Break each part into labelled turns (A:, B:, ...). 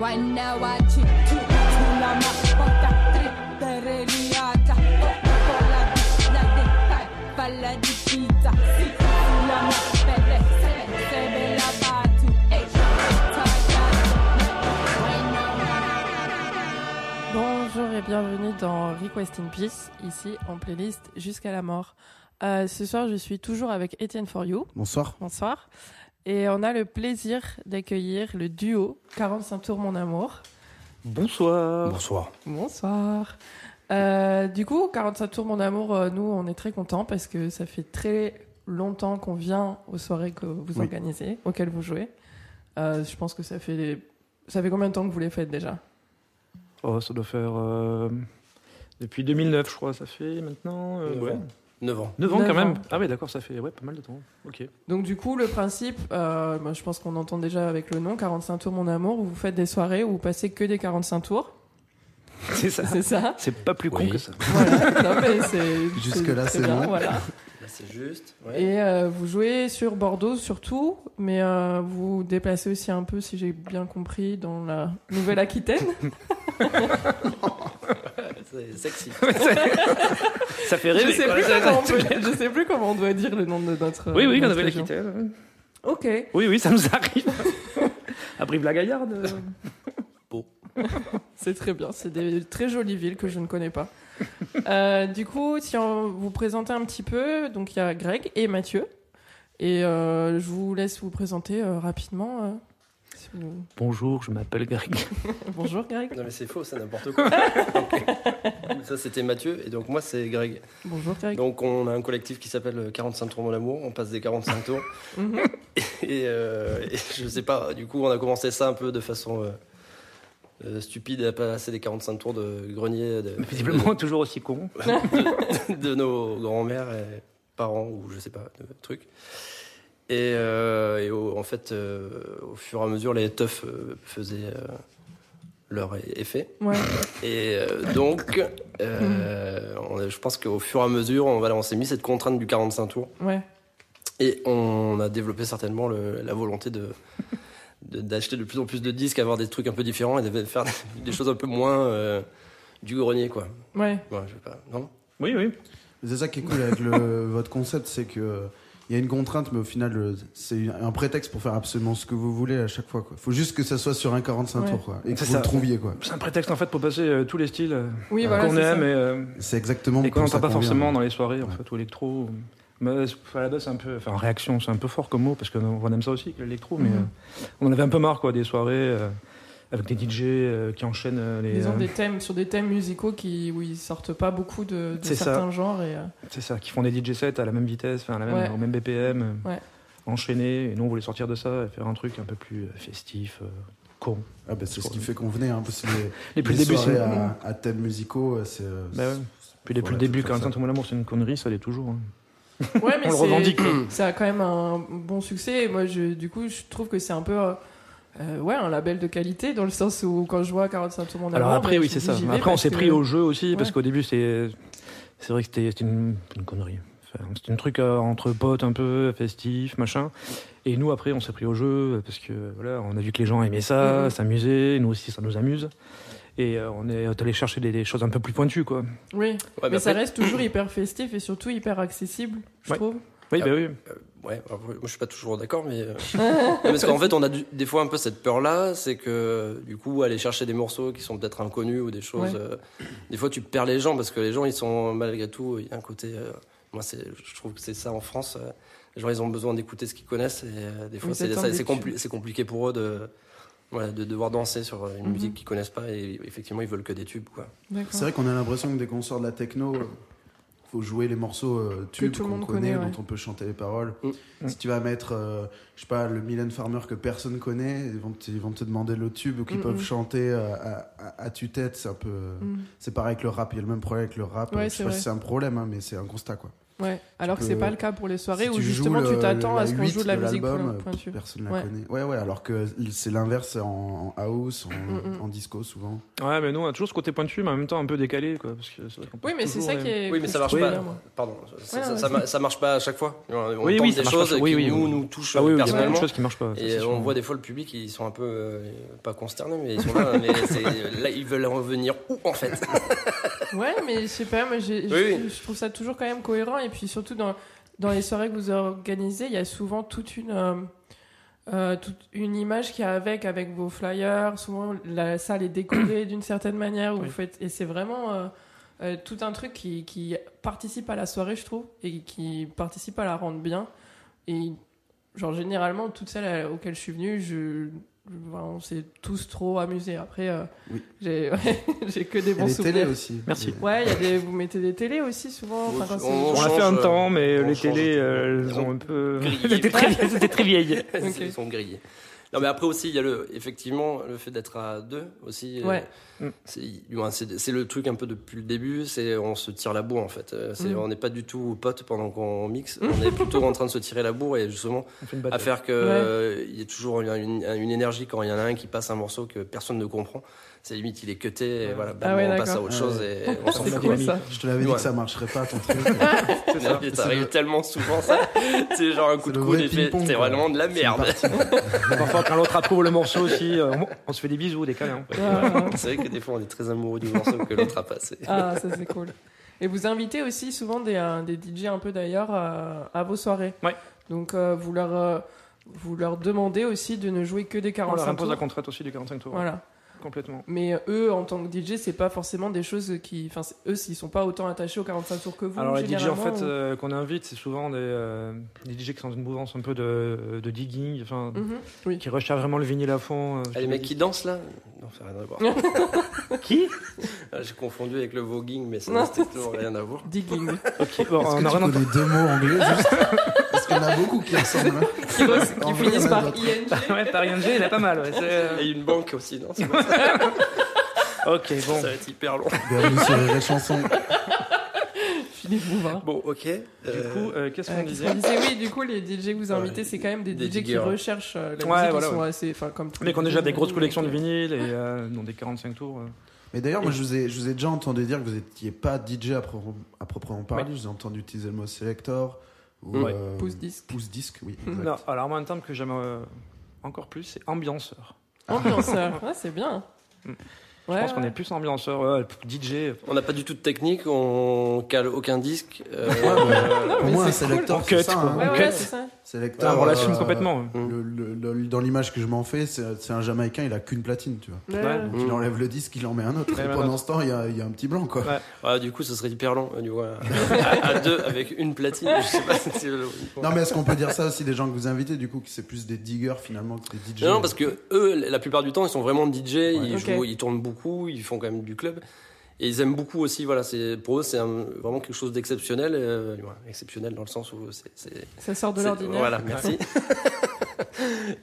A: Right now I cheat, cheat, cheat, la mascota, trippereliata. Coca-Cola, la de Thai, pala di pizza. Si, la mapele, se, se ve la batu. Ey, tagato. Right now
B: Bonjour et bienvenue dans Request in Peace, ici en playlist Jusqu'à la mort. Euh, ce soir, je suis toujours avec Étienne For You.
C: Bonsoir.
B: Bonsoir. Et on a le plaisir d'accueillir le duo 45 tours mon amour.
D: Bonsoir.
C: Bonsoir.
B: Bonsoir. Euh, du coup, 45 tours mon amour, euh, nous on est très contents parce que ça fait très longtemps qu'on vient aux soirées que vous
C: Oui.
B: organisez, auxquelles vous jouez. Euh, je pense que ça fait ça fait combien de temps que vous les faites déjà
D: Oh, ça doit faire euh, depuis 2009, je crois. Ça fait maintenant euh,
C: Neuf
D: ouais,
C: ans. 9 ans.
D: 9 ans
B: Neuf
D: quand même.
B: ans.
D: Ah ouais, d'accord, ça fait ouais pas mal de temps. Ok.
B: Donc du coup, le principe, euh, moi, je pense qu'on entend déjà avec le nom, 45 tours mon amour, où vous faites des soirées où vous passez que des 45 tours,
D: C'est ça.
B: c'est ça
D: C'est pas plus
C: Oui.
D: con que ça.
B: Voilà, non mais c'est...
C: Jusque-là,
B: très
C: c'est
B: bien,
C: bon.
B: Voilà.
C: Là, c'est juste.
B: Et euh, vous jouez sur Bordeaux surtout, mais euh, vous vous déplacez aussi un peu, si j'ai bien compris, dans la Nouvelle-Aquitaine.
C: C'est sexy.
D: Ça fait
B: je,
D: rêver.
B: sais
D: quoi.
B: plus
D: Ça-
B: comment on
D: ça-
B: peut- je sais plus comment on doit dire le nom de notre...
D: Oui, oui,
B: de
D: on
B: notre
D: avait la
B: région.
D: Aquitaine.
B: Ok.
D: Oui, oui, ça nous arrive. À Brive-la-Gaillarde. euh,
B: C'est très bien, c'est des très jolies villes que je ne connais pas. Euh, du coup, si on vous présente un petit peu, donc il y a Greg et Mathieu. Et euh, je vous laisse vous présenter euh, rapidement. euh, si vous-
D: Bonjour, je m'appelle Greg.
B: Bonjour Greg.
E: Non mais c'est faux, c'est n'importe quoi. Ok. Ça c'était Mathieu et donc moi c'est Greg.
B: Bonjour Greg.
E: Donc on a un collectif qui s'appelle 45 tours mon amour, on passe des 45 tours
B: Mhm.
E: et, euh, et je sais pas, du coup on a commencé ça un peu de façon euh, euh, stupide à passer des 45 tours de grenier de,
D: Visiblement toujours aussi con.
E: de nos grands-mères et parents ou je sais pas, de trucs. Et, euh, et au- en fait, euh, au fur et à mesure, les teufs euh, faisaient euh, leur effet.
B: Ouais.
E: Et euh, donc, euh,
B: Hmm.
E: on a- je pense qu'au fur et à mesure, on, voilà, on s'est mis cette contrainte du 45 tours
B: Ouais.
E: et on a développé certainement le- la volonté de de- d'acheter de plus en plus de disques, avoir des trucs un peu différents et de faire des choses un peu moins euh, du grenier, quoi.
B: Ouais.
E: Ouais, je sais pas, non
D: Oui, oui.
C: C'est ça qui est cool avec le, votre concept, c'est que il y a une contrainte, mais au final, euh, c'est un prétexte pour faire absolument ce que vous voulez à chaque fois. Quoi. Faut juste que ça soit sur un 45
B: Ouais.
C: tours, quoi, et que
D: C'est
C: vous
D: ça.
C: le trouviez, quoi.
D: C'est un prétexte en fait pour passer euh, tous les styles euh,
B: Oui,
C: Euh,
B: voilà.
D: qu'on
B: c'est ça.
D: aime et, euh,
C: C'est exactement.
D: et qu'on
C: pour ça
D: n'entend pas
C: qu'on vient.
D: forcément dans les soirées en
C: Ouais.
D: fait ou électro. Mais c'est- à la base c'est un peu, enfin réaction c'est un peu fort comme mot parce qu'on aime ça aussi l'électro, mais
B: Mhm.
D: euh, on en avait un peu marre quoi des soirées euh, avec des DJ euh, qui enchaînent euh, les.
B: Ils ont
D: euh,
B: des thèmes sur des thèmes musicaux qui où ils sortent pas beaucoup de, de
D: C'est ça.
B: certains genres et euh,
D: C'est ça, qui font des DJ sets à la même vitesse, enfin à la même,
B: Ouais.
D: au même BPM, euh,
B: Ouais.
D: enchaînés. Et nous on voulait sortir de ça et faire un truc un peu plus euh, festif, euh, con.
C: Ah, bah, c'est ce qui fait qu'on venait. Hein, parce que les,
D: Depuis le
C: les
D: début,
C: soirées
D: c'est-
C: à, à thèmes musicaux, euh, c'est. euh,
D: Bah ouais. Puis depuis
C: Voilà,
D: le début,
C: tout comme
D: quand
C: ça.
D: tout mon amour, c'est une connerie, ça l'est toujours. hein.
B: Ouais, mais
D: On le
B: c'est-
D: revendique.
B: Ça a quand même un bon succès. Et moi, je, du coup, je trouve que c'est un peu. euh, euh, ouais, un label de qualité dans le sens où quand je vois 45 tours mon
D: Alors
B: amour,
D: après,
B: bah,
D: oui,
B: je
D: c'est
B: dis,
D: ça.
B: j'y
D: Mais
B: vais
D: après, on
B: parce
D: s'est
B: que-
D: pris au jeu aussi, parce
B: Ouais.
D: qu'au début, c'est c'est vrai que c'était c'était une, une connerie. Enfin, c'était un truc euh, entre potes un peu festif, machin. Et nous, après, on s'est pris au jeu, parce que voilà, on a vu que les gens aimaient ça,
B: Mhm.
D: s'amusaient, nous aussi, ça nous amuse. Et euh, on est allé chercher des, des choses un peu plus pointues, quoi.
B: Oui,
D: Ah, bah,
E: Ouais,
B: mais
E: mais
B: ça
E: après-
B: reste toujours hyper festif et surtout hyper accessible, je
D: Ouais.
B: trouve.
D: Oui,
E: Ah.
D: bah oui.
E: Ouais, alors, moi je suis pas toujours d'accord, mais. euh, non, parce qu'en fait, on a du- des fois un peu cette peur-là, c'est que du coup, aller chercher des morceaux qui sont peut-être inconnus ou des choses.
B: Ouais.
E: euh, des fois, tu perds les gens parce que les gens, ils sont malgré tout, il y a un côté. euh, moi, c'est, je trouve que c'est ça en France. euh, les gens, ils ont besoin d'écouter ce qu'ils connaissent et euh, des fois,
B: Ils
E: c'est,
B: attendent
E: ça-
B: des
E: c'est, compli-
B: tubes.
E: c'est compliqué pour eux de. voilà, de devoir danser sur une
B: Mhm.
E: musique qu'ils connaissent pas et effectivement ils veulent que des tubes quoi.
B: D'accord.
C: C'est vrai qu'on a l'impression que dès qu'on sort de la techno, euh, faut jouer les morceaux euh, tubes
B: tout le
C: qu'on
B: monde
C: connaît,
B: connaît, ouais.
C: dont on peut chanter les paroles.
E: Mm.
C: Si tu vas mettre, euh, je sais pas, le Mylène Farmer que personne connaît, ils vont te, ils vont te demander le tube ou qu'ils
B: Mm, mm.
C: peuvent chanter euh, à, à- à tue-tête. C'est un peu, euh,
B: Mm.
C: c'est pareil avec le rap. Il y a le même problème avec le rap.
B: Ouais,
C: Euh, je
B: c'est
C: sais pas
B: vrai.
C: si c'est un problème, hein, mais c'est un constat quoi.
B: Ouais. Alors que c'est
C: peux-
B: pas le cas pour les soirées
C: Si
B: où
C: tu joues
B: justement
C: le-
B: tu t'attends à
C: la
B: ce qu'on
C: 8
B: joue de la musique
C: l'album, euh,
B: point- pointue.
C: Personne la
B: Ouais.
C: connaît. Ouais, ouais, alors que c'est l'inverse en, en house, en,
B: Mm, mm.
C: en disco souvent.
D: Ouais, mais non, on a toujours ce côté pointu, mais en même temps un peu décalé, quoi. Parce que c'est vrai qu'on peut
B: Oui, mais c'est
D: toujours
B: ça
D: les-
B: qui est.
E: Oui, mais ça marche
B: que je
E: pas.
B: trouve bien, moi.
E: Pardon, ça,
B: Ouais,
E: ça-
B: ouais.
E: ça ma- ça marche pas à chaque fois. On
D: hein, Oui,
E: tente
D: oui, ça
E: des
D: marche
E: choses
D: pas. Oui,
E: qui
D: oui,
E: nous,
D: oui.
E: nous touchent
D: Ah oui, oui, il y a plein de
E: personnellement.
D: choses qui marchent pas. ça,
E: Et euh,
D: c'est sûr.
E: on voit des fois le public, ils sont un peu euh, pas consternés, mais ils sont là. mais c'est- là, ils veulent en venir où en fait
B: Ouais, mais je sais pas, moi j'ai-
E: Oui,
B: je- je trouve ça toujours quand même cohérent. Et puis surtout dans, dans les soirées que vous organisez, il y a souvent toute une, euh, euh, toute une image qui est avec, avec vos flyers. Souvent la salle est décorée d'une certaine manière. où
D: Oui.
B: vous faites, et c'est vraiment euh, euh, tout un truc qui, qui participe à la soirée, je trouve, et qui participe à la rendre bien. Et genre généralement, toutes celles à- auxquelles je suis venue, je. je- On s'est tous trop amusés. Après, euh,
C: Oui.
B: j'ai j'ai que des
C: Et
B: bons
C: les télés
B: souvenirs.
C: aussi.
D: Merci.
B: Ouais, il y a des, vous mettez des télés aussi souvent. enfin, quand c'est-
E: On
D: On l'a fait un
E: change,
D: temps, mais
E: on
D: les
E: change.
D: télés, euh, elles
E: On-
D: ont un peu.
E: grillé.
D: Elles étaient très- elles étaient très vieilles.
B: Ok.
E: Ils sont grillés. Non, mais après aussi, il y a le, effectivement le fait d'être à deux aussi. euh,
B: Ouais.
D: Mm.
E: c'est ouais, c'est- c'est le truc un peu depuis le début, c'est on se tire la bourre en fait. Euh, c'est-
B: Mm.
E: On n'est pas du tout potes pendant qu'on mixe, on est plutôt en train de se tirer la bourre et justement
D: On fait une bataille.
E: à faire que
B: Ouais.
E: euh, il y a toujours une, une- une énergie quand il y en a un qui passe un morceau que personne ne comprend. C'est limite il est cuté et voilà, bam,
B: Ah ouais,
E: on passe à
B: d'accord.
E: autre chose et on s'en
B: C'est
D: la
E: fout.
B: cool
D: dynamique.
B: ça.
C: Je te l'avais dit
E: Ouais.
C: que ça marcherait pas, ton truc.
E: Non,
D: ça.
E: mais
C: C'est
E: ça arrive
C: le-
E: tellement souvent ça. c'est genre un coup
C: C'est
E: de
C: le
E: coude
C: vrai
E: et fait,
C: ping-pong,
E: c'est
C: quoi.
E: vraiment de la merde.
D: Parfois, quand l'autre approuve le morceau aussi, euh, on- on se fait des bisous, des câlins.
B: Ah,
E: C'est vrai que des fois on est très amoureux du morceau que l'autre a passé.
B: ah, ça c'est cool. Et vous invitez aussi souvent des, euh, des DJ un peu d'ailleurs à, à vos soirées.
D: Ouais.
B: Donc euh, vous leur euh, vous leur demandez aussi de ne jouer que des
D: On
B: 45
D: leur impose
B: tours.
D: la contrainte aussi du 45 tours.
B: Voilà.
D: Complètement.
B: Mais euh, eux en tant que DJ, c'est pas forcément des choses qui enfin c'est- eux s'ils sont pas autant attachés aux 45 tours que vous
D: Alors les DJ en
B: généralement,
D: fait
B: ou-
D: euh, qu'on invite, c'est souvent des, euh, des DJ qui sont dans une mouvance un peu de, de digging, enfin,
B: Mhm. Oui.
D: qui recherchent vraiment le vinyle à fond. euh, je
E: Ah, les
D: te
E: mecs
D: dis.
E: qui dansent là Non, ça n'a rien à voir.
D: Qui
E: Ah, J'ai confondu avec le voguing, mais ça
B: Non,
E: n'a strictement rien à voir.
B: Digging.
D: Ok, bon,
C: Est-ce
D: on
C: que
D: a
C: tu
D: rien entendu.
C: connais deux mots anglais juste Parce qu'il y en a beaucoup qui ressemblent. hein.
B: qui re- qui
C: En vrai,
B: finissent
C: on a
B: par
C: d'autres.
B: ING.
D: Ouais, t'as rien dit, il a pas mal. ouais, c'est, euh,
E: Et une banque aussi, non c'est pas ça,
D: Ok, bon.
E: ça va être hyper long.
C: Bienvenue sur les vraies chansons.
B: Philippe Bouvard.
E: Bon, ok.
D: Du coup, euh, qu'est-ce qu'on
B: Euh, qu'est-ce qu'on
D: disait
B: disait oui, du coup, les DJ que vous invitez, c'est quand même des,
E: Des
B: DJ qui
E: diggers.
B: recherchent euh, la musique,
D: Ouais, voilà,
B: ils sont
D: ouais.
B: assez, enfin, comme tous
D: Mais
B: les euh,
D: qui ont déjà
B: DJ,
D: des grosses
B: mais-
D: collections de vinyles et euh, non, des 45 tours. euh.
C: Mais d'ailleurs, moi, je vous, ai, je vous ai déjà entendu dire que vous n'étiez pas DJ à, propos- à proprement parler. Je vous ai entendu utiliser le mot selector ou
E: Ouais.
C: euh,
B: Pouce disque.
C: pouce disque, oui. exact.
D: Non, alors moi, un terme que j'aime euh, encore plus, c'est ambianceur.
B: Ambianceur, ouais, c'est bien.
D: Mm.
B: Ouais,
D: Je pense qu'on est plus ambianceur, ouais, DJ.
E: On n'a pas du tout de technique, on cale aucun disque. euh,
C: Ouais,
E: euh,
C: Pour
B: mais
C: moi, un
B: c'est
C: selector,
D: cool.
C: c'est
D: On
C: ça.
D: cut,
C: hein.
B: Ouais,
D: on
B: ouais,
D: cut.
B: c'est ça.
C: Selector,
D: Ah, on l'assume
C: euh,
D: complètement.
C: le- le- le- dans l'image que je m'en fais, c'est c'est un Jamaïcain, il a qu'une platine, tu vois.
B: Ouais.
D: Ouais.
C: Donc, Il
E: Mm.
C: enlève le disque, il en met un autre.
D: Ouais,
C: Et
D: ouais,
C: pendant
D: ouais.
C: ce temps, il y a, il y a un petit blanc, quoi.
D: Ouais.
E: ouais, Ah, du coup, ce serait hyper long. euh, du coup, à, à- à deux, avec une platine, je sais pas si c'est le-
C: Non, mais est-ce qu'on peut dire ça aussi des gens que vous invitez, du coup, que c'est plus des diggers finalement que des DJ
E: Non, non, parce que eux, la plupart du temps, ils sont vraiment DJ, ils
B: Ok.
E: jouent, ils tournent beaucoup, ils font quand même du club. Et ils aiment beaucoup aussi, voilà, c'est, pour eux, c'est un- vraiment quelque chose d'exceptionnel, euh, ouais, exceptionnel dans le sens où c'est, c'est-
B: Ça sort de
E: c'est-
B: l'ordinaire.
E: Voilà, merci.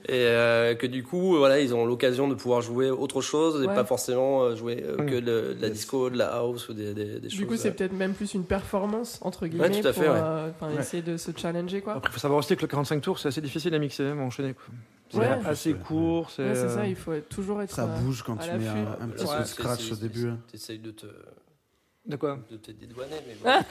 E: et euh, que du coup, voilà, ils ont l'occasion de pouvoir jouer autre chose et
B: Ouais.
E: pas forcément euh, jouer euh,
D: Mm.
E: que de, de la
C: Yes.
E: disco, de la house ou des, des- des choses.
B: Du coup, c'est
E: euh,
B: peut-être même plus une performance, entre guillemets,
E: tout à fait,
B: pour
E: ouais.
B: euh, enfin,
C: Ouais.
B: essayer de se challenger, quoi.
D: Après, il faut savoir aussi que le 45 tours, c'est assez difficile à mixer, à enchaîner. quoi. C'est
B: Ouais.
D: assez court. C'est
B: Ouais, c'est ça,
D: euh,
B: il faut être- toujours être.
C: Ça
B: euh,
C: bouge quand
B: à
C: tu mets
B: l'affût.
C: un, un petit
E: voilà,
C: peu de
E: c'est-
C: scratch
E: c'est-
C: au début. hein.
E: T'essayes de te,
D: De
B: Ah.
D: quoi
E: de te dédouaner, mais voilà.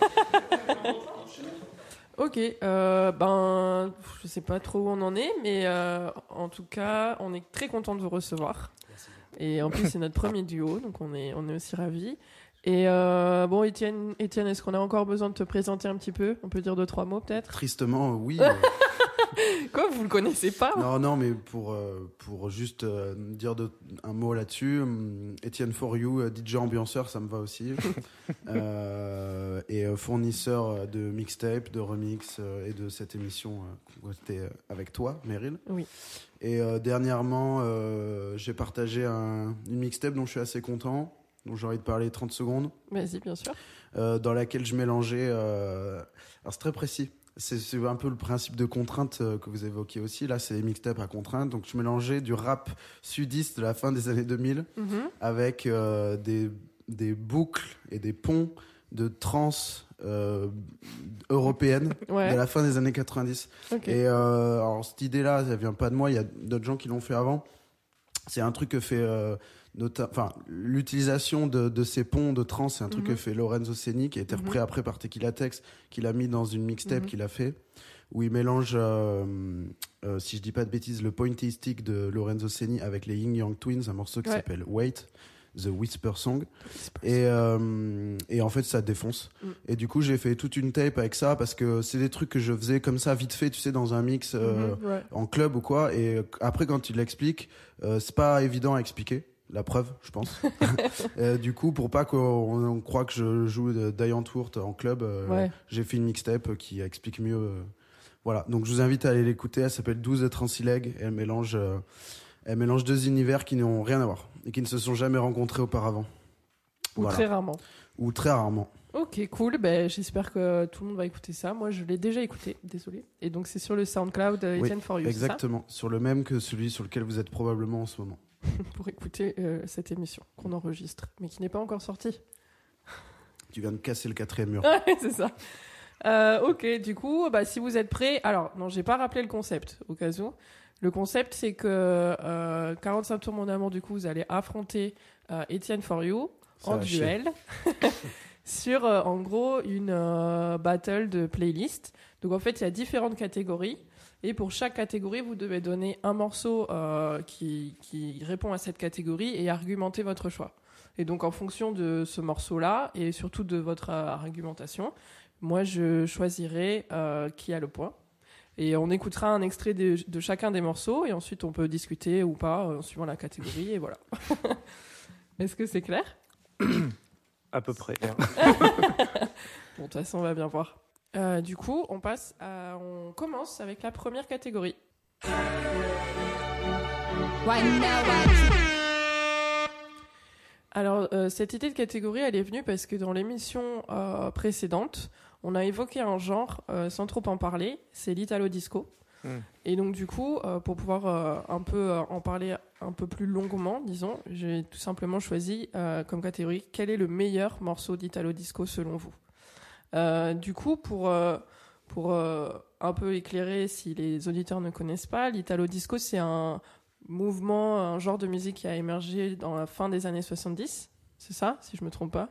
B: Ok, euh, ben, je sais pas trop où on en est, mais euh, en tout cas, on est très content de vous recevoir.
E: Merci beaucoup.
B: Et en plus, c'est notre premier duo, donc on est, on est aussi ravis. Et euh, bon, Étienne, Étienne est-ce qu'on a encore besoin de te présenter un petit peu On peut dire deux, trois mots peut-être
C: Tristement, oui.
B: Quoi, vous le connaissez pas
C: non, non, mais pour, euh, pour juste euh, dire de- un mot là-dessus, hum, Étienne For You, euh, DJ ambianceur, ça me va aussi. Euh, et euh, fournisseur de mixtape, de remix euh, et de cette émission euh, qu'on était, euh, avec toi, Meryl.
B: Oui.
C: Et euh, dernièrement, euh, j'ai partagé un- une mixtape dont je suis assez content, dont j'ai envie de parler 30 secondes.
B: Vas-y, bien sûr.
C: euh, dans laquelle je mélangeais. euh, Alors c'est très précis. C'est c'est un peu le principe de contrainte euh, que vous évoquiez aussi. Là, c'est les mixtapes à contrainte. Donc je mélangeais du rap sudiste de la fin des années 2000
B: Mhm.
C: avec euh, des, des boucles et des ponts de trans euh, européenne
B: Ouais.
C: de la fin des années 90.
B: ok.
C: Et euh, alors cette idée-là, ça vient pas de moi. Il y a d'autres gens qui l'ont fait avant. C'est un truc que fait, euh, nota- enfin, l'utilisation de, de ces ponts de trans, c'est un truc
B: Mhm.
C: que fait Lorenzo Seni, qui a été repris après par Tequila Tex, qu'il a mis dans une mixtape
B: Mhm.
C: qu'il a fait, où il mélange, euh, euh, si je dis pas de bêtises, le pointy stick de Lorenzo Seni avec les Yin Yang Twins, un morceau qui
B: Ouais.
C: s'appelle Wait, The Whisper Song.
B: C'est pas-
C: Et, euh, et en fait, ça défonce.
B: Mm.
C: Et du coup, j'ai fait toute une tape avec ça parce que c'est des trucs que je faisais comme ça, vite fait, tu sais, dans un mix euh,
B: Mhm, ouais.
C: en club ou quoi. Et euh, après, quand il l'explique, euh, c'est pas évident à expliquer. La preuve, je pense. Euh, du coup, pour pas qu'on on croit que je joue de Diane Tourt en club, euh,
B: Ouais.
C: j'ai fait une mixtape qui explique mieux. euh, voilà. Donc, je vous invite à aller l'écouter. Elle s'appelle 12 et Transileg. Et elle mélange, euh, elle mélange deux univers qui n'ont rien à voir et qui ne se sont jamais rencontrés auparavant.
B: Ou
C: voilà.
B: très rarement.
C: Ou très rarement.
B: Ok, cool. Ben, J'espère que tout le monde va écouter ça. Moi, je l'ai déjà écouté, désolé. Et donc, c'est sur le SoundCloud euh,
C: Oui,
B: Etienne For You. c'est ça
C: Exactement. Sur le même que celui sur lequel vous êtes probablement en ce moment.
B: pour écouter euh, cette émission qu'on enregistre, mais qui n'est pas encore sortie.
C: Tu viens de casser le quatrième mur.
B: Ouais, c'est ça. Euh, ok, du coup, bah, si vous êtes prêts. Alors, non, j'ai pas rappelé le concept, au cas où. Le concept, c'est que euh, 45 tours, mon amour, du coup, vous allez affronter euh, Etienne For You
C: Ça
B: en
C: va chier.
B: duel sur, euh, en gros, une euh, battle de playlist. Donc, en fait, il y a différentes catégories. Et pour chaque catégorie, vous devez donner un morceau euh, qui, qui répond à cette catégorie et argumenter votre choix. Et donc, en fonction de ce morceau-là et surtout de votre euh, argumentation, moi, je choisirai euh, qui a le point. Et on écoutera un extrait de, de chacun des morceaux et ensuite on peut discuter ou pas euh, en suivant la catégorie et voilà. Est-ce que c'est clair
D: À peu près.
B: Bon, de toute façon, on va bien voir. Euh, du coup, on passe à- on commence avec la première catégorie. Alors, euh, cette idée de catégorie, elle est venue parce que dans l'émission euh, précédente, on a évoqué un genre euh, sans trop en parler, c'est l'italo disco.
D: Mm.
B: Et donc, du coup, euh, pour pouvoir euh, un peu euh, en parler un peu plus longuement, disons, j'ai tout simplement choisi euh, comme catégorie quel est le meilleur morceau d'italo disco selon vous. Euh, du coup, pour, euh, pour euh, un peu éclairer si les auditeurs ne connaissent pas, l'italo disco, c'est un mouvement, un genre de musique qui a émergé dans la fin des années 70. C'est ça, si je me trompe pas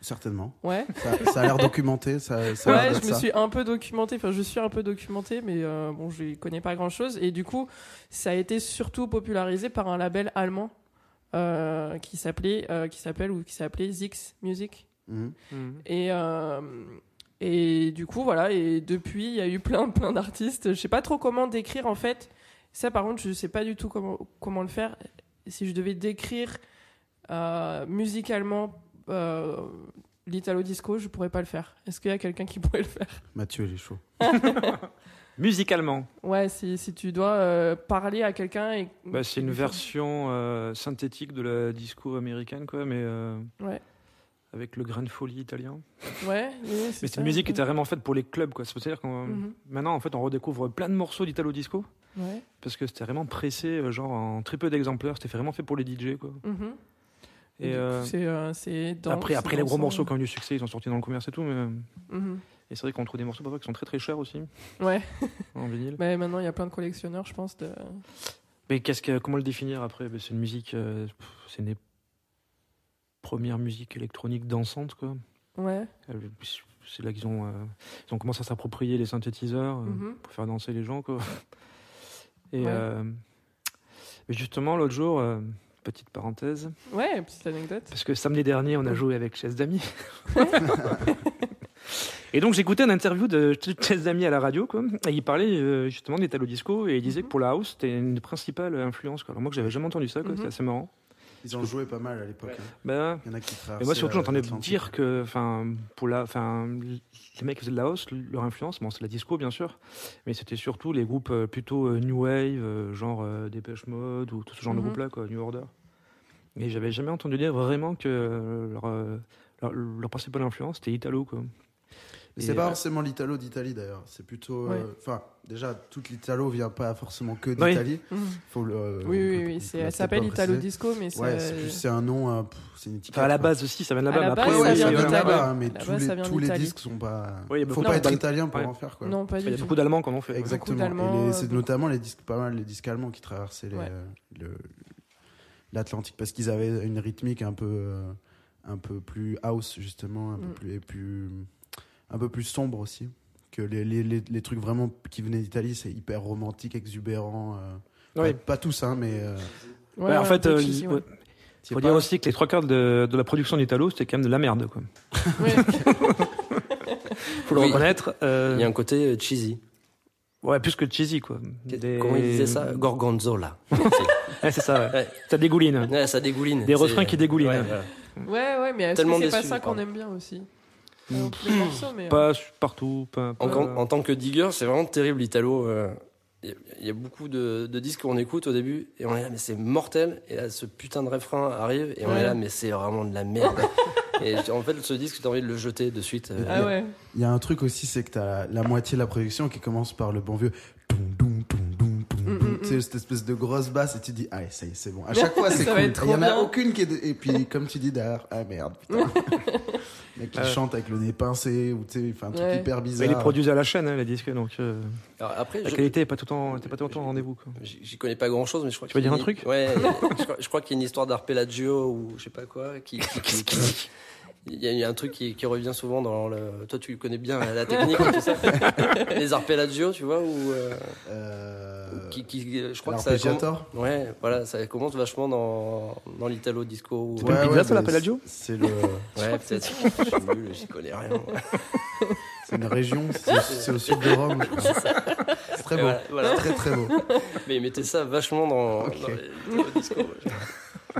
C: Certainement.
B: Ouais.
C: Ça, ça a l'air documenté. Ça, ça a l'air
B: Ouais,
C: d'être
B: je me
C: ça.
B: suis un peu documenté. Enfin, je suis un peu documenté, mais euh, bon, je connais pas grand chose. Et du coup, ça a été surtout popularisé par un label allemand euh, qui s'appelait, euh, qui s'appelle ou qui s'appelait Zix Music.
C: Mhm.
B: Et, euh, et du coup, voilà, et depuis, il y a eu plein, plein d'artistes. Je sais pas trop comment décrire, en fait. Ça, par contre, je sais pas du tout comment, comment le faire. Si je devais décrire euh, musicalement euh, l'Italo Disco, je pourrais pas le faire. Est-ce qu'il y a quelqu'un qui pourrait le faire
C: Mathieu, il est chaud.
D: Musicalement,
B: Ouais, si, si tu dois euh, parler à quelqu'un et.
D: bah, c'est une version euh, synthétique de la disco américaine, quoi, mais euh,
B: Ouais.
D: avec le grain de folie italien.
B: Ouais, oui,
D: Mais c'est
B: ça.
D: une musique qui était vraiment faite pour les clubs, quoi. C'est-à-dire qu'on
B: Mhm.
D: maintenant, en fait, on redécouvre plein de morceaux d'italo disco
B: Ouais.
D: parce que c'était vraiment pressé, euh, genre en très peu d'exemplaires. C'était vraiment fait pour les DJ, quoi.
B: mhm. Et
D: Et
B: du coup,
D: euh,
B: c'est, euh, c'est danse,
D: après, après les gros
B: dansant.
D: morceaux qui ont eu du succès, ils sont sortis dans le commerce et tout. Mais euh,
B: Mhm.
D: et c'est vrai qu'on trouve des morceaux parfois qui sont très très chers aussi
B: Ouais.
D: en vinyle.
B: Mais maintenant, il y a plein de collectionneurs, je pense. De...
D: Mais qu'est-ce que, comment le définir après Ben, C'est une musique, euh, pff, c'est une première musique électronique dansante, quoi.
B: Ouais.
D: Euh, C'est là qu'ils ont, euh, ils ont commencé à s'approprier les synthétiseurs euh,
B: Mhm.
D: pour faire danser les gens, quoi. Et
B: Ouais.
D: euh, mais justement, l'autre jour, euh, petite parenthèse,
B: Ouais, petite anecdote.
D: parce que samedi dernier, on a joué avec Chess Dami. et donc, j'écoutais une interview de Ch- Chess Dami à la radio, quoi, et il parlait euh, justement des talos disco, et il disait
B: Mhm.
D: que pour la house, c'était une principale influence. Quoi. Alors, moi, que j'avais jamais entendu ça, quoi,
B: Mhm.
D: c'était assez marrant.
C: Ils ont joué pas mal à l'époque. hein.
D: Ben,
C: Il y en a qui traversent. euh,
D: et moi, surtout, j'entendais dire que, enfin, pour la, enfin, les mecs qui faisaient de la house, leur influence, bon, c'est la disco, bien sûr, mais c'était surtout les groupes euh, plutôt euh, new wave, euh, genre euh, Dépêche Mode ou tout ce genre
B: Mhm.
D: de groupes-là, quoi, New Order. Mais j'avais jamais entendu dire vraiment que euh, leur, euh, leur, leur principale influence c'était Italo, quoi.
C: Mais
D: Et,
C: c'est pas
D: euh,
C: forcément l'Italo d'Italie d'ailleurs. C'est plutôt.
B: Ouais.
C: euh, Enfin, déjà, toute l'Italo vient pas forcément que
D: Oui.
C: d'Italie.
B: Mhm.
C: Faut le- euh,
B: Oui, oui,
C: on peut- on
B: oui,
C: peut
B: c'est-
C: peut-être
B: elle s'appelle
C: pas
B: Italo
C: préciser.
B: Disco, mais c'est-
C: Ouais, c'est plus- c'est un nom, euh, pff, c'est une étiquette.
D: Enfin, à la
C: quoi.
D: base aussi, ça vient de
B: À la
D: là-bas. mais
B: base,
D: après,
C: Ouais, ouais,
D: il y
B: vient
C: ça
D: a-
C: vient de
B: d'Italie.
C: là-bas, hein, mais
B: Là-bas,
C: tous,
B: ça
C: les,
B: vient
C: tous les
B: d'Italie.
C: disques sont pas.
D: Ouais, il y a
C: Faut
D: beaucoup
C: pas être
D: d'Italiens.
C: italien pour
D: Ouais.
C: en faire quoi.
B: Non, pas
D: Il y
B: du
D: a
B: tout.
D: beaucoup d'Allemands qui en ont fait.
C: Exactement.
B: d'Allemands,
C: Et les-
B: euh,
C: c'est
B: beaucoup.
C: notamment les disques, pas mal les disques allemands qui traversaient les-
B: Ouais.
C: le- l'Atlantique parce qu'ils avaient une rythmique un peu, euh, un peu plus house justement, un peu
B: Mm.
C: plus, et plus, un peu plus sombre aussi que les, les, les, les trucs vraiment qui venaient d'Italie, c'est hyper romantique, exubérant. euh,
D: Ouais.
C: pas, pas tous, hein, mais euh,
B: Ouais,
D: Bah, en
B: ouais,
D: fait,
B: Beach
D: euh,
B: Easy, ouais.
D: ouais.
C: c'est
D: faut
C: pas-
D: dire aussi que les trois quarts de, de la production d'Italo, c'était quand même de la merde. Quoi.
B: Ouais.
D: Faut le
E: Oui.
D: reconnaître. euh,
E: Il y a un côté cheesy.
D: Ouais, plus que cheesy, quoi. Des-
E: Comment ils disaient ça Gorgonzola.
D: Ouais, c'est ça, ouais.
E: Ouais.
D: Ça dégouline.
E: Ouais, ça dégouline.
D: Des
E: C'est- euh,
D: refrains qui dégoulinent.
E: Ouais, voilà.
B: Ouais, ouais, mais est-ce
E: Tellement
B: que c'est pas
E: déçu,
B: ça qu'on
E: pardon.
B: aime bien aussi Pas
C: Mmh.
B: non plus les morceaux, mais, euh,
D: Pas su- partout. Pas, pas-
E: En, en- en tant que digger, c'est vraiment terrible, Italo. euh, Il y, a- il y a beaucoup de, de disques qu'on écoute au début et on est là, mais c'est mortel. Et là, ce putain de refrain arrive et on
B: Ouais.
E: est là, mais c'est vraiment de la merde. et tu- en fait, ce disque, t'as envie de le jeter de suite. euh,
B: Ah ouais.
C: Il y a un truc aussi, c'est que t'as la moitié de la production qui commence par le bon vieux. Toum, toum, toum, toum, toum,
B: Mm,
C: toum.
B: mm,
C: Tu sais, cette espèce de grosse basse, et tu dis, ah, ça y est, c'est bon. À chaque fois, c'est
B: Ça
C: cool.
B: va
C: Et
B: être trop
C: Il y en a
B: bien.
C: aucune qui est. de- Et puis, comme tu dis derrière, ah merde, putain. Le mec qui
D: Ouais.
C: chante avec le nez pincé, ou tu sais, il fait un truc
B: Ouais.
C: hyper
D: Mais
C: bizarre.
D: ils les produisent à la chaîne, hein, les disques, donc euh,
E: Alors après,
D: la
E: je-
D: qualité n'est pas tout en, était pas tout en rendez-vous. quoi.
E: j'y j'y connais pas grand chose, mais je crois
D: Tu veux
E: qu'il y a
D: dire un
E: une-
D: truc
E: Ouais, il y a- je crois, je crois qu'il y a une histoire d'Arpellagio ou je sais pas quoi. Qui, qui- qui- qui- il y a eu un truc qui, qui revient souvent dans le. Toi, tu connais bien la technique, tout ça. Les Arpellagio, tu vois, ou. euh,
C: Euh,
E: qui, qui- je crois que ça a comm-
C: L'arpeggiator
E: Ouais, voilà, ça commence vachement dans, dans l'italo disco.
D: pas une
C: Ouais,
D: pizza,
C: ouais,
D: ça,
C: mais
D: l'arpeggiato
C: C'est le-
E: Ouais, peut-être. Je suis nul, j'y connais rien.
C: c'est une région, c'est c'est au sud de Rome. je crois. C'est très
E: Et
C: beau.
E: voilà, voilà.
C: Très très beau.
E: Mais ils mettaient ça vachement dans,
C: Ok.
E: dans l'italo disco.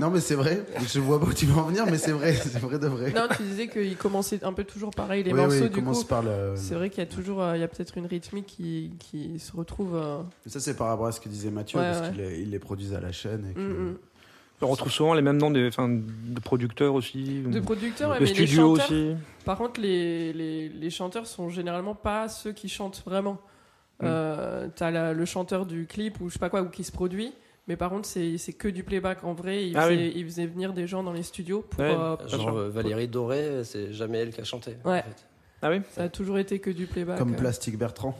C: Non, mais c'est vrai. Je vois pas où tu veux en venir, mais c'est vrai. C'est vrai de vrai.
B: Non, tu disais qu'ils commençaient un peu toujours pareil, les
C: Oui, oui,
B: morceaux, du
C: commence
B: coup.
C: par le.
B: C'est vrai qu'il y a toujours, euh, il y a peut-être une rythmique qui, qui se retrouve. euh,
C: Mais ça, c'est par rapport à ce que disait Mathieu,
B: Ouais,
C: parce
B: ouais.
C: qu'ils les, ils les produisent à la chaîne. Et que...
B: mm,
D: On retrouve souvent les mêmes noms de, enfin, de producteurs aussi,
B: mm. De
C: Mmh.
D: de,
B: producteurs, ouais, mais les
D: studios
B: chanteurs-
D: aussi.
B: Par contre, les, les, les chanteurs sont généralement pas ceux qui chantent vraiment.
D: Mm.
B: Euh, T'as la- le chanteur du clip ou je sais pas quoi, ou qui se produit. Mais par contre, c'est c'est que du playback. En vrai, il,
D: Ah
B: faisait, il faisait venir des gens dans les studios pour.
D: Ouais.
B: euh,
E: Genre euh, Valérie Doré, c'est jamais elle qui a chanté. en
B: Ouais.
E: fait.
D: Ah oui
B: ça a toujours été que du playback.
C: Comme
B: Euh.
C: Plastic Bertrand.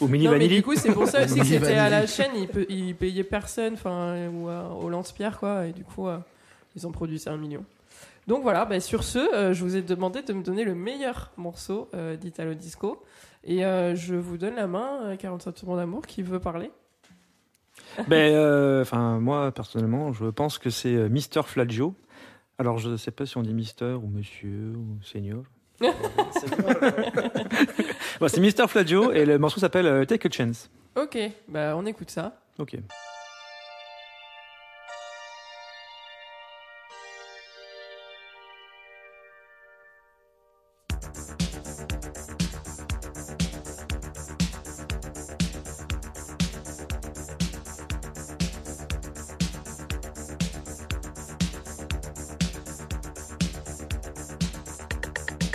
D: Ou Mini
B: Non, mais
D: Vanilli.
B: du coup, c'est pour ça aussi que
C: Milli
B: c'était à
C: Vanilli.
B: la chaîne, ils, pe- ils payaient personne, enfin, ou à- au lance-pierre, quoi. Et du coup, euh, ils ont produit ça un million. Donc voilà, bah, sur ce, euh, je vous ai demandé de me donner le meilleur morceau euh, d'Italo Disco. Et euh, je vous donne la main, euh, 45 secondes d'amour, qui veut parler.
D: Ben, euh, enfin, moi, personnellement, je pense que c'est euh, Mister Flaggio. Alors, je ne sais pas si on dit Mister ou Monsieur ou Seigneur. Bon, c'est Mister Flaggio et le morceau s'appelle euh, Take a Chance.
B: Ok, bah, on écoute ça.
D: Ok.
F: Take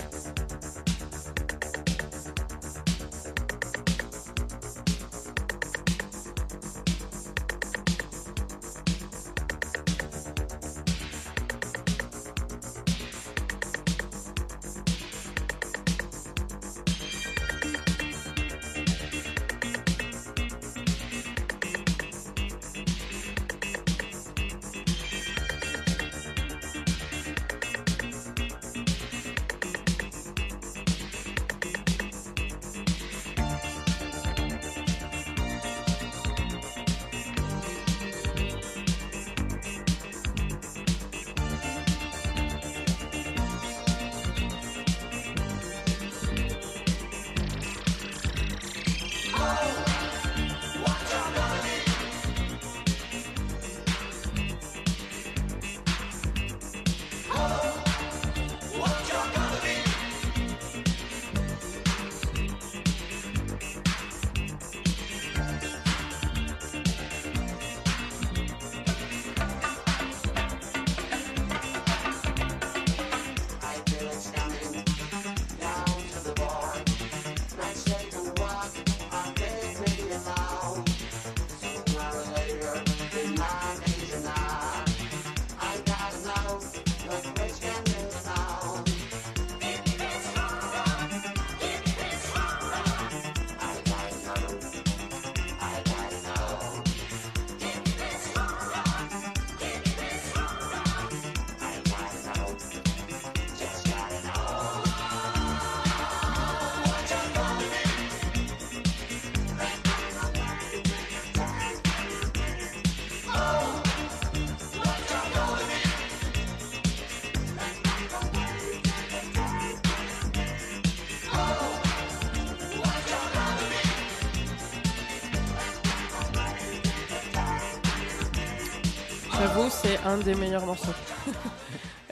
B: J'avoue, c'est un des meilleurs morceaux.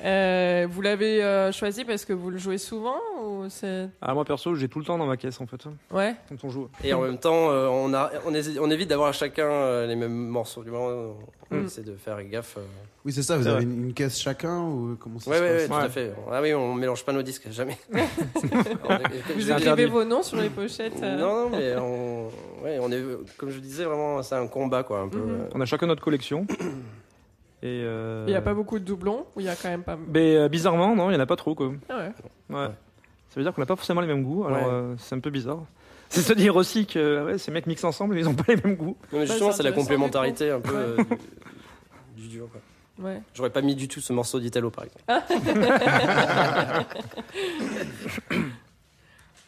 B: Euh, vous l'avez euh, choisi parce que vous le jouez souvent ou c'est
D: Ah, moi perso, j'ai tout le temps dans ma caisse en fait, hein,
B: ouais
D: quand on joue.
E: Et en même temps, euh, on, a, on, hési- on évite d'avoir à chacun euh, les mêmes morceaux. Du moins, on, on
B: Mm.
E: essaie de faire gaffe. euh.
C: Oui, c'est ça, vous
D: C'est
C: avez
D: vrai.
C: une, une caisse chacun ou comment ça
E: Ouais, ouais,
C: se passe
E: ouais, tout
D: Ouais.
E: à fait. Ah oui, on mélange pas nos disques, jamais.
B: Vous
D: C'est
B: écrivez
D: interdit.
B: vos noms sur les pochettes. euh.
E: Non, non, mais on, ouais, on est, comme je disais, vraiment, c'est un combat, quoi, un peu.
B: Mhm.
E: euh.
D: On a chacun notre collection. Et euh,
B: Il n'y a pas beaucoup de doublons ou il y a quand même pas.
D: Mais euh, bizarrement, non, il y en a pas trop quoi.
B: Ah ouais.
D: Ouais.
E: Ouais.
D: Ça veut dire qu'on n'a pas forcément les mêmes goûts, alors
E: Ouais.
D: euh, c'est un peu bizarre. C'est se dire aussi que euh, ouais, ces mecs mixent ensemble, ils ont pas les mêmes goûts.
E: Non, mais justement,
B: c'est
E: c'est la
B: intéressant,
E: complémentarité un peu euh, du, du duo, quoi.
B: ouais.
E: J'aurais pas mis du tout ce morceau d'Italo, par exemple.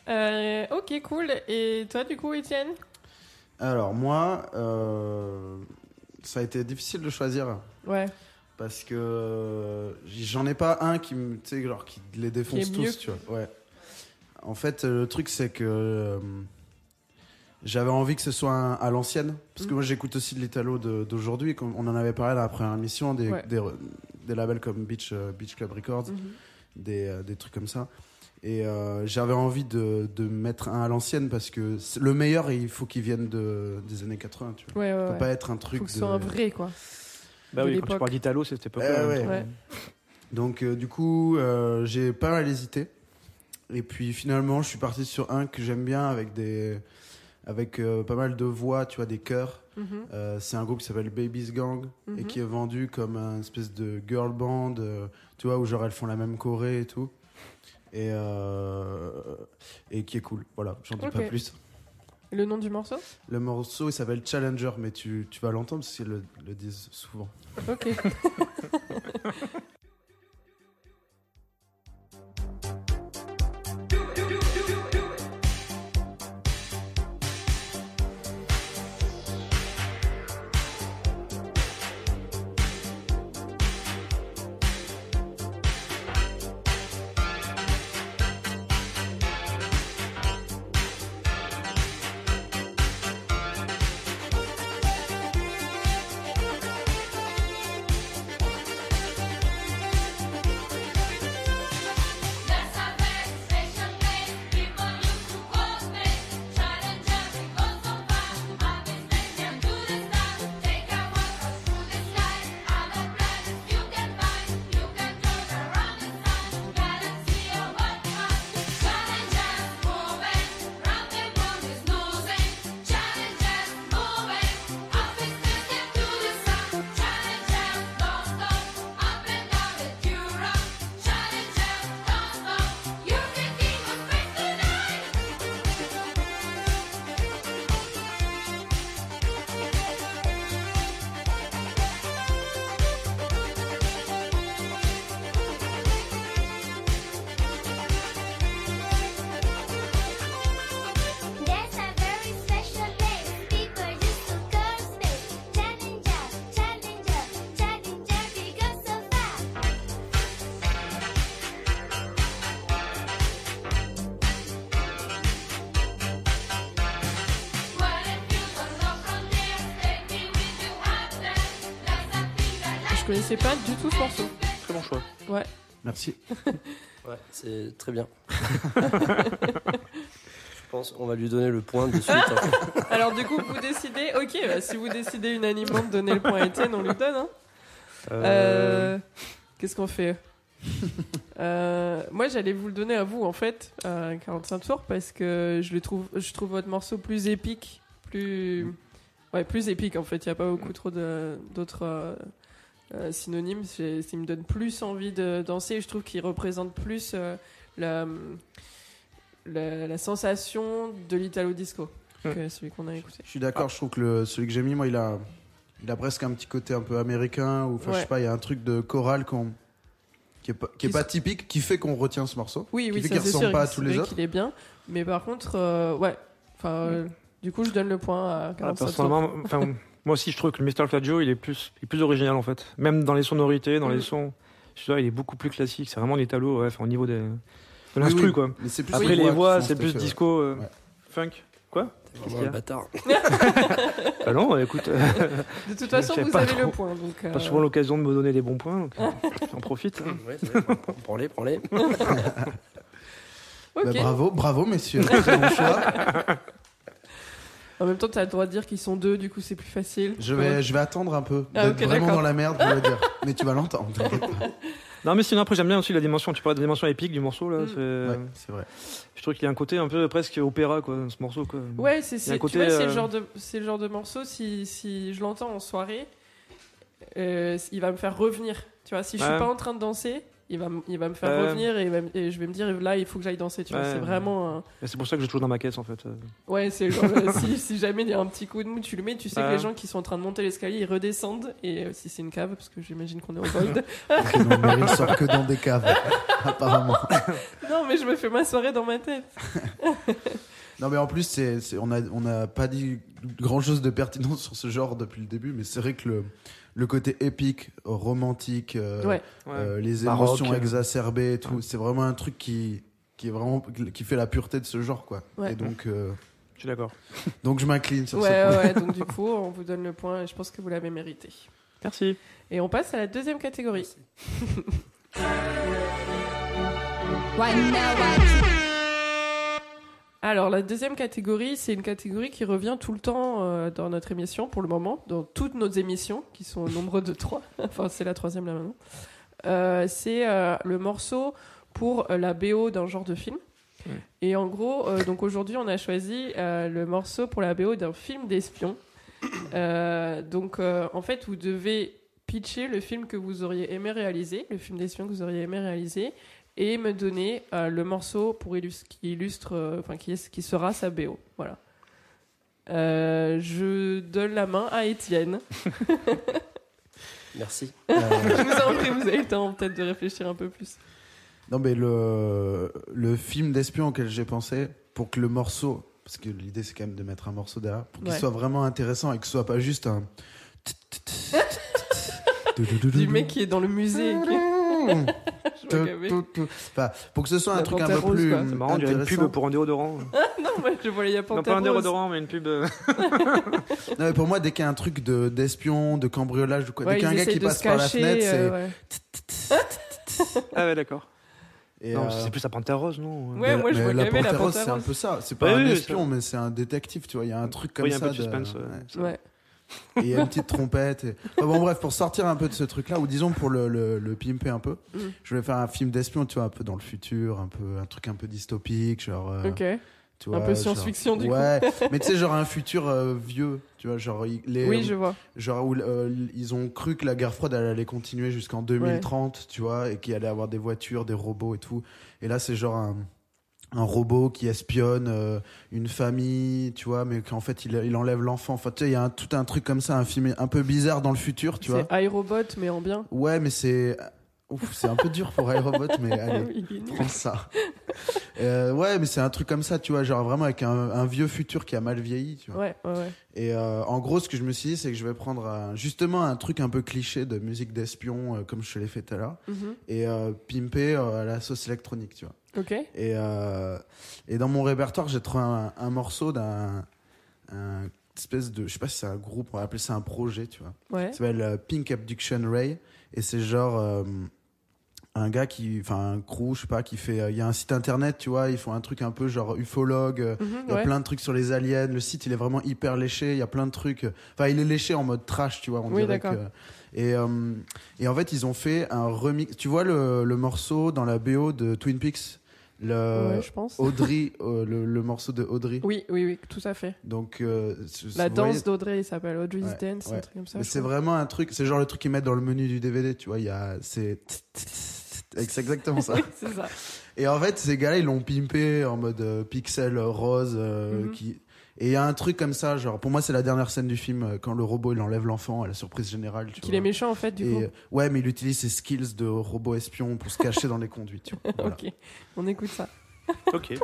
B: Euh, ok, cool. Et toi, du coup, Étienne
C: Alors, moi, euh, ça a été difficile de choisir.
B: Ouais.
C: Parce que euh, j'en ai pas un qui me, tu sais, genre, qui les défonce
B: Qui est mieux.
C: tous, tu vois. Ouais. En fait, euh, le truc, c'est que euh, j'avais envie que ce soit un- à l'ancienne. Parce que
B: Mhm.
C: moi, j'écoute aussi de l'Italo de- d'aujourd'hui. comme On en avait parlé dans la première émission, des,
B: Ouais.
C: des, re- des labels comme Beach, euh, Beach Club Records,
B: Mhm.
C: des, euh, des trucs comme ça. Et euh, j'avais envie de, de mettre un à l'ancienne parce que c'est- le meilleur, il faut qu'il vienne de, des années 80, tu vois.
B: Ouais,
C: Ça
B: ouais.
C: peut
B: ouais.
C: pas être un truc
B: Faut que ce
C: de-
B: soit un vrai, quoi.
D: Bah
B: De
D: oui, quand tu
B: l'époque.
D: parles d'Italo, c'était pas
C: Eh ouais.
B: Ouais.
C: Donc euh, du coup, euh, j'ai pas mal hésité. Et puis finalement, je suis parti sur un que j'aime bien avec des avec euh, pas mal de voix, tu vois, des chœurs.
B: Mhm.
C: Euh, c'est un groupe qui s'appelle Babies Gang et
B: Mhm.
C: qui est vendu comme un espèce de girl band, euh, tu vois, où genre elles font la même choré et tout. Et euh, et qui est cool. Voilà, j'en dis pas
B: Ok.
C: plus.
B: Le nom du morceau
C: Le morceau, il s'appelle Challenger, mais tu, tu vas l'entendre parce qu'ils le, le disent souvent.
B: Ok.
F: That's a very special place. People used to call me Challenger because so far. I've been standing to the stars. Take a walk up through the sky. Other planets you can find. You can turn around the sun. Galaxy or what not? Challenger moving, round the world is moving. Challenger moving, up and down to the sun. Challenger don't stop, up and down the Europe. Challenger don't stop, you're the king of space tonight. That's a very special place. People used to call space Challenger, Challenger, Challenger because so far.
B: Je connaissais pas du tout ce morceau.
D: Très bon choix.
B: Ouais.
C: Merci.
E: Ouais, c'est très bien. je pense qu'on va lui donner le point de suite. hein.
B: Alors, du coup, vous décidez. Ok, bah, si vous décidez unanimement de donner le point à Étienne, on lui donne. Hein.
D: ah,
B: Euh, Qu'est-ce qu'on fait Euh, Moi, j'allais vous le donner à vous, en fait, à 45 tours, parce que je, le trouve, je trouve votre morceau plus épique, plus. Ouais, plus épique, en fait. Il n'y a pas beaucoup trop de- d'autres euh, euh, synonymes. C'est- Il me donne plus envie de danser. Je trouve qu'il représente plus euh, la, la, la sensation de l'Italo Disco que celui qu'on a écouté.
C: Je suis d'accord, je trouve que le- celui que j'ai mis, moi, il a, il a presque un petit côté un peu américain, ou enfin, je
B: Ouais.
C: sais pas, il y a un truc de chorale qu'on- qui est pas, qui est
B: Qui
C: pas
B: se-
C: typique, qui fait qu'on retient ce morceau.
B: Oui,
C: qui
B: oui,
C: fait
B: ça
C: qu'il
B: c'est
C: ressemble
B: sûr.
C: pas à
B: c'est
C: tous les
B: vrai
C: autres.
B: qu'il est bien, mais par contre, euh, ouais. Enfin, euh, du coup, je donne le point à
D: Mm. Ah,
B: 45 euros.
D: personnellement, enfin, moi aussi, je trouve que le Mr. Flaggio, il est plus, il est plus original en fait. Même dans les sonorités, dans
B: Mm.
D: les sons, celui-là, il est beaucoup plus classique. C'est vraiment l'Italo, ouais, enfin, au niveau des, de
C: Oui,
D: l'instru
C: oui.
D: quoi.
C: Mais c'est plus
D: Après les
C: qui
D: voix,
C: font
D: c'est
C: ce
D: plus
C: truc, euh,
D: disco, euh,
C: Ouais.
D: funk. Quoi Qu'est-ce
E: Vraiment
D: qu'il y
E: un
D: a
E: bâtard.
D: Bah non, écoute, euh,
B: De toute façon,
D: J'avais
B: vous
D: pas
B: avez
D: trop-
B: le point. Donc, euh,
D: pas souvent l'occasion de me donner des bons points, donc euh, j'en profite. hein.
E: Ouais, c'est vrai, prends- Prends-les, prends-les.
B: ok.
C: Bah, bravo, bravo, messieurs. C'est mon choix.
B: En même temps, tu as le droit de dire qu'ils sont deux, du coup, c'est plus facile.
C: Je vais, je vais attendre un peu.
B: Ah,
C: d'être
B: ok,
C: vraiment
B: d'accord.
C: dans la merde pour le dire. Mais tu vas l'entendre. t'inquiète pas.
D: Non, mais sinon, après, j'aime bien aussi la dimension. Tu parles de la dimension épique du morceau, là.
B: Mm.
D: c'est- euh,
C: Ouais, c'est vrai.
D: Je trouve qu'il y a un côté un peu presque opéra, quoi, dans ce morceau, quoi.
B: Ouais, c'est
D: y a un
B: c'est- tu
D: côté,
B: vois, c'est
D: euh,
B: le genre de c'est le genre de morceau si si je l'entends en soirée, euh, il va me faire revenir. Tu vois, si je
D: Ouais.
B: suis pas en train de danser, il va m- il va me faire
D: Ouais.
B: revenir et, il va me- et je vais me dire là il faut que j'aille danser. Tu vois,
D: Ouais.
B: c'est vraiment un-
D: Et C'est pour ça que je joue dans ma caisse, en fait. euh.
B: ouais c'est genre, euh, si si jamais il y a un petit coup de mou tu le mets, tu sais
C: Ah.
D: Ouais.
B: que les gens qui sont en train de monter l'escalier ils redescendent et euh, si c'est une cave parce que j'imagine qu'on est en bold.
C: Ok, non, Meryl sort que dans des caves, apparemment.
B: non mais je me fais ma soirée dans ma tête.
C: Non, mais en plus, c'est, c'est- on n'a on a pas dit grand chose de pertinent sur ce genre depuis le début, mais c'est vrai que le, le côté épique, romantique, euh,
B: Ouais.
C: euh, les
D: Baroque.
C: émotions exacerbées et tout, c'est vraiment un truc qui, qui, est vraiment, qui fait la pureté de ce genre, quoi.
B: Ouais.
C: Et donc, euh,
D: Je suis d'accord.
C: donc je m'incline sur
B: Ouais
C: ce point.
B: ouais donc du coup on vous donne le point et je pense que vous l'avez mérité.
D: Merci.
B: Et on passe à la deuxième catégorie. Alors la deuxième catégorie, c'est une catégorie qui revient tout le temps euh, dans notre émission pour le moment, dans toutes nos émissions qui sont au nombre de trois. enfin c'est la troisième là maintenant. Euh, c'est euh, le morceau pour euh, la BO d'un genre de film.
D: Mm.
B: Et en gros, euh, donc aujourd'hui, on a choisi euh, le morceau pour la BO d'un film d'espion. Euh, donc euh, en fait, vous devez pitcher le film que vous auriez aimé réaliser, le film d'espion que vous auriez aimé réaliser, et me donner euh, le morceau pour illus- qui illustre, euh, enfin qui, est- qui sera sa BO. Voilà. Euh, je donne la main à Étienne.
E: Merci.
C: Euh,
B: je vous en prie, vous avez le temps peut-être de réfléchir un peu plus.
C: Non, mais le, le film d'espion auquel j'ai pensé, pour que le morceau, parce que l'idée c'est quand même de mettre un morceau derrière, pour qu'il
B: Ouais.
C: soit vraiment intéressant et que ce soit pas juste un.
B: Du mec qui est dans le
C: Mmh.
B: musée. qui- Je vois gaver.
C: Enfin, pour que ce soit un
B: La
C: truc un
B: panthère
C: peu
B: rose,
C: plus. euh,
B: quoi.
D: C'est marrant, on dirait une
C: intéressant.
D: pub pour un déodorant.
B: non, moi je vois les
D: Non, pas un
B: panthères roses.
D: déodorant, mais une pub. euh,
C: Non, mais pour moi, dès qu'il y a un truc de- d'espion, de, cambriolage, ou quoi,
B: Ouais,
C: dès qu'il y a un
B: ils
C: gars
B: essayent
C: qui
B: de
C: passe
B: se
C: par la
B: cacher.
C: fenêtre,
B: euh, ouais.
C: c'est.
D: Ah ouais, d'accord.
C: Et,
D: Non,
C: euh,
D: c'est plus la panthère rose, non euh.
B: Ouais,
C: mais-
B: moi, je
C: mais
B: vois
C: la
B: gaver la
C: panthère rose,
B: panthère
C: c'est un
B: rose.
C: peu ça. C'est pas
D: Ouais,
C: un
D: oui, oui,
C: espion, mais c'est un détective, tu vois. Il y a un truc comme
D: Oui, il y a un
C: ça.
D: peu de suspense. euh, ouais.
B: Ouais.
C: et il y a une petite trompette. et- Enfin bon, bref, pour sortir un peu de ce truc-là, ou disons pour le, le, le pimper un peu,
B: Mm.
C: je voulais faire un film d'espion, tu vois, un peu dans le futur, un peu un truc un peu dystopique, genre. euh,
B: Ok.
C: tu
B: un
C: vois,
B: peu
C: genre-
B: science-fiction, du coup.
C: Ouais, mais tu sais, genre un futur euh, vieux, tu vois, genre il- les,
B: Oui, je vois.
C: genre où euh, ils ont cru que la guerre froide elle allait continuer jusqu'en 2030, tu vois, et qu'il allait avoir des voitures, des robots et tout. Et là, c'est genre un un robot qui espionne euh, une famille, tu vois, mais qu'en fait il, il enlève l'enfant. Enfin, tu sais, il y a un- tout un truc comme ça, un film un peu bizarre dans le futur, tu vois.
B: C'est iRobot, mais en bien.
C: Ouais, mais c'est ouf, c'est un peu dur pour iRobot, mais
B: Ah
C: allez,
B: oui, il est nul.
C: prends ça. Euh, ouais, mais c'est un truc comme ça, tu vois, genre vraiment avec un, un vieux futur qui a mal vieilli, tu vois.
B: Ouais, ouais, ouais.
C: Et euh, en gros, ce que je me suis dit, c'est que je vais prendre un- justement un truc un peu cliché de musique d'espion, euh, comme je te l'ai fait tout à l'heure,
B: Mhm.
C: et euh, pimper euh, à la sauce électronique, tu vois.
B: Ok.
C: Et, euh, et dans mon répertoire, j'ai trouvé un, un morceau d'un un espèce de, je sais pas si c'est un groupe, on va appeler ça un projet, tu vois.
B: Ouais.
C: Ça s'appelle euh, Pink Abduction Ray, et c'est genre euh, un gars qui, enfin un crew, je sais pas, qui fait, euh, il y a un site internet, tu vois, ils font un truc un peu genre ufologue. euh,
B: Mhm,
C: il y a
B: ouais.
C: plein de trucs sur les aliens. Le site, il est vraiment hyper léché. Il y a plein de trucs. Enfin, il est léché en mode trash, tu vois. On
B: Oui,
C: dirait que...
B: d'accord.
C: et, euh, et en fait, ils ont fait un remix. Tu vois le, le morceau dans la BO de Twin Peaks le
B: Ouais, je pense.
C: Audrey, euh, le, le morceau de Audrey.
B: Oui, oui, oui, tout à fait.
C: Donc, euh, c-
B: La
C: vous voyez,
B: danse d'Audrey, il s'appelle Audrey's
C: Ouais,
B: Dance,
C: ouais.
B: un truc comme ça.
C: mais
B: je
C: c'est
B: crois.
C: vraiment un truc. C'est genre le truc qu'ils mettent dans le menu du DVD, tu vois. Il y a. C'est. C'est exactement ça.
B: Oui, c'est ça.
C: Et en fait, ces gars-là, ils l'ont pimpé en mode euh, pixel euh, rose. euh,
B: Mhm.
C: qui... Et il y a un truc comme ça, genre, pour moi, c'est la dernière scène du film, euh, quand le robot, il enlève l'enfant à la surprise générale. Tu
B: Qu'il
C: vois.
B: est méchant, en fait, du
C: Et,
B: coup.
C: euh, ouais, mais il utilise ses skills de robot espion pour se cacher dans les conduites. tu vois. Voilà.
B: Ok, on écoute ça.
D: Ok.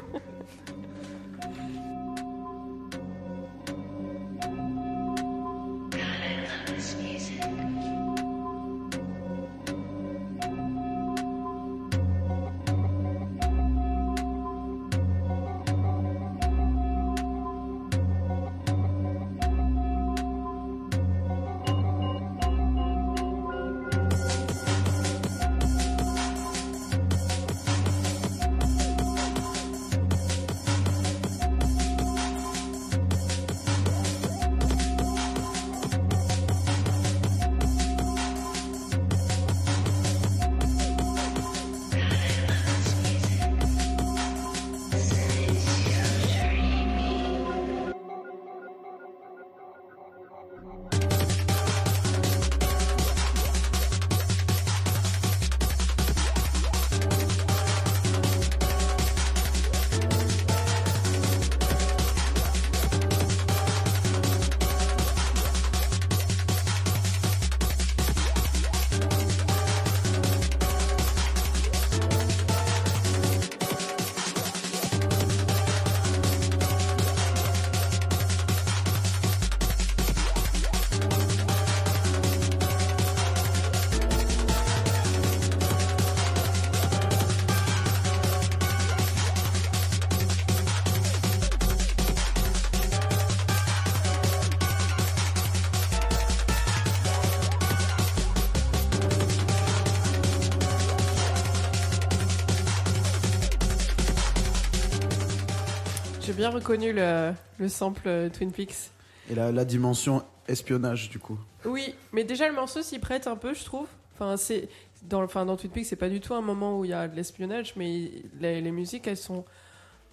B: j'ai bien reconnu le, le sample euh, Twin Peaks.
C: Et la, la dimension espionnage, du coup.
B: Oui, mais déjà le morceau s'y prête un peu, je trouve. Enfin, c'est dans, enfin, dans Twin Peaks, c'est pas du tout un moment où il y a de l'espionnage, mais les, les musiques, elles sont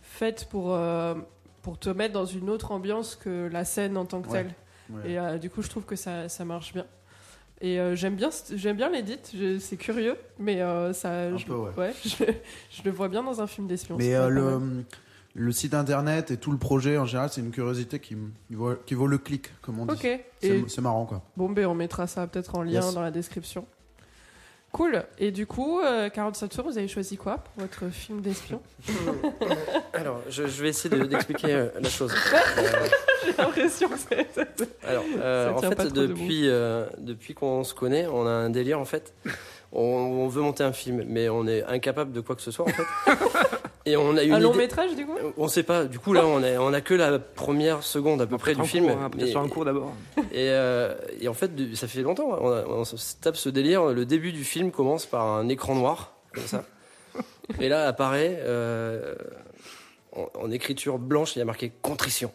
B: faites pour, euh, pour te mettre dans une autre ambiance que la scène en tant que
C: Ouais.
B: telle.
C: Ouais.
B: Et euh, du coup, je trouve que ça, ça marche bien. Et euh, j'aime bien, ce- j'aime bien l'edit, je- c'est curieux, mais euh, ça,
C: Un
B: je,
C: peu, ouais.
B: je, je le vois bien dans un film d'espion.
C: Mais
B: c'est
C: euh,
B: pas mal.
C: le, le site internet et tout le projet en général, c'est une curiosité qui, m- qui vaut, qui vaut le clic, comme on dit.
B: Ok, et
C: C'est c'est marrant, quoi.
B: bon, ben, on mettra ça peut-être en lien
C: Yes.
B: dans la description. Cool, et du coup, euh, 47 tours, vous avez choisi quoi pour votre film d'espion
E: Alors, je, je vais essayer de- d'expliquer euh, la chose. Euh,
B: J'ai l'impression que c'est.
E: alors, euh,
B: Ça
E: en
B: tient pas
E: fait,
B: trop
E: depuis, euh, depuis qu'on se connaît, on a un délire, en fait. On, on veut monter un film, mais on est incapable de quoi que ce soit, en fait. Et on a une
B: Un long
E: idée-
B: métrage du coup
E: On sait pas, du coup là on a, on a que la première seconde à peu près du film.
B: hein,
E: mais-
D: Sur un cours d'abord.
E: et, euh, et en fait du- ça fait longtemps, hein, on, a- on se tape ce délire, le début du film commence par un écran noir, comme ça. et là apparaît euh, en, en écriture blanche, il y a marqué contrition.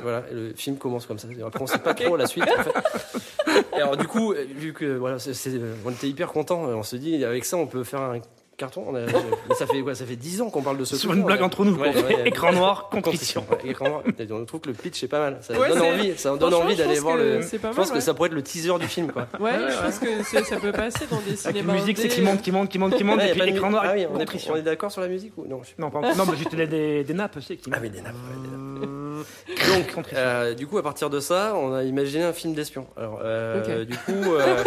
E: voilà, et le film commence comme ça. Et Après on sait pas trop la suite. en fait. Et alors du coup, euh, vu que voilà, c'est- c'est- euh, on était hyper contents, on se dit avec ça on peut faire un carton. On a- mais ça fait quoi Ça fait 10 ans qu'on parle de ce
D: Sur
E: truc-là,
D: une blague
E: on a-
D: entre nous.
E: Ouais,
D: quoi.
E: ouais.
D: Écran noir,
E: Contrition.
D: contrition.
E: Ouais, écran noir. Peut-être On trouve que le pitch est pas mal. Ça
B: Ouais,
E: donne
B: c'est-
E: envie, ça donne
B: Franchement,
E: envie
B: je
E: d'aller
B: pense
E: voir
B: que
E: le.
B: C'est pas
E: Je pense
B: mal,
E: que ça pourrait être le teaser du film, quoi.
B: ouais. Ouais, je pense que c'est- ça peut passer dans des
D: Avec une
B: cinémas.
D: musique
B: indés.
D: sexy monte, qui monte, qui monte, qui monte,
E: Ah, y
D: et
E: a
D: puis
E: pas de
D: l'écran
E: mu-
D: noir.
E: Ah oui, on est,
D: contrition.
E: on est d'accord sur la musique ou non je suis-
D: Non, pardon. Non, mais je tenais des, des nappes aussi. Qui
E: Ah oui, des nappes,
D: Donc, contrition.
E: Euh, Du coup, à partir de ça, on a imaginé un film d'espion. Alors, euh,
B: Ok.
E: du coup, euh,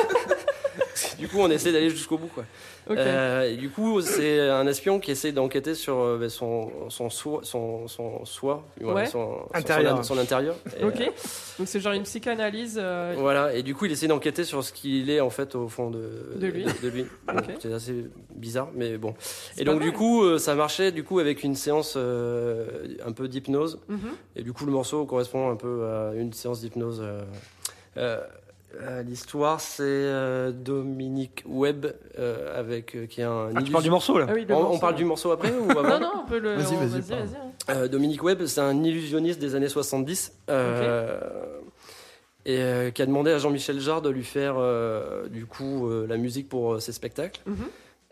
E: du coup, on essaie d'aller jusqu'au bout, quoi.
B: Ok.
E: Euh, et du coup, c'est un espion qui essaie d'enquêter sur euh, bah, son son soi, son, son soi, voilà,
B: Ouais.
E: son, son-
D: Intérieur.
E: son, intérieur. Et, euh,
B: Ok. Donc c'est genre une psychanalyse. euh,
E: Voilà, et du coup, il essaie d'enquêter sur ce qu'il est en fait au fond de,
B: De lui.
E: Bon,
B: Ok.
E: C'est assez bizarre, mais bon.
B: c'est
E: Et
B: pas
E: donc, du
B: mal.
E: coup, euh, ça marchait du coup avec une séance euh, un peu d'hypnose.
B: Mhm.
E: Et du coup, le morceau correspond un peu à une séance d'hypnose. euh, euh, euh, L'histoire, c'est euh, Dominique Webb euh, avec euh, qui est un.
D: Ah, tu
E: illus-
D: parles du morceau là
B: Ah oui, le
E: on, on
B: morceau,
E: parle
B: ouais.
E: du morceau après ou avant
B: Non, non, on peut le.
C: Vas-y,
B: on-
C: vas-y,
B: vas-y,
C: pardon.
B: vas-y, hein.
E: Euh, Dominique Webb, c'est un illusionniste des années 70 euh, et euh, qui a demandé à Jean-Michel Jarre de lui faire euh, du coup euh, la musique pour euh, ses spectacles.
B: Mhm.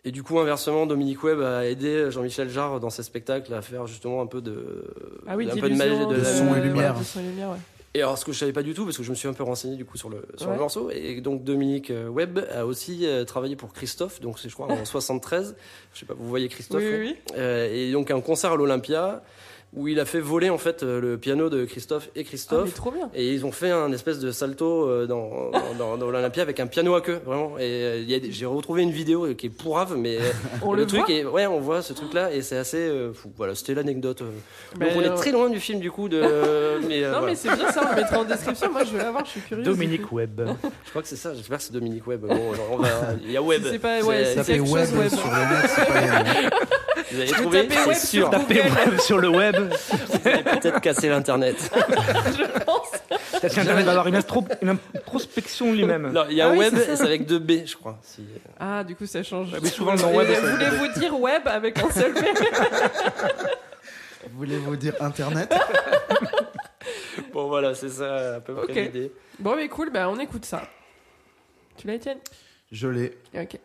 E: Et du coup, inversement, Dominique Webb a aidé Jean-Michel Jarre dans ses spectacles à faire justement un peu de,
B: Ah oui,
E: un peu de magie
B: d'illusion,
E: de,
C: de
E: la-
C: son et
B: ouais,
C: lumière.
B: de son et lumière, ouais.
E: et alors, ce que je savais pas du tout, parce que je me suis un peu renseigné du coup sur le, sur
B: Ouais.
E: le morceau. Et donc, Dominique euh, Webb a aussi euh, travaillé pour Christophe, donc c'est, je crois, en 73. Je sais pas, vous voyez Christophe
B: Oui,
E: oui.
B: oui, oui.
E: Euh, et donc, un concert à l'Olympia où il a fait voler en fait euh, le piano de Christophe et
B: Ah, mais
E: Christophe.
B: trop bien.
E: et ils ont fait un espèce de salto euh, dans, dans, dans, dans l'Olympia avec un piano à queue, vraiment. Et euh, il y a des- j'ai retrouvé une vidéo qui est pourrave, mais euh,
B: On
E: le,
B: le,
E: truc
B: voit.
E: est, ouais, on voit ce truc-là et c'est assez euh, fou. Voilà, c'était l'anecdote. euh.
B: Mais,
E: donc on est
B: euh,
E: très loin du film du coup de. mais, euh,
B: Non,
E: voilà.
B: mais c'est bien ça, on le mettra en description. Moi, je vais l'avoir, je suis curieuse.
D: Dominique Webb.
E: Je crois que c'est ça, j'espère que c'est Dominique Webb. Bon, genre, on va- il y a Webb.
B: C'est pas- ouais,
E: C'est-
B: c'est-
C: Taper
B: quelque
C: web
B: chose web.
C: sur le net, c'est pas hein. gagné.
E: Vous avez
B: Je vais
E: trouvé,
B: taper
E: c'est
B: Webb
E: sûr.
B: sur
D: Tapez Webb sur le web.
E: Vous avez peut-être cassé l'internet.
B: Ah je pense.
D: Peut-être qu'Internet va avoir une, astro- une introspection de lui-même.
E: Non, il y a
B: Ah oui,
E: Webb
B: c'est ça.
E: et c'est avec deux B, je crois. Si-
B: Ah, du coup, ça change.
D: Oui, souvent le nom web.
B: Et
D: ça-
B: Voulez-vous dire web avec un seul P
C: Voulez-vous dire internet
E: Bon, voilà, c'est ça à peu près
B: Ok.
E: l'idée.
B: Bon, mais cool, bah on écoute ça. Tu l'as, Étienne
C: Je l'ai.
B: Ok.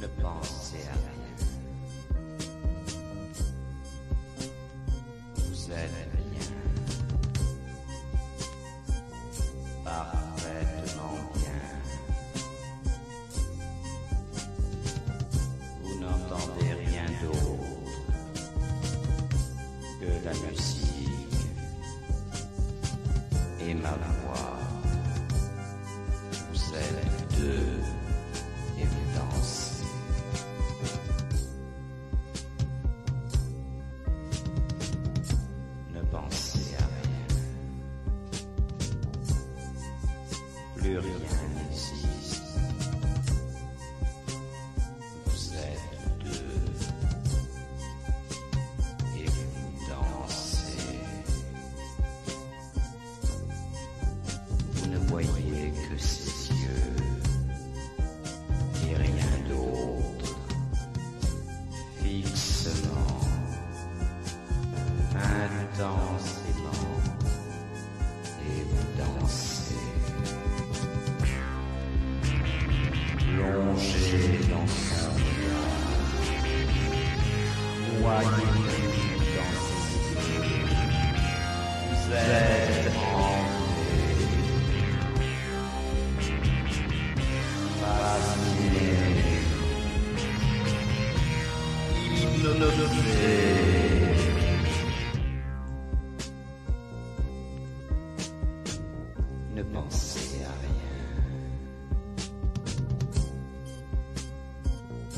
G: ne pensez à rien. Vous êtes bien. Parfaitement bien. Vous n'entendez rien d'autre que la musique et ma voix. Vous êtes deux et vous dansez. Ne pensez à rien. Plus rien n'existe. Vous êtes deux et vous dansez. Vous ne voyez fixement, intensément, et vous dansez. Plongez dans son regard, noyez-vous dans ses yeux. Vous êtes enlevé, fasciné. Ne pensez à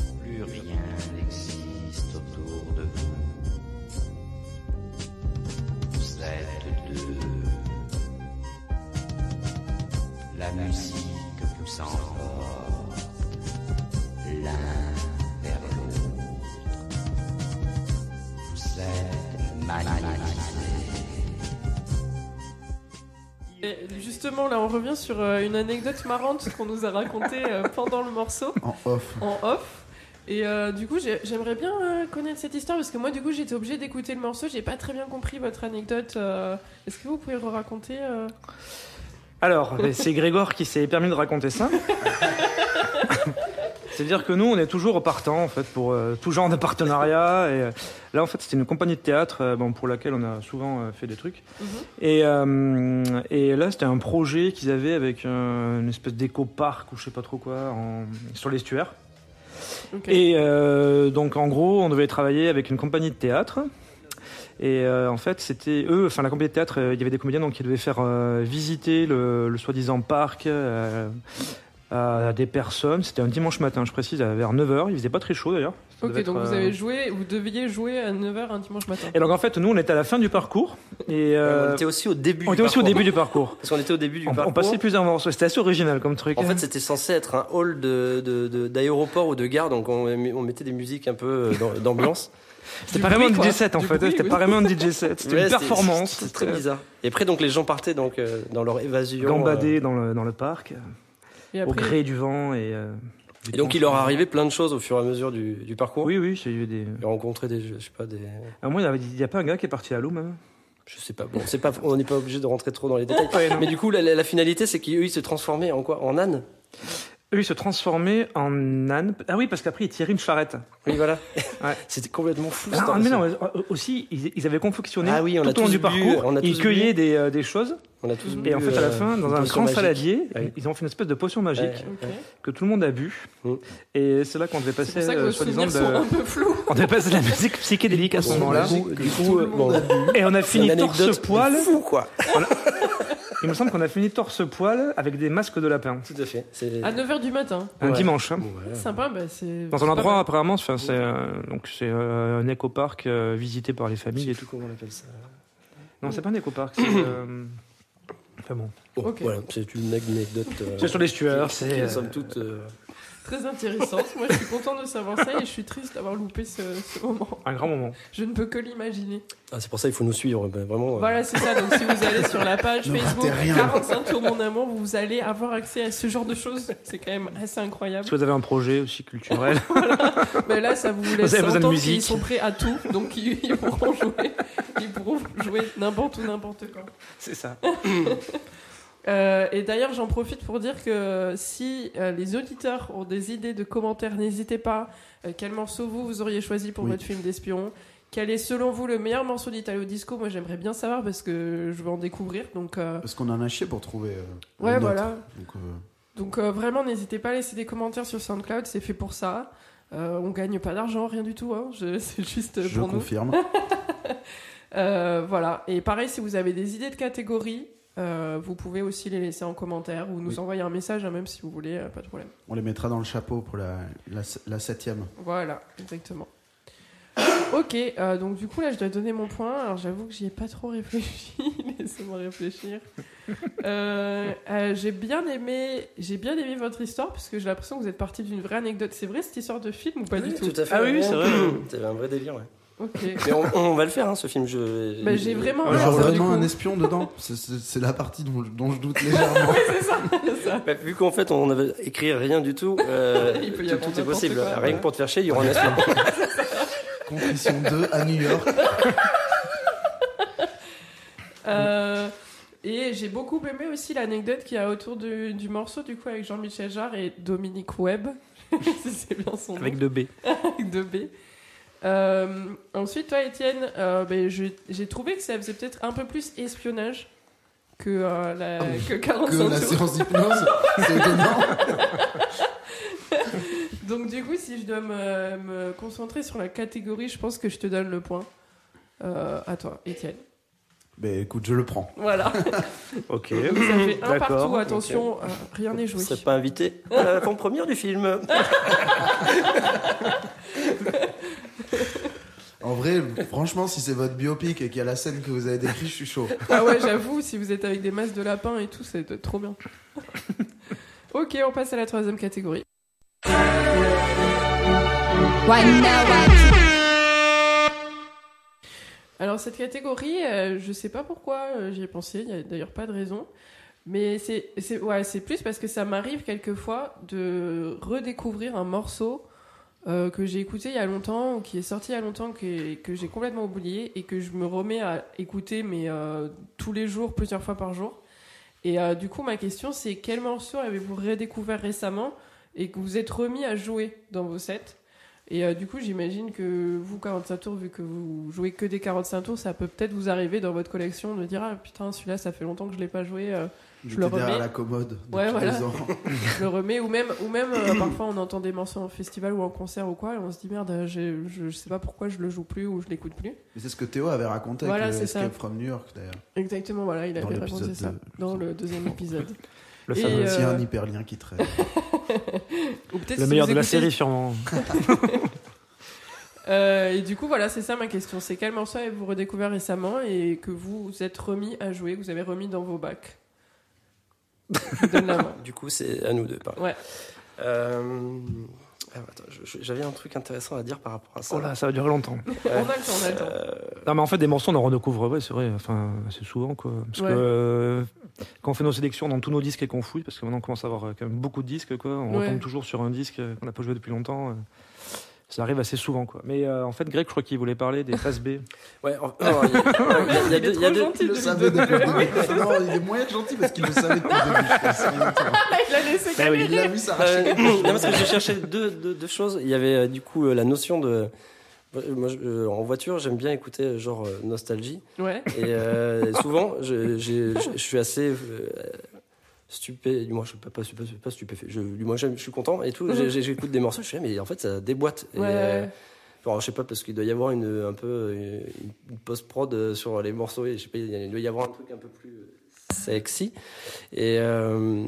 G: rien. Plus rien n'existe autour de vous. Vous êtes deux. La musique vous emporte l'un vers l'autre. Vous êtes magnétisés.
B: Et justement, là, on revient sur euh, une anecdote marrante qu'on nous a racontée euh, pendant le morceau,
C: En off.
B: en off. Et euh, du coup, j'ai- j'aimerais bien euh, connaître cette histoire parce que moi, du coup, j'étais obligée d'écouter le morceau. J'ai pas très bien compris votre anecdote. euh, Est-ce que vous pouvez le raconter euh
D: Alors, ben, c'est Grégor qui s'est permis de raconter ça. C'est-à-dire que nous, on est toujours partant en fait pour euh, tout genre de partenariat. Et euh, là, en fait, c'était une compagnie de théâtre, euh, bon, pour laquelle on a souvent euh, fait des trucs.
B: Mhm.
D: Et, euh, et là, c'était un projet qu'ils avaient avec euh, une espèce d'éco parc ou je sais pas trop quoi en- sur l'estuaire.
B: Ok.
D: Et euh, donc en gros, on devait travailler avec une compagnie de théâtre. Et euh, en fait, c'était eux, enfin la compagnie de théâtre, euh, il y avait des comédiens donc, qui devaient faire euh, visiter le, le soi-disant parc euh, à des personnes. C'était un dimanche matin, je précise, à vers 9h. Il faisait pas très chaud d'ailleurs. Ça
B: Ok,
D: devait
B: donc
D: être,
B: vous
D: euh,
B: avez joué, vous deviez jouer à 9h un dimanche matin.
D: Et donc en fait, nous, on était à la fin du parcours. Et euh,
E: On était aussi au début.
D: on
E: du
D: était aussi au
E: parcours.
D: début du parcours.
E: Parce qu'on était au début du
D: On,
E: parcours.
D: on passait plusieurs morceaux. C'était assez original comme truc.
E: En fait, c'était censé être un hall d'aéroport de, de, d'aéroport ou de gare, donc on, on mettait des musiques un peu euh, d'am- d'ambiance.
D: c'était
B: du
D: pas vraiment
B: bruit,
D: un
B: quoi.
D: DJ set en
B: Du
D: fait.
B: bruit,
D: C'était
B: oui.
D: pas vraiment un DJ set. C'était
E: Ouais,
D: une performance. Euh,
E: C'était très bizarre. Et après, donc les gens partaient donc euh, dans leur évasion.
D: Gambadé dans le, dans le parc,
B: Et
D: au
B: après,
D: gré du vent et. euh,
E: euh,
D: des
E: Et donc il leur
D: concerts.
E: arrivait plein de choses au fur et à mesure du, du parcours.
D: Oui, oui, j'ai eu des.
E: Ils rencontraient des, je sais pas, des,
D: À moi, il n'y a pas un gars qui est parti à l'eau, même.
E: je sais pas. Bon, c'est pas, on n'est pas obligé de rentrer trop dans les détails. Mais du coup, la, la- la finalité, c'est qu'eux, ils se transformaient en quoi En âne.
D: Eux, ils se transformaient en âne. Ah oui, parce qu'après, ils tiraient une charrette.
E: Oui, voilà.
D: Ouais.
E: C'était complètement fou. cette
D: Ah, mais
E: invention.
D: non, mais aussi, ils, ils avaient confectionné
E: Ah oui, on
D: tout
E: a
D: au long
E: tous
D: du
E: bu,
D: parcours.
E: on a
D: ils
E: tous
D: cueillaient des, euh, des choses.
E: On a tous
D: Et
E: bu,
D: en fait, à la
E: euh,
D: fin, dans
E: une
D: un
E: potion
D: grand
E: magique.
D: saladier,
E: Ouais.
D: ils ont fait une espèce de potion magique
B: ok.
D: que tout le monde a bu.
E: Mm.
D: Et c'est là qu'on devait
B: C'est pour
D: passer,
B: ça que
D: euh,
B: vos
D: soi-disant,
B: souvenirs
D: de... bah,
B: sont un peu flous.
D: on devait passer de la musique psychédélique à ce
E: Bon,
D: moment-là.
E: Du coup, du coup,
B: le monde
E: bon,
D: Et on a
E: c'est une
D: fini
E: anecdote
D: torse poil.
E: de fou, quoi.
D: Il me semble qu'on a fini torse poil avec des masques de lapin.
E: Tout à fait. C'est-
D: Ah,
B: À 9h du matin.
D: Un
E: Ouais.
D: dimanche. hein.
E: Bon, voilà.
B: Sympa, bah c'est.
D: Dans
B: c'est
D: un
B: pas
D: endroit,
B: mal.
D: apparemment, enfin, c'est euh, donc c'est euh, un éco-parc euh, visité par les familles et tout.
E: comment on appelle ça.
D: Non, c'est pas un éco-parc. C'est euh, enfin bon.
E: Bon,
B: Ok.
E: voilà, c'est une anecdote. euh,
D: C'est sur les tueurs.
E: qui-
D: C'est
E: qui,
D: euh,
E: somme toute, euh,
B: Très intéressante. Moi, je suis contente de savoir ça et je suis triste d'avoir loupé ce, ce moment.
D: un grand moment.
B: Je ne peux que l'imaginer.
E: ah, c'est pour ça qu'il faut nous suivre. ben, vraiment. euh,
B: Voilà, c'est ça. Donc, si vous allez sur la page
C: Ne
B: Facebook
C: ratez rien.
B: 45 Tours Mon Amour, vous allez avoir accès à ce genre de choses. C'est quand même assez incroyable.
D: Si vous avez un projet aussi culturel,
B: Mais là, ça vous laisse
D: Vous avez besoin de
B: entendre
D: musique.
B: qu'ils sont prêts à tout. Donc, ils, ils pourront jouer, ils pourront jouer n'importe où, n'importe quand.
D: c'est ça.
B: Euh, et d'ailleurs, j'en profite pour dire que si euh, les auditeurs ont des idées de commentaires, n'hésitez pas. Euh, quel morceau vous, vous auriez choisi pour
C: Oui.
B: votre film d'espion Quel est selon vous le meilleur morceau d'Italo Disco Moi, j'aimerais bien savoir parce que je veux en découvrir. Donc, euh,
C: Parce qu'on en a chier pour trouver. euh, une
B: ouais,
C: note.
B: voilà.
C: Donc, euh,
B: Donc, euh, vraiment, n'hésitez pas à laisser des commentaires sur SoundCloud. C'est fait pour ça. Euh, on gagne pas d'argent, rien du tout. Hein. Je- C'est juste
C: je
B: pour nous.
C: confirme.
B: Euh, voilà. Et pareil, si vous avez des idées de catégories, euh, vous pouvez aussi les laisser en commentaire ou nous
C: Oui.
B: envoyer un message, hein, même si vous voulez, euh, pas de problème.
C: On les mettra dans le chapeau pour la, la, la septième.
B: Voilà, exactement. ok, euh, donc du coup, là, je dois donner mon point. Alors, j'avoue que j'y ai pas trop réfléchi. Laissez-moi réfléchir. Euh, euh, j'ai bien aimé, j'ai bien aimé votre histoire parce que j'ai l'impression que vous êtes parti d'une vraie anecdote. C'est vrai cette histoire de film ou pas
E: oui,
B: du tout,
E: à fait.
D: Ah oui,
E: ouais.
D: c'est vrai.
E: C'est un vrai délire. ouais.
B: Ok.
E: Mais on, on va le faire, hein, ce film. Je...
B: Bah, j'ai vraiment
E: Ouais,
B: hâte,
C: Alors,
B: ça, du
C: vraiment
B: coup.
C: un espion dedans C'est- C'est c'est la partie dont, dont je doute légèrement.
E: bah, vu qu'en fait, on n'avait écrit rien du tout, euh,
B: Il peut y
E: tout,
B: avoir
E: tout est
B: n'importe
E: possible.
B: quoi,
E: rien
B: ouais.
E: que pour te faire chier, il y aura un espion.
C: Compression 2 à New York.
B: Euh, et j'ai beaucoup aimé aussi l'anecdote qu'il y a autour du, du morceau, du coup, avec Jean-Michel Jarre et Dominique Webb. Si c'est bien son nom.
D: Avec deux B.
B: Avec deux B. Euh, ensuite, toi, Étienne, euh, ben, je- j'ai trouvé que ça faisait peut-être un peu plus espionnage que, euh, la,
C: Ah, mais
B: que
C: Que
B: 45
C: la
B: tours.
C: séance d'hypnose, c'est étonnant.
B: Donc, du coup, si je dois me, me concentrer sur la catégorie, je pense que je te donne le point. Euh, à toi, Étienne.
C: Ben écoute, je le prends.
B: Voilà.
D: Ok.
B: Donc, ça fait un
D: D'accord,
B: partout.
D: ok.
B: Attention, euh, rien n'est
E: Je
B: joué.
E: ne serais pas invité à l'avant-première du film.
C: En vrai, franchement, si c'est votre biopic et qu'il y a la scène que vous avez décrite, je suis chaud.
B: Ah ouais, j'avoue, si vous êtes avec des masses de lapins et tout, c'est trop bien. ok, on passe à la troisième catégorie. Alors cette catégorie, euh, je sais pas pourquoi euh, j'y ai pensé, il n'y a d'ailleurs pas de raison. Mais c'est c'est- ouais, c'est plus parce que ça m'arrive quelquefois de redécouvrir un morceau euh, que j'ai écouté il y a longtemps, ou qui est sorti il y a longtemps, que, que j'ai complètement oublié, et que je me remets à écouter, mais euh, tous les jours, plusieurs fois par jour. Et euh, du coup, ma question, c'est quel morceau avez-vous redécouvert récemment et que vous êtes remis à jouer dans vos sets Et euh, du coup, j'imagine que vous, 45 tours, vu que vous jouez que des 45 tours, ça peut peut-être vous arriver dans votre collection de dire Ah putain, celui-là, ça fait longtemps que je l'ai pas joué. euh,
C: Je
B: Je le
C: derrière
B: remets.
C: la commode. depuis
B: Ouais, voilà.
C: deux ans.
B: je le remets ou même ou même euh, parfois on entend des morceaux en festival ou en concert ou quoi et on se dit merde euh, j'ai- je, je sais pas pourquoi je le joue plus ou je l'écoute plus
C: Mais c'est ce que Théo avait raconté
B: Voilà,
C: avec le
B: c'est ça.
C: Escape from New York d'ailleurs.
B: exactement voilà il
C: Dans
B: avait
C: l'épisode
B: raconté ça
C: deux.
B: dans le deuxième épisode
D: Le
B: Et,
C: Il y
D: fameux.
C: a aussi
B: euh,
C: un hyperlien qui traîne.
B: ou peut-être
D: Le
B: si
D: meilleur
B: vous
D: de la
B: écoutez-
D: série, sûrement.
B: Euh, et du coup voilà c'est ça ma question c'est quel morceau avez-vous redécouvert récemment et que vous vous êtes remis à jouer que vous avez remis dans vos bacs je vous donne la main
E: Du coup, c'est à nous deux. pardon.
B: Ouais.
E: Euh, alors, attends, je- je- j'avais un truc intéressant à dire par rapport à ça.
D: Oh là, ça va durer longtemps.
B: on a le temps on a le temps
E: Euh,
D: Non, mais en fait, des morceaux, on en redécouvre, ouais, c'est vrai, enfin, assez souvent, quoi. Parce
B: Ouais.
D: que euh, quand on fait nos sélections dans tous nos disques et qu'on fouille, parce que maintenant on commence à avoir euh, quand même beaucoup de disques, quoi, on
B: Ouais.
D: retombe toujours sur un disque euh, qu'on n'a pas joué depuis longtemps. euh, Ça arrive assez souvent, quoi. Mais euh, en fait, Greg, je crois qu'il voulait parler des phases B.
E: ouais, en- non, il y a- il y a
B: il est
E: deux- il y
B: trop
E: a deux-
B: gentil
C: Il le
B: lui.
C: savait depuis le début. Non, il est moyen de gentil parce qu'il le savait depuis le début. je pense, en même temps.
B: Ah, il a laissé
D: Bah oui.
B: galérer.
C: Il l'a vu s'arracher.
E: Euh, non, parce que j'ai cherché deux, deux- deux choses. Il y avait euh, du coup euh, la notion de. Moi, je- euh, en voiture, j'aime bien écouter euh, genre euh, nostalgie.
B: ouais
E: Et euh, souvent, je, j'ai- je- je suis assez euh, stupé. Du moins, je suis pas, pas, stupé- pas stupéfait. Je, du moins, j'aime- je suis content et tout. J'ai- j'ai- J'écoute des morceaux. Je suis mais en fait, ça déboîte. Et,
B: ouais,
E: euh,
B: ouais.
E: Bon, je sais pas, parce qu'il doit y avoir une, un peu une, une post-prod euh, sur les morceaux. Et je sais pas, il doit y avoir un truc un peu plus euh, sexy. Et, euh,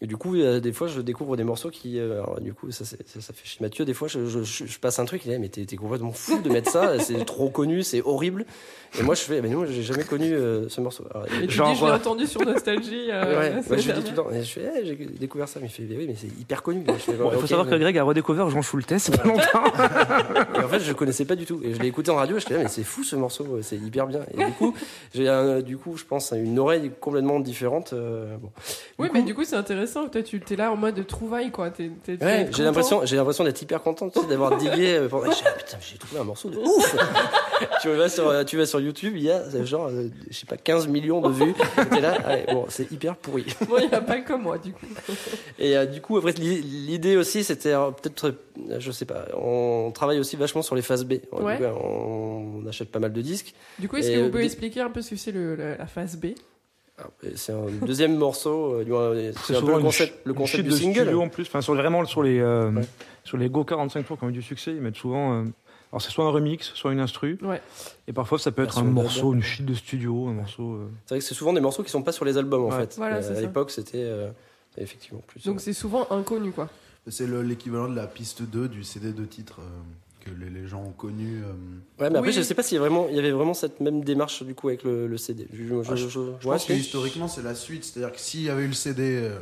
E: et du coup, euh, des fois, je découvre des morceaux qui. euh, alors, du coup, ça, c'est- ça, ça fait chez Mathieu. Des fois, je, je- je- je passe un truc. Il est, mais t'es t'es complètement fou de mettre ça. C'est trop connu, c'est horrible. Et moi, je fais, eh, mais non, j'ai jamais connu euh, ce morceau. Alors,
B: Et tu
D: Genre,
B: dis, je l'ai
D: euh,
B: entendu sur Nostalgie. euh,
E: ouais,
B: la
E: ouais,
B: semaine
E: je lui dis
B: dernière.
E: tout le temps. Et je fais, Eh, j'ai découvert ça. Mais il fait, mais oui, mais c'est hyper connu. Je fais,
D: Bon, il faut
E: Ok,
D: savoir
E: mais-
D: que Greg a redécouvert Jean Schultes, c'est pas longtemps.
E: Et en fait, je connaissais pas du tout. Et je l'ai écouté en radio, je disais, mais c'est fou ce morceau, euh, c'est hyper bien. Et du coup, j'ai un- du coup, je pense, à une oreille complètement différente. euh, bon.
B: Oui,
E: Du
B: mais
E: coup-
B: du coup, c'est intéressant. Toi, tu es là en mode trouvaille, quoi. T'es- t'es- t'es
E: Ouais,
B: content.
E: j'ai l'impression, j'ai l'impression d'être hyper content tu sais, d'avoir digué. euh, pendant- Et je dis, ah, putain, j'ai trouvé un morceau de ouf. tu vas sur, euh, tu vas sur YouTube, il y a euh, genre, euh, je sais pas, 15 millions de vues. Et T'es là, ah ouais, bon, c'est hyper pourri.
B: Bon, il n'y a pas que moi, du coup.
E: Et euh, du coup, après, l'i- l'idée aussi, c'était euh, peut-être, euh, je sais pas, on travaille aussi vachement sur les phases B. Du
B: Ouais.
E: coup, on- on achète pas mal de disques.
B: Du coup, est-ce
E: Et,
B: que
E: euh,
B: vous pouvez
E: des-
B: expliquer un peu ce que c'est le- le- la phase B
E: Ah, et C'est un deuxième morceau, euh, du moins, euh, c'est un peu
D: souvent
E: le
D: une
E: concept, le
D: Une
E: concept
D: chute
E: du
D: de
E: single.
D: studio en plus, enfin, sur, vraiment sur les, euh,
E: Ouais.
D: sur les Go 45 tours qui ont eu du succès, ils mettent souvent. euh, alors, c'est soit un remix, soit une instru.
B: Ouais.
D: Et parfois, ça peut être
E: Version
D: un
E: dub.
D: morceau, une chute de studio, un morceau. euh,
E: C'est vrai que c'est souvent des morceaux qui sont pas sur les albums en
D: Ouais.
E: fait.
B: Voilà,
E: Euh,
B: c'est
E: à
B: ça.
E: l'époque, c'était euh, effectivement plus.
B: Donc,
E: euh,
B: c'est souvent inconnu, quoi.
C: C'est le- l'équivalent de la piste 2 du CD de titre euh, que les, les gens ont connu. euh.
E: Ouais, mais après,
B: oui.
E: je sais pas s'il y, a vraiment- il y avait vraiment cette même démarche du coup avec le, le CD. Je, je-
C: Ah,
E: je-
C: Je pense que historiquement, c'est la suite. C'est-à-dire que s'il y avait eu le CD, euh,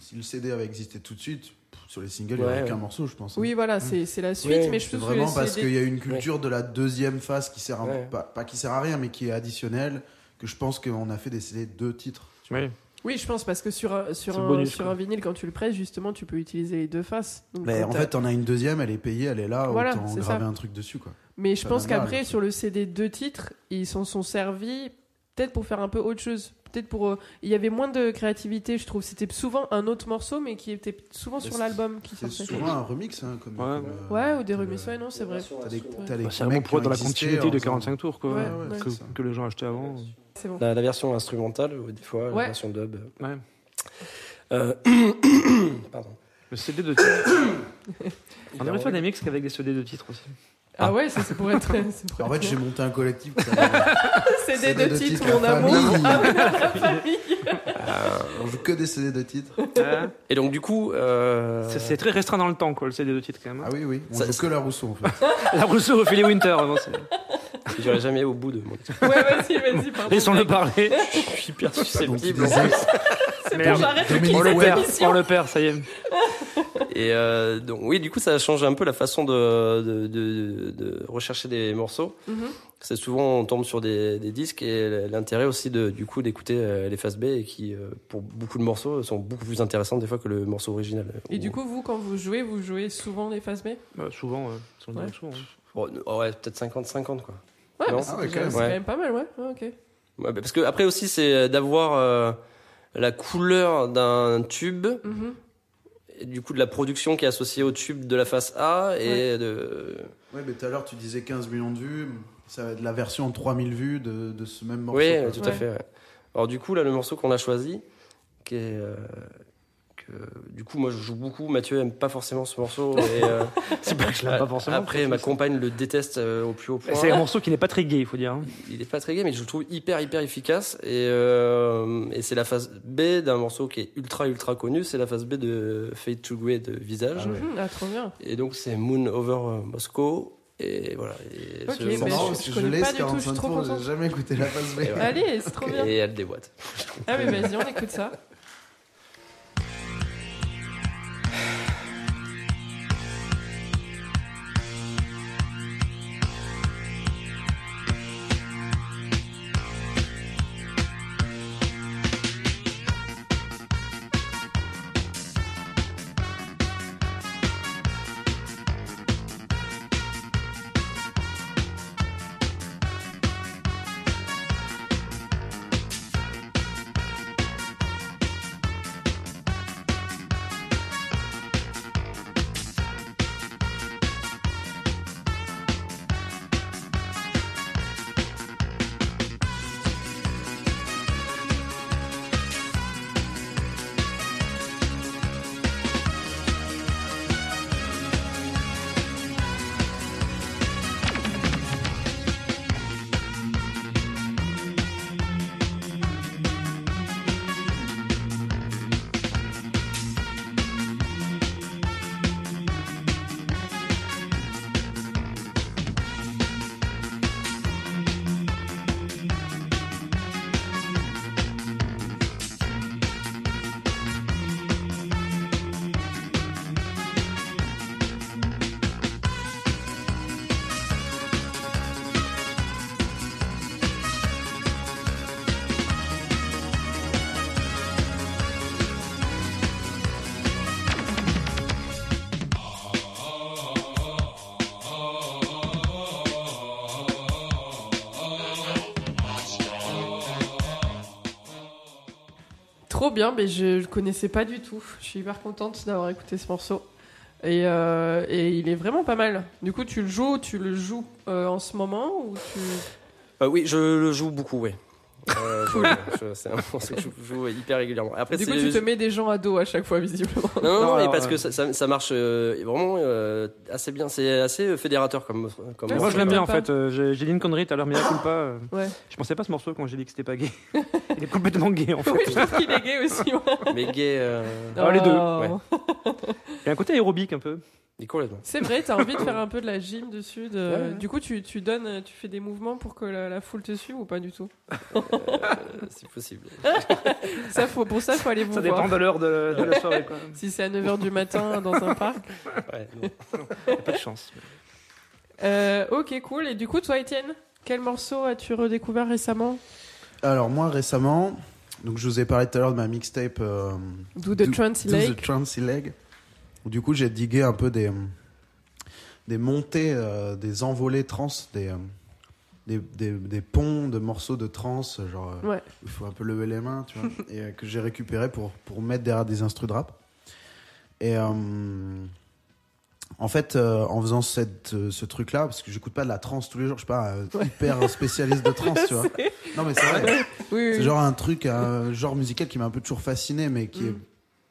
C: si le CD avait existé tout de suite, pff, sur les singles, il n'y
E: Ouais,
C: aurait
E: ouais.
C: qu'un morceau, je pense. hein.
B: Oui, voilà,
E: Mm.
B: c'est c'est la suite,
E: Ouais,
B: mais je
C: C'est
B: trouve
C: vraiment
B: que
C: parce
B: c'est
C: qu'il
B: des-
C: y a une culture de la deuxième phase qui sert à,
E: Ouais.
C: pas, pas qui sert à rien, mais qui est additionnelle, que je pense qu'on a fait des CD de titres.
D: Oui.
B: Oui, je pense parce que sur un, sur
D: C'est
B: un,
D: bonus,
B: sur
D: quoi.
B: un vinyle, quand tu le presses, justement, tu peux utiliser les deux faces. Donc,
C: Mais
B: quand
C: en
B: t'as-
C: fait, t'en as une deuxième, elle est payée, elle est là,
B: Voilà,
C: autant
B: c'est
C: graver
B: ça.
C: un truc dessus, quoi.
B: mais je
C: ça
B: pense
C: va mal,
B: qu'après,
C: le
B: sur le CD deux titres, ils s'en sont servis peut-être pour faire un peu autre chose. Peut-être pour. euh, Il y avait moins de créativité, je trouve. C'était souvent un autre morceau, mais qui était souvent sur
C: c'est-
B: l'album qui
C: C'est
B: sortait.
C: souvent un remix, hein, comme.
D: Ouais.
C: comme, euh,
B: Ouais, ou des
C: comme,
B: remixes,
C: euh,
B: ouais, non, c'est vrai.
C: T'as des, t'as des
D: Bah, c'est vraiment
C: mecs
D: pour
C: qui
D: être dans
C: ont
D: la
C: existé
D: continuité de
C: en-
D: 45 tours, quoi.
B: Ouais,
D: euh,
B: ouais,
D: que,
C: c'est ça.
D: que les gens achetaient avant.
B: C'est bon.
E: La, la version instrumentale, ou des fois,
B: Ouais.
E: la version dub.
D: Ouais.
E: Euh, Pardon.
D: Le CD de titres. On devrait faire des mix avec des CD de titres aussi.
B: Ah ouais, ça, c'est pour être. c'est pour
C: En fait,
B: être-
C: j'ai monté un collectif. qui s'appelle-
B: CD
C: CD
B: de
C: de
B: titres,
C: titres,
B: mon
C: la
B: amour, Ah,
C: famille.
B: la famille.
C: On joue que des CD de titres.
D: Ouais.
E: Et donc, du coup. euh,
D: C'est- C'est très restreint dans le temps, quoi, le CD de titres, quand même. hein.
C: Ah oui, oui. On
E: Ça-
C: joue que la Rousseau, en fait.
D: La Rousseau au filet Winter. avant, c'est-
E: J'irai jamais au bout de mon
B: Ouais, vas-y, vas-y, pardon.
D: Laissons-le parler.
E: Je suis hyper
C: Donc, il
E: susceptible.
C: disait-
B: C'est bon,
D: Merde.
B: j'arrête de
C: Dominique
D: On le
B: quitter
D: perd,
B: l'émission.
D: on le perd, ça y est.
E: Et euh, donc, oui, du coup, ça a changé un peu la façon de, de, de- de rechercher des morceaux.
B: Mhm.
E: C'est souvent, on tombe sur des, des disques et l'intérêt aussi de, du coup d'écouter euh, les faces B et qui, euh, pour beaucoup de morceaux, sont beaucoup plus intéressants des fois que le morceau original.
B: Et
E: Ou-
B: du coup, vous, quand vous jouez, vous jouez souvent les phases B
D: Bah, souvent, euh, si on dirait
B: Ouais.
D: souvent, hein.
E: Bon, oh ouais, peut-être 50-50 quoi.
B: Ouais,
E: Non.
B: bah, c'est
C: Ah ouais,
B: déjà-
C: quand même.
B: c'est
E: Ouais.
B: quand même pas mal, ouais. Ouais, ok.
E: Ouais, bah, parce que après aussi, c'est d'avoir euh, la couleur d'un tube.
B: Mhm.
E: Et du coup, de la production qui est associée au tube de la face A et de.
C: Ouais, mais tout à l'heure, tu disais 15 millions de vues. Ça va être la version 3000 vues de, de ce même morceau.
E: Oui,
D: euh,
C: quoi.
E: tout
B: Ouais.
E: à fait. ouais. Alors du coup, là, le morceau qu'on a choisi, qui est, euh, que, du coup, moi, je joue beaucoup. Mathieu aime pas forcément ce morceau. Et, euh,
D: C'est pas que je l'aime
E: a-
D: pas forcément.
E: Après, ma compagne le déteste euh, au plus haut point.
D: C'est un morceau qui n'est pas très gay, il faut dire. hein.
E: Il est pas très gay, mais je le trouve hyper, hyper efficace. Et, euh, et c'est la phase B d'un morceau qui est ultra, ultra connu. C'est la phase B de Fade to Grey de Visage.
B: Mhm, Ah, trop bien.
E: Et donc, c'est Moon Over Moscow. Et voilà. Et
B: Ok,
E: ce
C: C'est
B: ben,
E: morceau-
C: marrant
B: je-
C: parce
B: je
C: que je
B: connais
C: l'ai,
B: pas
C: ce
B: du tout, je suis
C: 45
B: trop
C: tours,
B: contente.
C: j'ai jamais écouté la face B.
D: Eh
E: Et voilà.
B: Allez, c'est trop bien.
E: et elle déboîte.
B: Ah, mais vas-y, on écoute ça. Trop bien, mais je le connaissais pas du tout. Je suis hyper contente d'avoir écouté ce morceau. Et, euh, et il est vraiment pas mal. Du coup, tu le joues, tu le joues euh, en ce moment ou tu...
E: Euh, oui, je le joue beaucoup, oui. Euh, je- je- c'est un morceau que je joue hyper régulièrement. Après,
B: Du
E: c'est-
B: coup, tu te mets des gens à dos à chaque fois, visiblement.
E: Non, non, non,
D: Non,
E: mais
D: alors,
E: parce
D: euh,
E: que ça, ça- ça marche euh, vraiment euh, assez bien. C'est assez euh, fédérateur comme. comme
B: Ouais,
D: Moi,
B: c'est
D: je l'aime bien, en
B: sympa.
D: fait. Euh, J'ai j'ai dit une connerie tout à l'heure, mais là, culpa. euh,
B: Ouais.
D: Je pensais pas à ce morceau quand j'ai dit que c'était pas gay. Il est complètement gay, en fait.
B: Oui, je trouve qu'il est gay aussi. ouais.
E: Mais gay. euh,
D: Ah, les deux,
B: Oh.
E: ouais.
D: Il y a un côté aérobique, un peu.
E: mais complètement.
B: C'est vrai, t'as envie de faire un peu de la gym dessus. de-
E: Ouais, ouais.
B: Du coup, tu, tu donnes, tu fais des mouvements pour que la, la foule te suive ou pas du tout
E: euh, si possible.
B: ça, faut, Pour ça, faut aller vous
D: Ça
B: voir.
D: dépend de l'heure de, la- de la soirée, quoi.
B: Si c'est à 9h du matin dans un parc.
E: Ouais, non.
D: Y a Pas de chance.
B: Euh, ok, cool. Et du coup, toi, Étienne, quel morceau as-tu redécouvert récemment
C: Alors moi récemment, Donc je vous ai parlé tout à l'heure de ma mixtape euh,
B: Do the
C: Do-
B: Trance
C: Do
B: Lake.
C: the Trancy Leg. Où Du coup, j'ai digué un peu des, des montées, euh, des envolées trans, des, euh, des, des, des ponts de morceaux de trans, genre euh,
B: Ouais.
C: il faut un peu lever les mains, tu vois, et euh, que j'ai récupéré pour, pour mettre derrière des instrus de rap. Et euh, en fait, euh, en faisant cette, euh, ce truc-là, parce que j'écoute pas de la trance tous les jours, je suis pas euh, hyper spécialiste de trance, tu vois.
B: C'est-
C: Non, mais c'est vrai.
B: oui, oui.
C: C'est genre un truc, un genre musical qui m'a un peu toujours fasciné, mais qui, est,
B: Mm.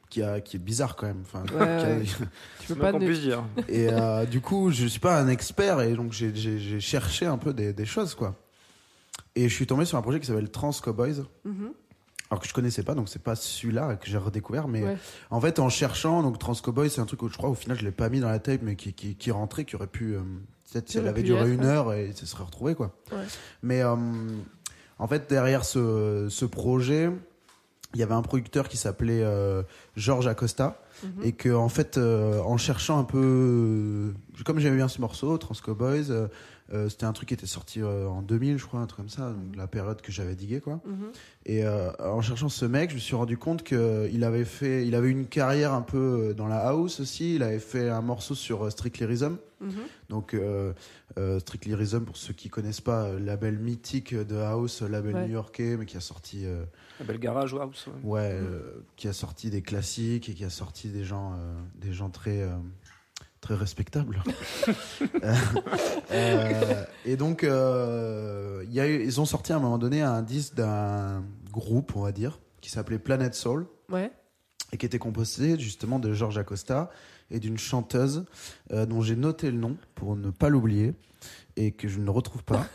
C: qui, a, qui est bizarre quand même. Enfin,
B: Ouais, Euh, ouais.
C: qui a-
B: tu
D: C'est
B: peux
D: pas
B: pas.
D: qu'on
B: ne-
D: puisse dire.
C: Et euh, du coup, je suis pas un expert et donc j'ai- j'ai j'ai cherché un peu des, des choses, quoi. Et je suis tombé sur un projet qui s'appelle Trans Cowboys.
B: Mhm.
C: Alors que je connaissais pas, donc c'est pas celui-là que j'ai redécouvert, mais
B: Ouais.
C: en fait en cherchant, donc Trans Cowboys, c'est un truc que je crois au final je l'ai pas mis dans la tape, mais qui, qui, qui rentrait, qui aurait pu, euh, peut-être si
B: Qui
C: elle
B: aurait
C: avait
B: pu y
C: duré
B: être,
C: une
B: ouais.
C: heure et ça serait retrouvé quoi.
B: Ouais.
C: Mais euh, en fait derrière ce, ce projet, il y avait un producteur qui s'appelait euh, Georges Acosta
B: Mhm.
C: et que en fait euh, en cherchant un peu euh, comme j'aimais bien ce morceau Trans Cowboys euh, euh, c'était un truc qui était sorti euh, en 2000 je crois un truc comme ça donc la période que j'avais digué quoi
B: Mhm.
C: et euh, en cherchant ce mec je me suis rendu compte que il avait fait il avait une carrière un peu euh, dans la house aussi il avait fait un morceau sur euh, Strictly Rhythm
B: Mhm.
C: donc euh, euh, Strictly Rhythm pour ceux qui connaissent pas euh, label mythique de house euh, label
B: Ouais.
C: new-yorkais mais qui a sorti euh,
D: Un bel Ah bah, garage ou house. ouais.
C: Ouais, euh, qui a sorti des classiques et qui a sorti des gens, euh, des gens très, euh, très respectables. Euh, euh, et donc, euh, il y a eu- ils ont sorti à un moment donné un disque d'un groupe, on va dire, qui s'appelait Planet Soul
B: Ouais.
C: et qui était composé justement de Georges Acosta et d'une chanteuse euh, dont j'ai noté le nom pour ne pas l'oublier et que je ne retrouve pas.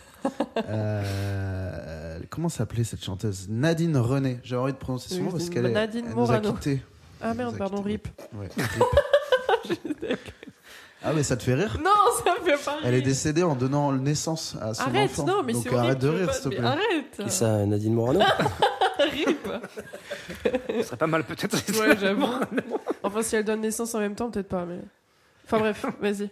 C: Euh, comment s'appelait cette chanteuse Nadine René. J'ai envie de prononcer son nom parce
B: Nadine-
C: qu'elle est-
B: Nadine
C: elle nous a
B: Morano.
C: quittés.
B: Ah
C: Elle nous
B: merde,
C: a
B: pardon,
C: quittés.
B: rip.
C: Ouais, rip. ah mais ça te fait rire
B: Non, ça me fait pas.
C: Elle est
B: rire.
C: décédée en donnant naissance à son
B: Arrête,
C: enfant.
B: non, mais
C: Donc
B: c'est horrible.
C: arrête de
B: je veux
C: rire
B: pas-
C: s'il te
B: mais
C: plaît.
B: Arrête.
E: Et ça, Nadine Morano
B: Rip.
D: Ce serait pas mal peut-être.
B: Ouais, j'avoue. Enfin, si elle donne naissance en même temps, peut-être pas, mais. Enfin bref, vas-y.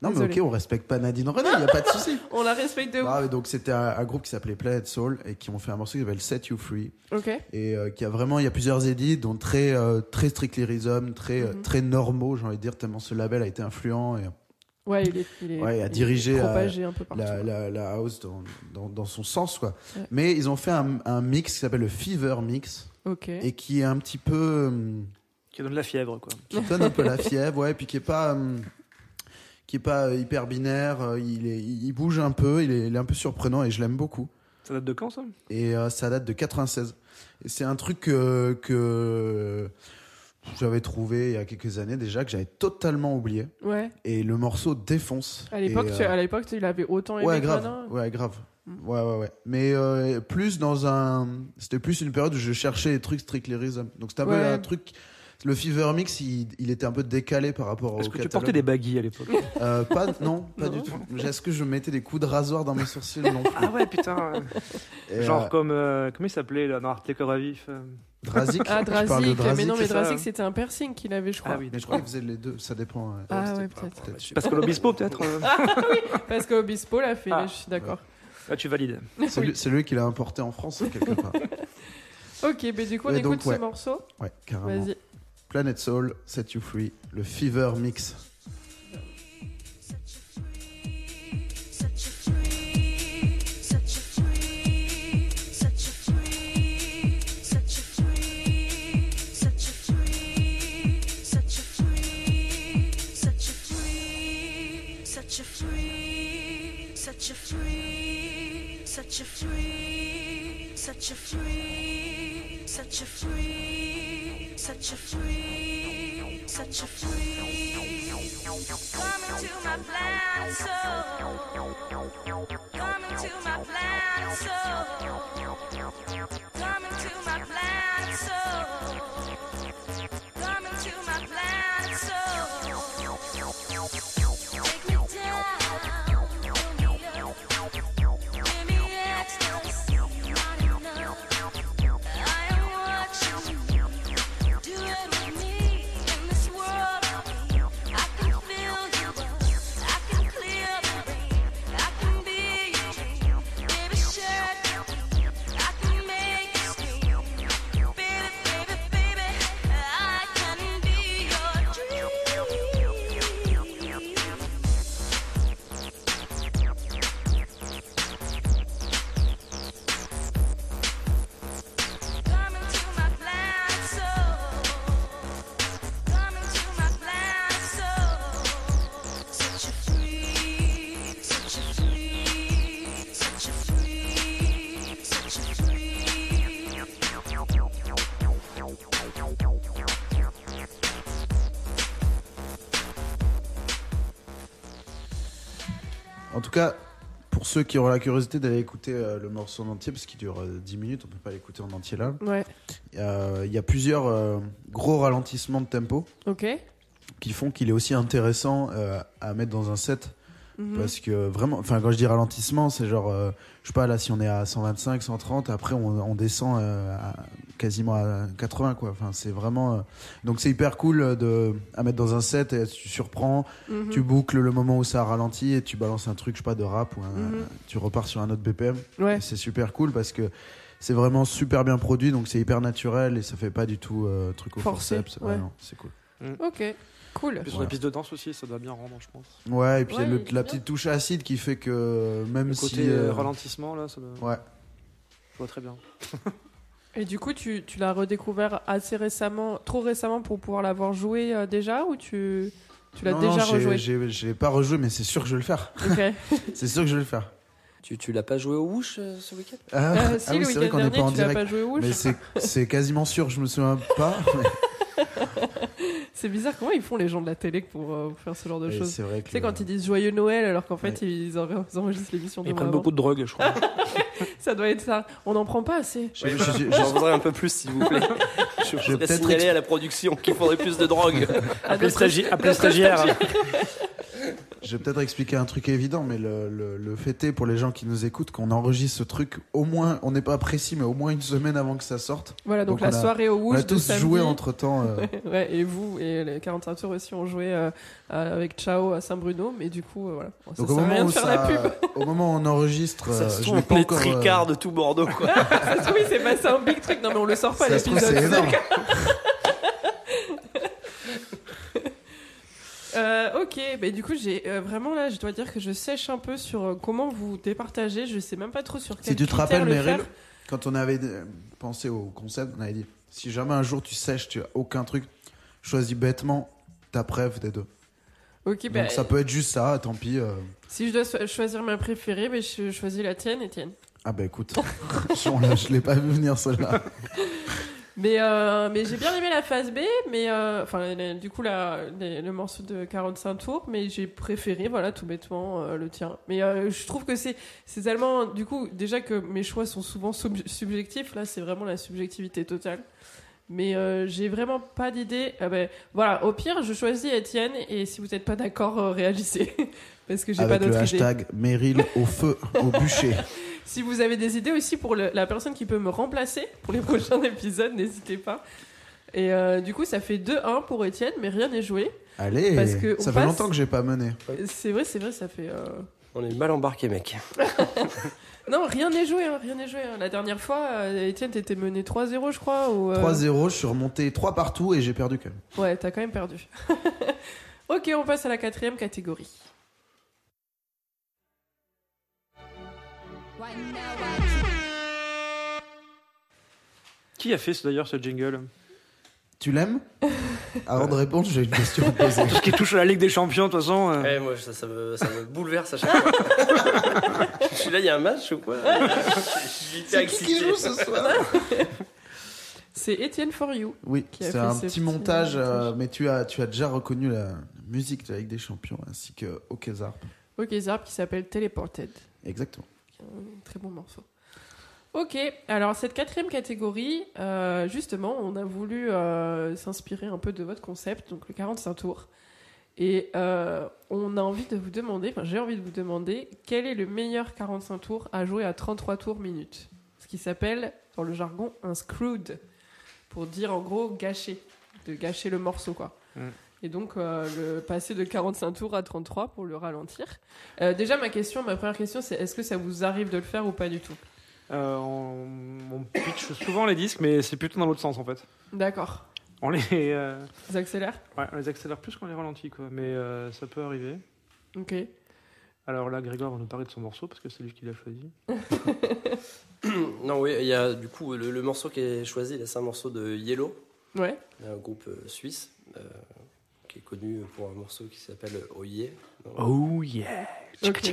C: Non mais
B: Désolée.
C: ok, on respecte pas Nadine René, il y a pas de souci.
B: On la respecte de ouf.
C: Ah, mais donc c'était un, un groupe qui s'appelait Planet Soul et qui ont fait un morceau qui s'appelle Set You Free.
B: Ok.
C: et euh, qui a vraiment il y a plusieurs édits dont très euh, très strictly rhythm très euh,
B: Mhm.
C: très normaux j'ai envie de dire tellement ce label a été influent et
B: Ouais, il est. Il est
C: Ouais, il a
B: il est
C: dirigé, euh,
B: Propagé un peu partout.
C: la,
B: ouais.
C: la, la house dans, dans, dans son sens quoi
B: Ouais.
C: mais ils ont fait un, un mix qui s'appelle le fever mix
B: Ok.
C: et qui est un petit peu hum,
D: Qui donne la fièvre quoi.
C: qui donne un peu la fièvre ouais puis qui est pas hum, qui est pas euh, hyper binaire euh, il est il bouge un peu il est, il est un peu surprenant et je l'aime beaucoup
D: Ça date de quand ça
C: et euh, ça date de 96. Et c'est un truc euh, que j'avais trouvé il y a quelques années déjà, que j'avais totalement oublié.
B: Ouais.
C: Et le morceau défonce.
B: À l'époque,
C: Et,
B: tu-
C: euh,
B: à l'époque, tu- il avait autant aimé Hmm.
C: ouais,
B: que
C: grave.
B: maintenant.
C: Ouais, grave. Ouais, ouais, ouais. Mais euh, plus dans un. C'était plus une période où je cherchais des trucs strictly rhythm. Donc c'était un
B: Ouais.
C: peu un truc. Le Fever Mix, il, il était un peu décalé par rapport au.
D: Est-ce que tu
C: catalogue.
D: portais des baguilles à l'époque
C: Euh, pas, Non, pas
B: Non.
C: du tout. Est-ce que je mettais des coups de rasoir dans mes sourcils Non plus.
D: Ah ouais putain.
C: Et,
D: Genre
C: euh,
D: comme euh, comment il s'appelait là dans Arte Corps à vif, euh,
C: Drazik.
B: Ah,
C: je parle
B: Drazik.
C: de
B: Mais
C: Drazik.
B: non, mais
D: c'est ça.
B: Drazik, c'était un piercing qu'il avait, je crois.
D: Ah oui
C: Mais je crois qu'ils faisaient les deux, ça dépend. ouais.
B: Ah
C: C'était
B: ouais,
C: pas-
B: peut-être.
D: Parce que l'obispo peut-être. euh,
B: Parce que Obispo l'a fait,
D: Ah.
B: je suis d'accord.
D: Là Ah, tu valides.
C: C'est lui, c'est lui qui l'a importé en France, quelque part.
B: Ok, mais du coup, on
C: Mais donc,
B: écoute
C: ouais.
B: ce morceau.
C: Ouais, carrément.
B: Vas-y.
C: Planet Soul, Set You Free, le Fever Mix.
H: Such a free, such a free, such a free, such a free, such a free, such a free, such a free. Coming to my planet soul. Coming to my planet soul. Coming to my planet soul. Coming to my planet soul. Take me down, pull me up. Give me ecstasy, not enough. I am watching you. Do it with me in this world. I can feel you. I can clear the rain. I can be your dream. Baby, share it with me.
C: En tout cas, pour ceux qui auront la curiosité d'aller écouter euh, le morceau en entier, parce qu'il dure euh, 10 minutes, on peut pas l'écouter en entier là.
B: Ouais,
C: Euh, Il y a plusieurs euh, gros ralentissements de tempo
B: ok.
C: qui font qu'il est aussi intéressant euh, à mettre dans un set.
B: Mhm.
C: Parce que vraiment, enfin, quand je dis ralentissement, c'est genre, euh, je sais pas, là, si on est à 125, 130, après, on, on descend euh, à- quasiment à 80, quoi. Enfin, c'est vraiment. euh, donc, c'est hyper cool euh, de, à mettre dans un set et tu surprends,
B: Mhm.
C: tu boucles le moment où ça ralentit et tu balances un truc, je sais pas, de rap ou un-
B: Mhm.
C: tu repars sur un autre BPM.
B: Ouais,
C: Et C'est super cool parce que c'est vraiment super bien produit, donc c'est hyper naturel et ça fait pas du tout euh, truc au
B: Forcé,
C: forceps.
B: ouais.
C: non, c'est cool.
B: ok, cool.
D: Puis sur
C: Voilà.
D: la piste de danse aussi, ça doit bien rendre, je pense.
C: Ouais, et puis
B: Ouais,
C: le-
B: il est
C: la
B: bien.
C: petite touche acide qui fait que même
D: Le
C: si.
D: côté euh,
C: euh,
D: ralentissement, là, ça doit...
C: Ouais.
D: je vois très bien.
B: Et du coup, tu, tu l'as redécouvert assez récemment, trop récemment pour pouvoir l'avoir joué euh, déjà ou tu, tu l'as
C: Non,
B: déjà
C: non, j'ai-
B: rejoué
C: j'ai- Je l'ai pas rejoué, mais c'est sûr que je vais le faire.
B: Ok.
C: C'est sûr que je vais le faire.
E: Tu, tu l'as pas joué au Woosh euh, ce week-end
C: Ah,
B: Euh, si,
C: ah oui,
B: le
C: c'est vrai
B: week-end
C: qu'on n'est
B: dernier,
C: pas en
B: tu l'as
C: direct.
B: pas joué au
C: mais
B: Wouche.
C: c'est- c'est quasiment sûr, je me souviens pas. mais-
B: C'est bizarre, comment ils font les gens de la télé pour euh, faire ce genre de
C: mais
B: choses
C: C'est vrai que.
B: Tu sais, quand ils disent Joyeux Noël, alors qu'en fait, ils, en- ils enregistrent l'émission de
D: Ils prennent beaucoup de drogue, je crois.
B: Ça doit être ça. On n'en prend pas assez.
C: Je- je- je-
E: J'en voudrais un peu plus, s'il vous plaît. Je voudrais
C: peut-être
E: signaler
C: ex-
E: à la production qu'il faudrait plus de drogue.
D: Appelez le
B: notre-
D: stagiaire. appelez le stagiaire.
C: Je vais peut-être expliquer un truc évident, mais le, le, le fait est pour les gens qui nous écoutent qu'on enregistre ce truc au moins, on n'est pas précis, mais au moins une semaine avant que ça sorte.
B: Voilà, donc,
C: Donc,
B: la
C: on a-
B: soirée au
C: On
B: Wouche.
C: a tous joué euh. entre temps.
B: Ouais, et vous et les 45 tours aussi ont joué euh, euh, avec Ciao à Saint-Bruno, mais du coup, euh, voilà. Bon, Ça
C: Donc au
B: sert à rien
C: moment,
B: de
C: où
B: faire
C: ça,
B: la pub.
C: au moment où on enregistre,
E: Ça
C: euh,
E: se
C: je n'ai
E: trouve,
C: pas
E: les
C: encore. euh,
E: tricards de tout Bordeaux, quoi.
B: Ah, Ça se trouve, il s'est passé un big truc. Non, mais on le sort pas
C: ça se trouve,
B: l'épisode.
C: c'est énorme.
B: Euh, ok, bah, du coup, j'ai euh, vraiment là, je dois dire que je sèche un peu sur euh, comment vous départagez. Je sais même pas trop sur quel
C: Si tu te
B: critère
C: rappelles,
B: le
C: Meryl,
B: faire.
C: quand on avait euh, pensé au concept, on avait dit si jamais un jour tu sèches, tu as aucun truc, choisis bêtement ta preuve des deux.
B: Ok, bah,
C: Donc ça peut être juste ça, tant pis. euh.
B: si je dois so- choisir ma préférée, bah, je choisis la tienne, Étienne.
C: Ah bah écoute, on l'a- je l'ai pas vu venir celle-là.
B: Mais, euh, mais j'ai bien aimé la phase B, mais euh, enfin la- du coup la, les- le morceau de 45 tours, mais j'ai préféré voilà tout bêtement euh, le tien. Mais euh, je trouve que c'est c'est tellement du coup déjà que mes choix sont souvent sub- subjectifs, là c'est vraiment la subjectivité totale. Mais euh, j'ai vraiment pas d'idée. Ah ben, voilà, au pire je choisis Étienne et si vous n'êtes pas d'accord euh, réagissez parce que j'ai pas
C: Avec le
B: d'autres idées.
C: hashtag Meryl au feu, au bûcher.
B: Si vous avez des idées aussi pour le- la personne qui peut me remplacer pour les prochains épisodes, n'hésitez pas. Et euh, du coup, ça fait 2-1 pour Étienne, mais rien n'est joué.
C: Allez,
B: Parce que on
C: ça fait
B: passe-
C: longtemps que j'ai pas mené.
B: C'est vrai, c'est vrai, ça fait. euh,
E: On est mal embarqué, mec.
B: Non, rien n'est joué, hein, rien n'est joué. hein. La dernière fois, euh, Étienne, t'étais mené 3-0, je crois. Ou, euh,
C: 3-0, je suis remonté 3 partout et j'ai perdu quand même.
B: Ouais, t'as quand même perdu. ok, on passe à la quatrième catégorie.
D: Qui a fait ce- d'ailleurs ce jingle
C: Tu l'aimes Avant de répondre, j'ai une question à te poser.
D: Tout ce qui touche à la Ligue des Champions, de toute façon. euh,
E: Ouais, Eh, moi, ça, ça me, ça me bouleverse à chaque fois. je suis là, il y a un match ou quoi C'est
C: soir
B: C'est Étienne For You.
C: Oui,
B: Qui a
C: c'est
B: fait
C: un
B: ce
C: petit
B: petit
C: montage, euh,
B: montage.
C: mais tu as, tu as déjà reconnu la musique de la Ligue des Champions ainsi que au Kézar.
B: Ok, Zarb qui s'appelle Teleported.
C: Exactement.
B: Un très bon morceau. Ok, alors cette quatrième catégorie, euh, justement, on a voulu euh, s'inspirer un peu de votre concept, donc le 45 tours. Et euh, on a envie de vous demander, enfin j'ai envie de vous demander, quel est le meilleur 45 tours à jouer à 33 tours minute Ce qui s'appelle, dans le jargon, un screwed, pour dire en gros gâcher, de gâcher le morceau quoi.
D: Mm.
B: Et donc euh, le passer de 45 tours à 33 pour le ralentir. Euh, déjà, ma question, ma première question, c'est est-ce que ça vous arrive de le faire ou pas du tout
D: euh, on, on pitch souvent les disques, mais c'est plutôt dans l'autre sens en fait.
B: D'accord.
D: On les, euh,
B: Vous accélère
D: ouais, on les accélère plus qu'on les ralentit, quoi. Mais euh, ça peut arriver.
B: Ok.
D: Alors là, Grégoire va nous parler de son morceau parce que c'est lui qui l'a choisi.
E: Non, oui, il y a du coup le, le morceau qui est choisi, là, c'est un morceau de Yellow,
B: Ouais.
E: un groupe euh, suisse euh, qui est connu pour un morceau qui s'appelle Oye. Dans-
D: Oh yeah!
B: Ok.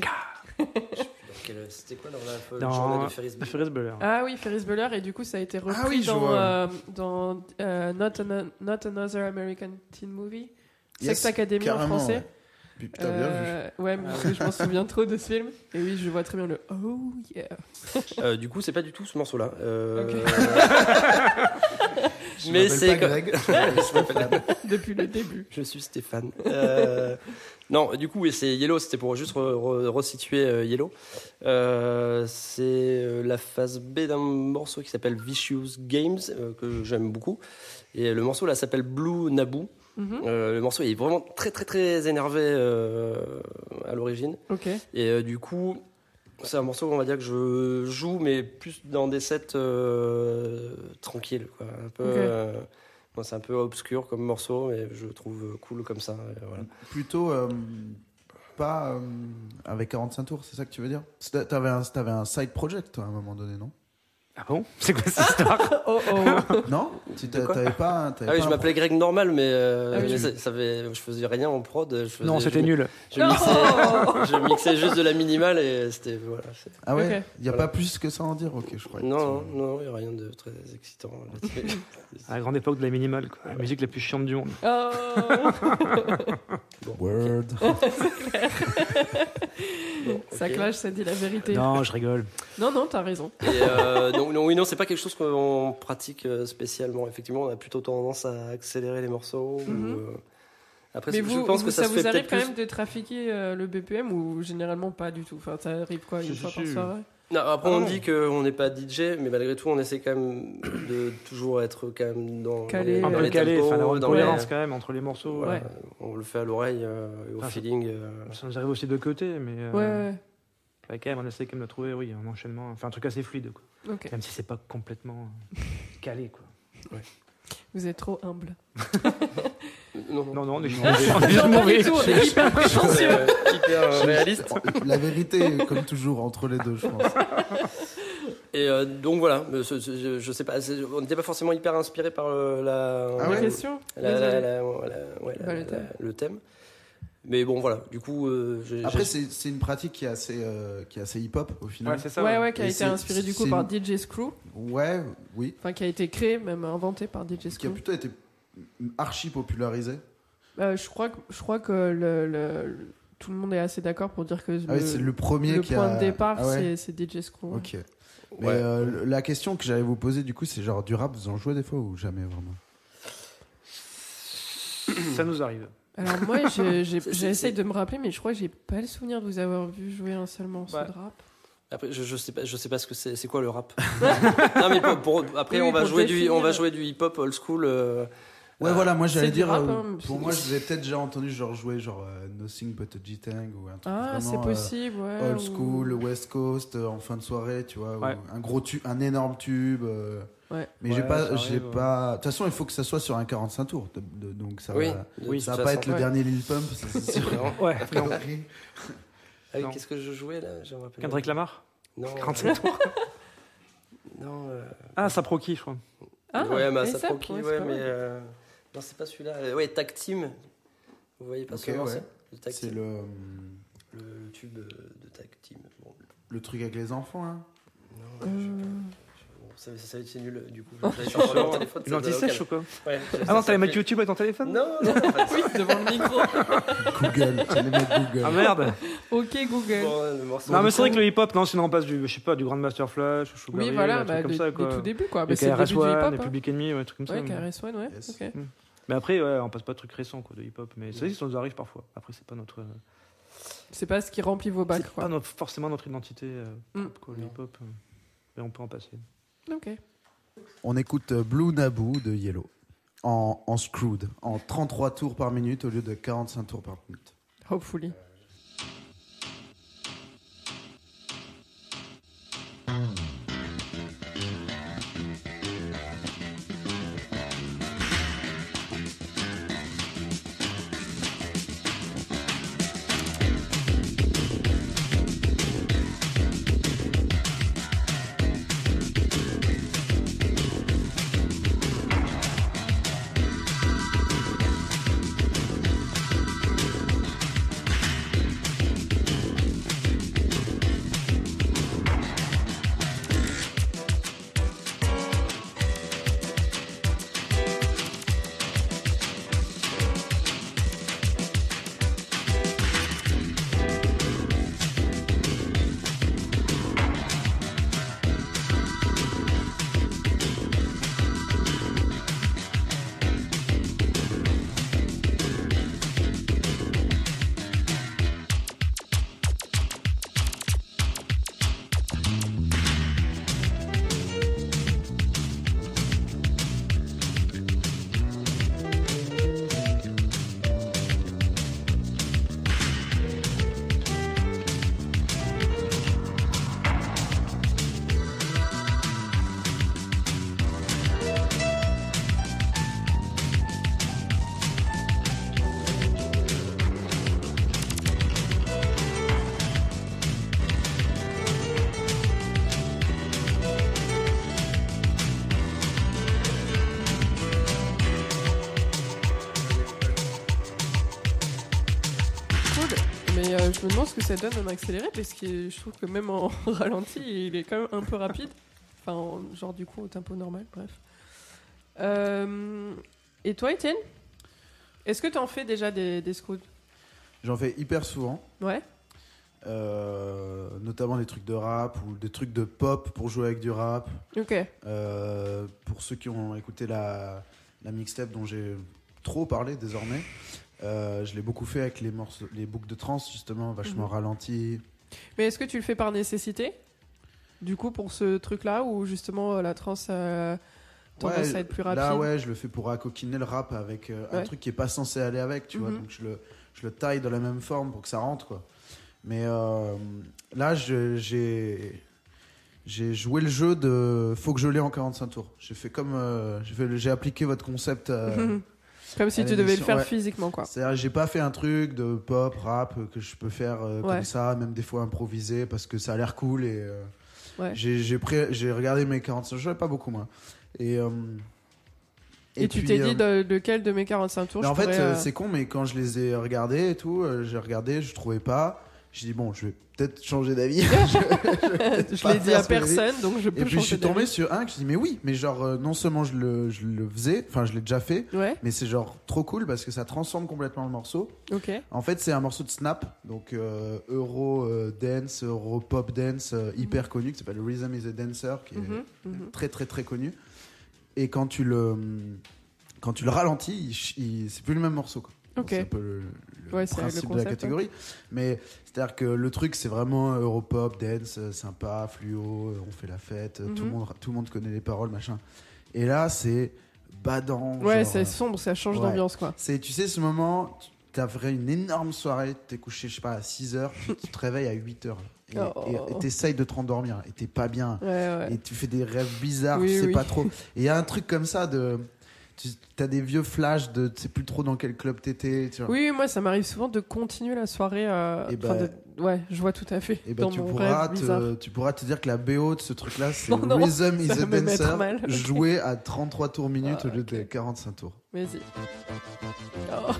E: dans quel- C'était quoi dans la
D: Dans-
E: journée de Ferris Bueller
D: Ferris Bueller.
B: Ah oui, Ferris Bueller, et du coup, ça a été repris
C: Ah oui, je
B: dans,
C: vois.
B: euh, dans euh, Not, Ano- Not Another American Teen Movie,
C: Yes,
B: Sex Academy en
C: carrément,
B: français.
C: ouais. Puis, putain, bien vu.
B: Euh, ouais, parce que je m'en souviens trop de ce film. Et oui, je vois très bien le Oh yeah.
E: Euh, du coup, c'est pas du tout ce morceau-là. Euh,
B: Ok.
C: Je
E: mais
C: m'appelle
E: c'est
C: pas
E: comme-
C: Greg.
E: Je m'appelle Adam.
B: Depuis le début.
E: Je suis Stéphane. Euh, non, du coup, oui, c'est Yellow. C'était pour juste re- re- resituer euh, Yellow. Euh, c'est euh, la phase B d'un morceau qui s'appelle Vicious Games, euh, que j'aime beaucoup. Et le morceau là s'appelle Blue Naboo.
B: Mhm.
E: Euh, le morceau il est vraiment très très très énervé euh, à l'origine.
B: Ok.
E: Et euh, du coup, c'est un morceau, on va dire, que je joue, mais plus dans des sets euh, tranquilles. Quoi. Un peu,
B: Ok.
E: euh, bon, c'est un peu obscur comme morceau, mais je le trouve cool comme ça. et voilà.
C: Plutôt euh, pas euh, avec 45 tours, c'est ça que tu veux dire C'est- T'avais un, t'avais un side project, toi, à un moment donné, non
D: Ah bon C'est quoi cette histoire
B: Oh oh.
C: Non Tu
E: De
C: t'a-
E: quoi
C: t'avais pas un. t'avais
E: Ah oui,
C: pas
E: je
C: un
E: m'appelais Greg Normal, mais, euh,
B: Ah oui.
E: mais ça- ça avait- je faisais rien en prod. je faisais-
D: Non, c'était
E: je-
D: nul.
E: Je
B: Non.
E: mixais,
B: Oh
E: je mixais juste de la minimale et c'était. Voilà, c'est-
C: pro- Ah ouais
B: Ok.
C: Il y a
E: Voilà.
C: pas plus que ça à en dire Ok, je crois.
E: non, non, il n'y a rien de très excitant. là-dessus.
D: À la grande époque de la minimale, quoi. la musique la plus chiante du monde.
B: Oh.
C: Word.
E: Bon,
B: Ça
E: ok.
B: clash, ça dit la vérité. Non,
D: Non, je rigole.
B: non, t'as raison.
E: Et, euh, donc, non, oui, non, c'est pas quelque chose qu'on pratique euh, spécialement. Effectivement, on a plutôt tendance à accélérer les morceaux. ou,
B: Mhm.
E: euh, Après,
B: Mais
E: c'est- je
B: vous,
E: pense
B: vous-
E: que ça,
B: ça,
E: se
B: vous
E: fait
B: arrive
E: peut-être
B: quand
E: plus.
B: même de trafiquer euh, le BPM ou généralement pas du tout Enfin, ça arrive quoi
D: Si,
B: Une
D: si,
B: fois par
D: si.
B: soirée
E: Non, après,
D: Ah
E: on
D: non.
E: dit qu'on n'est pas DJ, mais malgré tout, on essaie quand même de toujours être quand même dans,
B: Calé.
E: dans
D: Un
E: les, dans
D: peu
E: euh, les
D: calé,
E: tempos,
D: enfin, la
E: dans
D: cohérence
E: les-
D: quand même entre les morceaux.
E: voilà.
B: Ouais. Ah,
E: On le fait à l'oreille euh, et au
D: Enfin, c'est-
E: feeling. euh,
D: Ça nous arrive aussi de côté, mais euh,
B: Ouais, ouais,
D: bah, quand même, on essaie quand même de trouver oui, un enchaînement, enfin un truc assez fluide, quoi.
B: ouais. Ok.
D: même si c'est pas complètement euh, calé. Quoi.
B: Vous êtes trop humble.
E: Non, non.
D: Non, non, on est juste
C: Non.
D: mauvais. On est juste
B: Non, pas
D: mauvais.
B: du tout, on est hyper prétentieux.
E: Euh, hyper euh, réaliste.
C: La vérité, comme toujours, entre les deux, je pense.
E: Et euh, donc voilà, mais ce- ce- je, je sais pas, c'est- on n'était pas forcément hyper inspiré par euh,
C: Ah
E: la,
B: La
C: ouais
B: question
E: La-
B: Désolée.
E: la- la- la- ouais, la-
B: Bah, le
E: la-
B: thème.
E: le thème. Mais bon, voilà. Du coup, euh, j'ai-
C: Après,
E: j'ai-
C: c'est c'est une pratique qui est assez, euh, qui est assez hip-hop au final.
D: Ouais, c'est ça.
B: ouais,
D: ouais.
B: ouais, qui a
C: Et
B: été
C: c'est-
B: inspiré du coup
C: c'est-
B: par DJ Screw,
C: Ouais, oui.
B: enfin qui a été créé, même inventé par DJ
C: Ce qui a
B: Screw.
C: plutôt été archi popularisé.
B: Euh, je crois que, je crois que le, le- tout le monde est assez d'accord pour dire que le,
C: Ah oui, c'est le premier
B: le
C: qui
B: point
C: a.
B: de départ,
C: Ah ouais.
B: c'est c'est DJ Screw. ouais.
C: Ok. Mais
E: Ouais.
C: euh, la question que j'allais vous poser du coup, c'est genre du rap, vous en jouez des fois ou jamais vraiment
D: Ça nous arrive.
B: Alors moi, j'ai- j'ai-
E: C'est- c'est-
B: j'essaye
E: c'est-
B: de me rappeler, mais je crois que j'ai pas le souvenir de vous avoir vu jouer un seul morceau
E: Bah,
D: Ouais.
B: de rap.
E: après, je, je sais pas, je sais pas ce que c'est. C'est quoi le rap Non, mais pour- pour- après,
B: Oui, oui,
E: on va
B: pour
E: jouer du,
B: définir.
E: on va jouer du hip hop old school. euh,
C: Ouais,
E: Euh,
C: voilà, moi j'allais
B: c'est du
C: dire.
B: rap,
C: euh,
B: hein,
C: pour
B: c'est-
C: moi, je vous ai peut-être déjà entendu genre jouer genre euh, Nothing But a G-Tang ou un truc
B: Ah, c'est
C: vraiment,
B: possible,
C: euh,
B: ouais.
C: old
B: ou-
C: school, West Coast, euh, en fin de soirée, tu vois, ou
D: Ouais.
C: un gros tube, un énorme tube. euh,
B: Ouais.
C: Mais j'ai
D: Ouais,
C: pas,
D: ça
C: j'ai
D: arrive, ouais.
C: pas. De toute façon, il faut que ça soit sur un 45 tours, de- de- donc ça.
E: oui,
C: va...
E: de
D: Oui,
E: toute
C: Ça va pas
E: façon.
C: être le
B: ouais.
C: dernier Lil Pump, ça, c'est sûr.
E: Non.
D: Ouais. Non.
E: Ah oui,
D: Non.
E: Qu'est-ce que je jouais là Je me rappelle
D: Kendrick Lamar
E: plus. Non. euh,
D: 45 tours.
E: non. euh,
D: Ah, Saproki, je crois.
B: Ah,
E: ouais, mais
B: et
E: ça
B: ça,
E: proquille,
B: ouais, c'est
E: ouais,
B: pas
E: mais
B: mal.
E: euh, non, c'est pas celui-là. Euh, Ouais, Tag Team. Vous voyez pas
C: Ok,
E: ce morceau
C: ouais.
E: Le Tag
C: C'est
E: Team.
C: le,
E: Le, le tube euh, de Tag Team. Bon.
C: le truc avec les enfants, hein.
E: Non, je-
B: Euh,
E: Bon, ça, ça, ça, c'est nul, du coup. J'avais sur mon téléphone. ça
D: Une
E: doit-
D: anti-sèche ou quoi
E: Ouais,
D: Ah non, t'allais
E: ça-
D: mettre YouTube avec ton téléphone
E: Non, non, en fait.
B: Oui, devant le micro.
C: Google, tu les mets Google.
D: Ah merde
B: Ok, Google.
E: Bon, euh, le morceau.
D: Non, mais c'est vrai que le hip-hop, non, sinon on passe du, je sais pas, du Grand Master Flash, au Sugar
B: oui,
D: Hill,
B: voilà,
D: des trucs
B: bah,
D: comme
B: les,
D: ça,
B: les
D: quoi.
B: tout débuts, quoi.
D: Les
B: Bah, c'est le
D: KRS-One,
B: début du hip-hop.
D: les
B: hein.
D: Public Enemy, ouais, des trucs comme ça.
B: Ouais,
D: mais-
B: KRS-One, ouais.
C: Yes.
B: ok.
D: Mais après, ouais, on passe pas de trucs récents, quoi, de hip-hop. Mais ça aussi, ça nous arrive parfois. Après, c'est pas notre.
B: C'est pas ce qui remplit vos
D: C'est
B: bacs,
D: pas
B: quoi.
D: notre- forcément notre identité euh,
B: Mm.
D: propre, quoi, le
E: Non.
D: hip-hop. euh, Mais on peut en passer.
B: Ok.
C: On écoute euh, Blue Naboo de Yellow en, en screwed, en 33 tours par minute au lieu de 45 tours par minute.
B: Hopefully.
H: I
B: ce que ça donne en accéléré, parce que je trouve que même en ralenti, il est quand même un peu rapide. Enfin, en- genre du coup, au tempo normal, bref. Euh, et toi, Étienne Est-ce que t'en fais déjà des, des scouts
C: J'en fais hyper souvent.
B: Ouais.
C: euh, notamment des trucs de rap ou des trucs de pop pour jouer avec du rap.
B: Ok.
C: Euh, pour ceux qui ont écouté la, la mixtape dont j'ai trop parlé désormais, euh, je l'ai beaucoup fait avec les, morceaux, les boucles de trance justement, vachement ralenti.
B: Mais est-ce que tu le fais par nécessité Du coup, pour ce truc-là, où justement euh, la trance a tendance
C: Ouais,
B: à être plus rapide
C: Là, ouais, je le fais pour accoquiner le rap avec euh, un
B: Ouais.
C: truc qui est pas censé aller avec, tu vois.
B: Mhm.
C: Donc je le, je le taille dans la même forme pour que ça rentre, quoi. Mais euh, là, je- j'ai j'ai joué le jeu de faut que je l'ai en 45 tours. J'ai fait comme euh, j'ai fait le- j'ai appliqué votre concept. euh,
B: Comme si
C: à
B: tu devais le
C: l'émission,
B: faire
C: ouais.
B: physiquement, quoi.
C: C'est-à-dire, j'ai pas fait un truc de pop, rap euh, que je peux faire euh,
B: Ouais.
C: comme ça, même des fois improvisé parce que ça a l'air cool et euh,
B: Ouais.
C: j'ai j'ai pré- j'ai regardé mes 45 je pas beaucoup moi. Et euh,
B: Et, tu
C: puis,
B: t'es
C: euh,
B: dit de, de quel de mes 45 tours
C: mais
B: je
C: en fait,
B: pourrais,
C: euh,
B: euh,
C: c'est con, mais quand je les ai regardés et tout, euh, j'ai regardé, je trouvais pas. J'ai dit, bon, je vais peut-être changer d'avis. je vais
B: je
C: pas
B: l'ai dit
C: faire
B: à
C: ce que j'ai
B: personne, donc je peux
C: Et puis je
B: changer
C: suis tombé
B: d'avis.
C: sur un que je dis, mais oui, mais genre, euh, non seulement je le, je le faisais, enfin, je l'ai déjà fait,
B: Ouais,
C: mais c'est genre trop cool parce que ça transforme complètement le morceau.
B: ok.
C: En fait, c'est un morceau de Snap, donc euh, Euro euh, Dance, Euro Pop Dance, euh, hyper connu, qui s'appelle Rhythm is a Dancer, qui est
B: Mhm, mhm.
C: très très très connu. Et quand tu le, quand tu le ralentis, il ch- il- c'est plus le même morceau. quoi.
B: Ok.
C: C'est un peu le, le
B: Ouais, c'est le
C: principe de
B: concept,
C: la catégorie. Mais c'est-à-dire que le truc, c'est vraiment Europop, dance, euh, sympa, fluo, euh, on fait la fête, euh, tout, le
B: Mhm.
C: monde, tout le monde connaît les paroles, machin. Et là, c'est badant.
B: Ouais,
C: genre,
B: c'est
C: euh,
B: sombre, ça change
C: ouais.
B: d'ambiance, quoi.
C: c'est, tu sais, ce moment, tu- t'as vrai une énorme soirée, t'es couché, je sais pas, à 6 heures, puis tu te réveilles à 8 heures. Et
B: Oh.
C: et- et t'essayes de te rendormir, et t'es pas bien.
B: Ouais, ouais.
C: Et tu fais des rêves bizarres,
B: Oui,
C: tu sais
B: oui.
C: pas trop. Et il y a un truc comme ça de. Tu as des vieux flashs de. Tu sais plus trop dans quel club t'étais. Tu vois.
B: Oui, oui, moi, ça m'arrive souvent de continuer la soirée. euh,
C: Eh
B: enfin,
C: ben-
B: de- Ouais, je vois tout à fait.
C: Et bah,
B: dans
C: tu
B: mon
C: pourras,
B: rêve bizarre.
C: te, tu pourras te dire que la BO de ce truc-là, c'est
B: Non, non,
C: Rhythm is
B: ça
C: a
B: va me mettre
C: Dancer,
B: mal, ok.
C: joué à 33 tours minutes
B: Ah,
C: au lieu
B: ok.
C: de 45 tours.
B: Vas-y. Oh.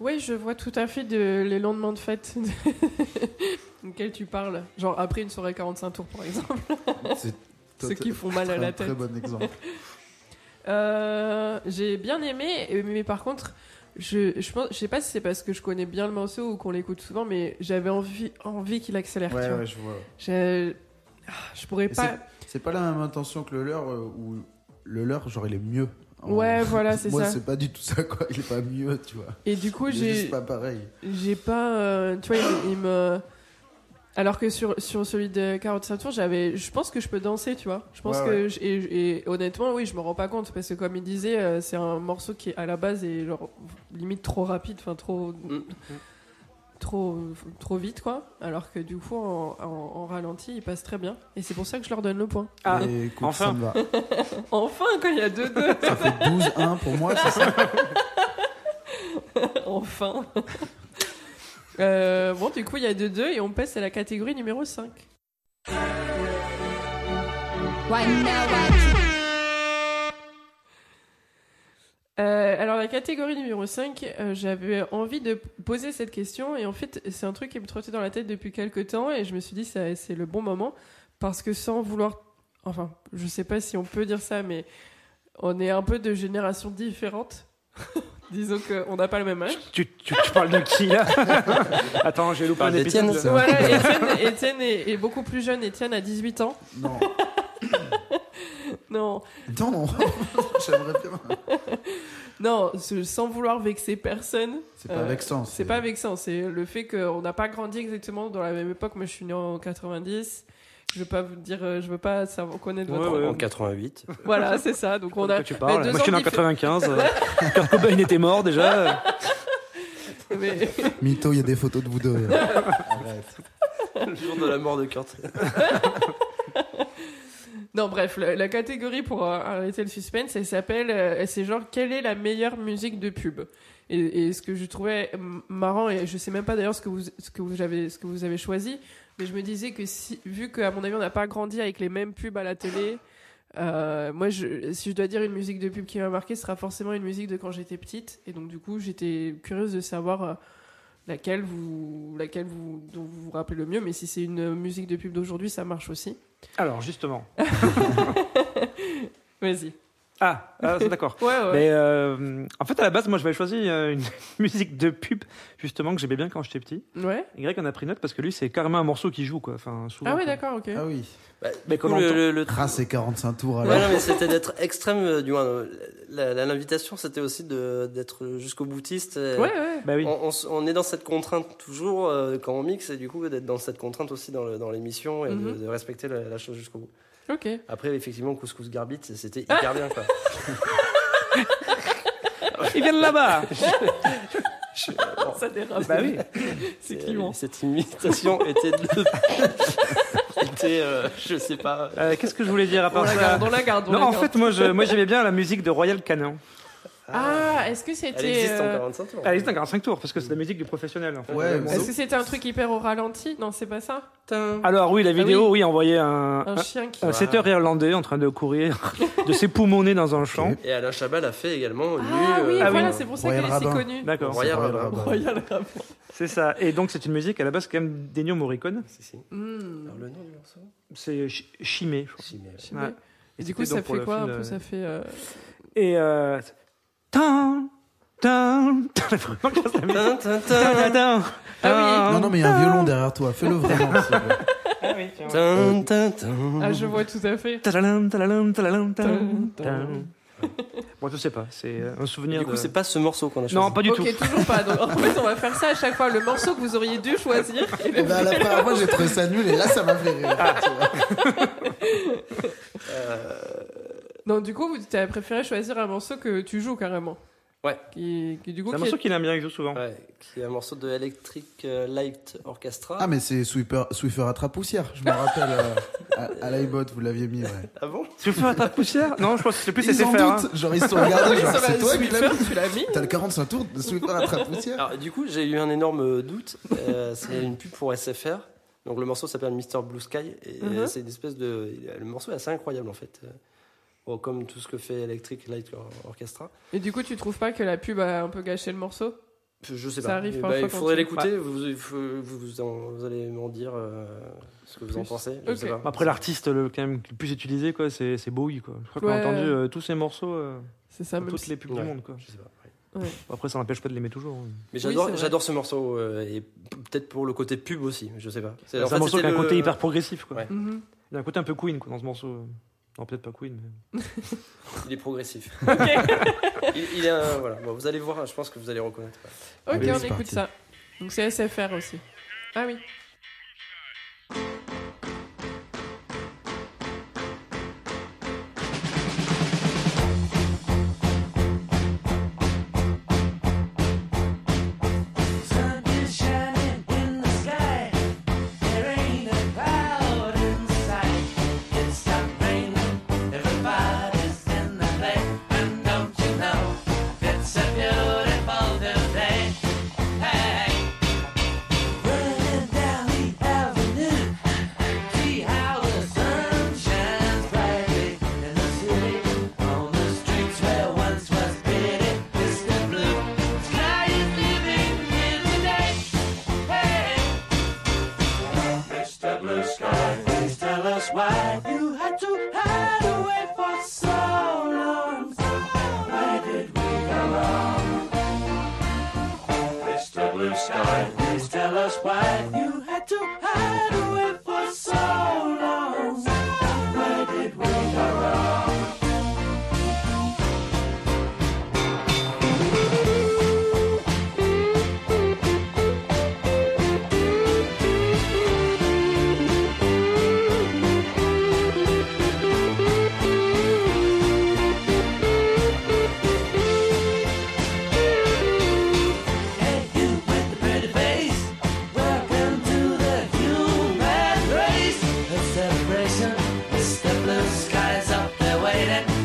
B: Oui, je vois tout à fait de, les lendemains de fête de- desquels tu parles. Genre après une soirée 45 tours, par exemple.
C: C'est
B: Ceux qui font mal à la
C: très
B: tête.
C: bon exemple.
B: Euh, J'ai bien aimé, euh, mais par contre, Je, je, pense, je sais pas si c'est parce que je connais bien le morceau ou qu'on l'écoute souvent, mais j'avais envie, envie qu'il accélère. tu
C: Ouais,
B: vois.
C: ouais, je vois.
B: J'ai- Ah, Je pourrais
C: Mais
B: pas.
C: C'est pas la même intention que le leur, euh, où le leur, genre, il est mieux. En-
B: Ouais, voilà, c'est
C: Moi,
B: ça.
C: c'est pas du tout ça, quoi. Il est pas mieux, tu vois.
B: Et du coup,
C: Il est
B: j'ai
C: juste pas pareil.
B: j'ai pas. euh, tu vois, il, il me. Alors que sur, sur celui de 45 tours, j'avais. Je pense que je peux danser, tu vois. Je pense
C: Ouais,
B: que.
C: ouais.
B: je- et, et honnêtement, oui, je me rends pas compte parce que, comme il disait, euh, c'est un morceau qui, à la base, est genre limite trop rapide, enfin trop.
C: Mm,
B: Trop, trop vite quoi, alors que du coup en, en- en ralenti il passe très bien et c'est pour ça que je leur donne le point.
D: Ah,
C: Mais écoute,
D: enfin.
C: ça me va.
B: Enfin, quand il y a deux deux,
C: Ça fait 12-1 pour moi, c'est ça
B: enfin. Euh, bon, du coup, il y a deux deux et on passe à la catégorie numéro 5. Euh, alors la catégorie numéro 5, euh, j'avais envie de poser cette question et en fait c'est un truc qui me trottait dans la tête depuis quelques temps et je me suis dit ça c'est le bon moment parce que sans vouloir, enfin je sais pas si on peut dire ça mais on est un peu de générations différentes, disons qu'on n'a pas le même âge.
D: Tu, tu- tu parles de qui là Attends, j'ai loupé
E: Parle
D: un épisode.
E: d'Étienne, ça.
B: Voilà, Étienne, Étienne est, est beaucoup plus jeune, Étienne a 18 ans.
C: Non.
B: Non,
C: Non, j'aimerais bien.
B: non, ce- sans vouloir vexer personne,
C: C'est pas
B: Euh,
C: vexant.
B: C'est pas vexant, c'est le fait qu'on n'a pas grandi exactement dans la même époque. Moi, je suis né en 90. Je veux pas vous dire, euh, je veux pas savoir connaître votre.
D: Ouais, ouais.
E: En 88.
B: Voilà, c'est ça. Donc on a.
D: tu parles.
B: mais bah, deux
D: Moi, je suis
B: ans
D: né en
B: diffé-
D: 95. euh, Kurt Cobain était mort déjà.
B: mais-
C: Mytho, il y a des photos de vous deux. hein.
B: Ah
C: Arrête.
E: Le jour de la mort de Kurt.
B: non, bref, la, la catégorie pour euh, arrêter le suspense, elle s'appelle, euh, c'est genre quelle est la meilleure musique de pub. Et, et ce que je trouvais m- marrant, et je sais même pas d'ailleurs ce que vous, ce que vous avez, ce que vous avez choisi, mais je me disais que si, vu qu'à mon avis on n'a pas grandi avec les mêmes pubs à la télé, euh, moi je, si je dois dire une musique de pub qui m'a marqué, ce sera forcément une musique de quand j'étais petite. Et donc du coup j'étais curieuse de savoir euh, laquelle vous, laquelle vous, dont vous vous rappelez le mieux. Mais si c'est une musique de pub d'aujourd'hui, ça marche aussi.
D: Alors justement.
B: Vas-y.
D: Ah, ah, c'est d'accord.
B: Ouais, ouais.
D: Mais euh, en fait, à la base, moi, j'avais choisi euh, une musique de pub justement que j'aimais bien quand j'étais petit.
B: Ouais.
D: Et Greg en a pris note parce que lui, c'est carrément un morceau qui joue quoi. Enfin, souvent.
B: Ah ouais,
D: quoi.
B: d'accord, ok.
C: Ah oui.
E: Bah,
D: Mais
E: du coup,
D: comment
E: le-
D: t'en-
E: le- le-
C: Ah, c'est 45 tours
E: Ouais,
C: alors.
E: non, mais c'était d'être extrême, euh, du moins. euh, la- la- L'invitation, c'était aussi de- d'être jusqu'au boutiste. euh,
B: Ouais, ouais.
D: Bah oui.
E: On, on s- on est dans cette contrainte toujours euh, quand on mixe, et du coup, d'être dans cette contrainte aussi dans le- dans l'émission et de-
B: Mhm.
E: de, respecter la, la chose jusqu'au bout.
B: Ok.
E: Après, effectivement, Couscous Garbit, c'était hyper bien, quoi.
D: Il vient de là-bas.
B: Ça dérape.
D: bah oui.
B: C'est
E: Et,
B: clivant.
E: euh, Cette imitation était de. était, euh, je sais pas.
D: Euh, Qu'est-ce que je voulais dire à
B: On
D: part
B: la
D: ça
B: garde, on la garde. on
D: Non,
B: la
D: en
B: garde.
D: fait, moi, je- moi, j'aimais bien la musique de Royal Canin.
B: Ah, est-ce que
E: Elle
B: c'était.
E: existe en
B: euh,
E: 45 tours.
D: Elle existe en 45 tours parce que c'est la musique du professionnel. En fait.
C: Ouais, mais
B: Est-ce que c'était un truc hyper au ralenti Non, c'est pas ça
D: Alors oui, la
B: Ah
D: vidéo, oui, envoyait un,
B: Un chien qui.
D: un, un setter irlandais en train de courir, de s'époumoner dans un champ.
E: Et Alain Chabal a fait également nu.
B: Ah oui,
E: euh,
B: voilà,
E: euh,
B: c'est pour ça
C: Royal
B: qu'elle est si
C: Rabbin.
B: connue.
D: D'accord.
E: Royal
C: Royal
E: Rabbin.
C: Rabbin.
B: Royal Rabbin.
D: C'est ça. Et donc c'est une musique à la base quand même d'Ennio Morricone.
E: Si, si.
B: Hmm.
E: Alors, le nom du morceau
D: C'est Ch- Chimé. je crois.
E: Si, mais-
B: Ouais.
D: Ouais.
B: Et du
D: c'était
B: coup,
D: donc
B: ça
D: pour
B: fait
D: le
B: quoi un
D: film,
B: peu
D: euh,
B: Ça fait. euh,
D: Et euh... Tan, tan, tan. Vraiment que je fasse la musique.
E: Tin, tin, tin,
D: Tan, tan, tan.
B: Ah
C: Non, non, mais il y a un violon derrière toi. Fais-le vraiment. s'il te plaît.
E: tin, tin, tin.
B: Ah, je vois tout à fait.
D: Talalam, talalam, talalam, talalam,
B: Tan,
D: tan. Bon, je sais pas. C'est euh, un souvenir.
E: Du coup,
D: de-
E: c'est pas ce morceau qu'on a choisi.
D: Non, pas du tout.
B: Ok, toujours pas. Donc, en fait, on va faire ça à chaque fois. Le morceau que vous auriez dû choisir. et le-
C: Eh ben, la première fois, j'ai trouvé ça nul et là, ça m'a fait rire. tu vois.
E: Euh,
B: Non, du coup, tu as préféré choisir un morceau que tu joues carrément.
E: Ouais.
B: Qui, qui, du coup,
D: C'est un
B: qui
D: morceau qu'il aime bien, il joue souvent.
E: Ouais, qui est un morceau de Electric euh, Light Orchestra.
C: Ah, mais c'est Swiffer, Swiffer attrape poussière. Je me rappelle euh, à, à l'iBot, vous l'aviez mis. Ouais.
E: Ah bon
D: Tu veux faire ta poussière Non, je pense que c'est plus c'est
C: Ils en
D: CFR. hein.
C: doutent. Genre, ils se sont regardés.
B: Oui,
C: genre,
B: ça va,
C: c'est toi qui l'as mis.
B: Swiffer, tu l'as mis
C: T'as le 45 tours de Swiffer attrape poussière.
E: Alors, du coup, j'ai eu un énorme doute. Euh, c'est une pub pour SFR. Donc, le morceau s'appelle Mr. Blue Sky. Et euh,
B: Mhm.
E: c'est une espèce de. Le morceau est assez incroyable, en fait. Euh, bon, comme tout ce que fait Electric Light Or- Orchestra.
B: Et du coup, tu trouves pas que la pub a un peu gâché le morceau
E: Je sais
B: Ça
E: pas.
B: arrive
E: Eh
B: parfois
E: ben, il
B: quand
E: faudrait
B: tu-
E: l'écouter. Vous, il faut- vous, vous en- vous allez m'en dire euh, ce que vous en
B: Plus.
E: pensez.
B: Ok.
E: Je sais pas.
D: Après l'artiste le quand même le plus utilisé quoi, c'est c'est Bowie quoi. Je crois qu'on
B: Ouais.
D: a entendu euh, tous ses morceaux euh,
B: C'est ça,
D: dans
B: même
D: toutes
B: si-
D: les pubs
E: Ouais.
D: du monde quoi.
E: Je sais pas. ouais. Euh,
B: Ouais.
D: Après, ça n'empêche pas de l'aimer toujours. hein.
E: Mais
B: Oui,
E: j'adore,
B: c'est vrai.
E: j'adore ce morceau euh, et p- peut-être pour le côté pub aussi, je sais pas.
D: C'est
E: en fait,
D: un morceau qui
E: c'était
D: a un
E: le-
D: côté hyper progressif. Quoi.
E: Ouais.
B: Mhm.
D: Il y a un côté un peu Queen quoi, dans ce morceau. Non, peut-être pas Queen, mais.
E: Il est progressif. il, il est un- voilà. Bon, vous allez voir, je pense que vous allez reconnaître.
B: Ok,
C: Allez,
B: on
C: c'est
B: écoute
C: parti.
B: ça. Donc c'est SFR aussi. Ah oui.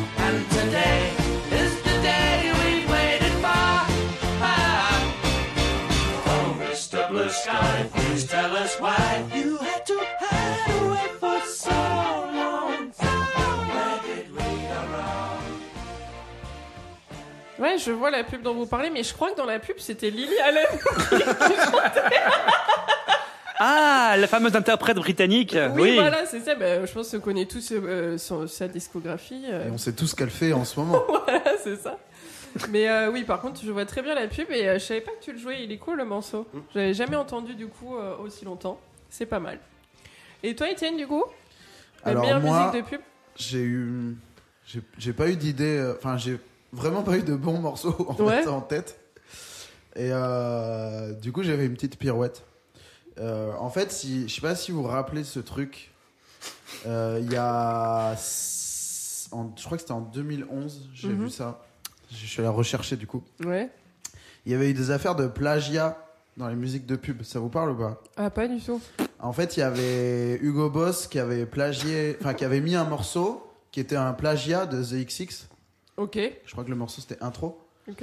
G: Ah. Oh,
B: Ouais, je vois la pub dont vous parlez, mais je crois que dans la pub, c'était Lily Allen.
D: Ah, la fameuse interprète britannique
C: Ah
B: Oui, voilà, c'est ça. Ben, je pense qu'on connaît tous euh, son- sa discographie. euh,
C: Et on sait tout ce qu'elle fait en ce moment.
B: voilà, Ah, c'est ça. Mais euh, oui, par contre, je vois très bien la pub et euh, je savais pas que tu le jouais. Il est cool le morceau. J'avais jamais entendu du coup euh, aussi longtemps. C'est pas mal. Et toi, Étienne, du coup La
C: Alors,
B: meilleure
C: moi,
B: musique de pub
C: j'ai eu j'ai j'ai pas eu d'idée euh, enfin j'ai vraiment pas eu de bons morceaux en, fait,
B: Ouais.
C: en tête et euh, du coup j'avais une petite pirouette Euh, en fait si je sais pas si vous vous rappelez de ce truc Euh, il y a s- en- je crois que c'était en 2011 j'ai
B: Mhm.
C: vu ça je suis allé rechercher du coup
B: Ouais.
C: il y avait eu des affaires de plagiat dans les musiques de pub ça vous parle ou pas
B: Ah, pas du tout.
C: en fait, il y avait Hugo Boss qui avait plagié, enfin qui avait mis un morceau qui était un plagiat de The XX.
B: Ok,
C: Je crois que le morceau c'était intro.
B: ok.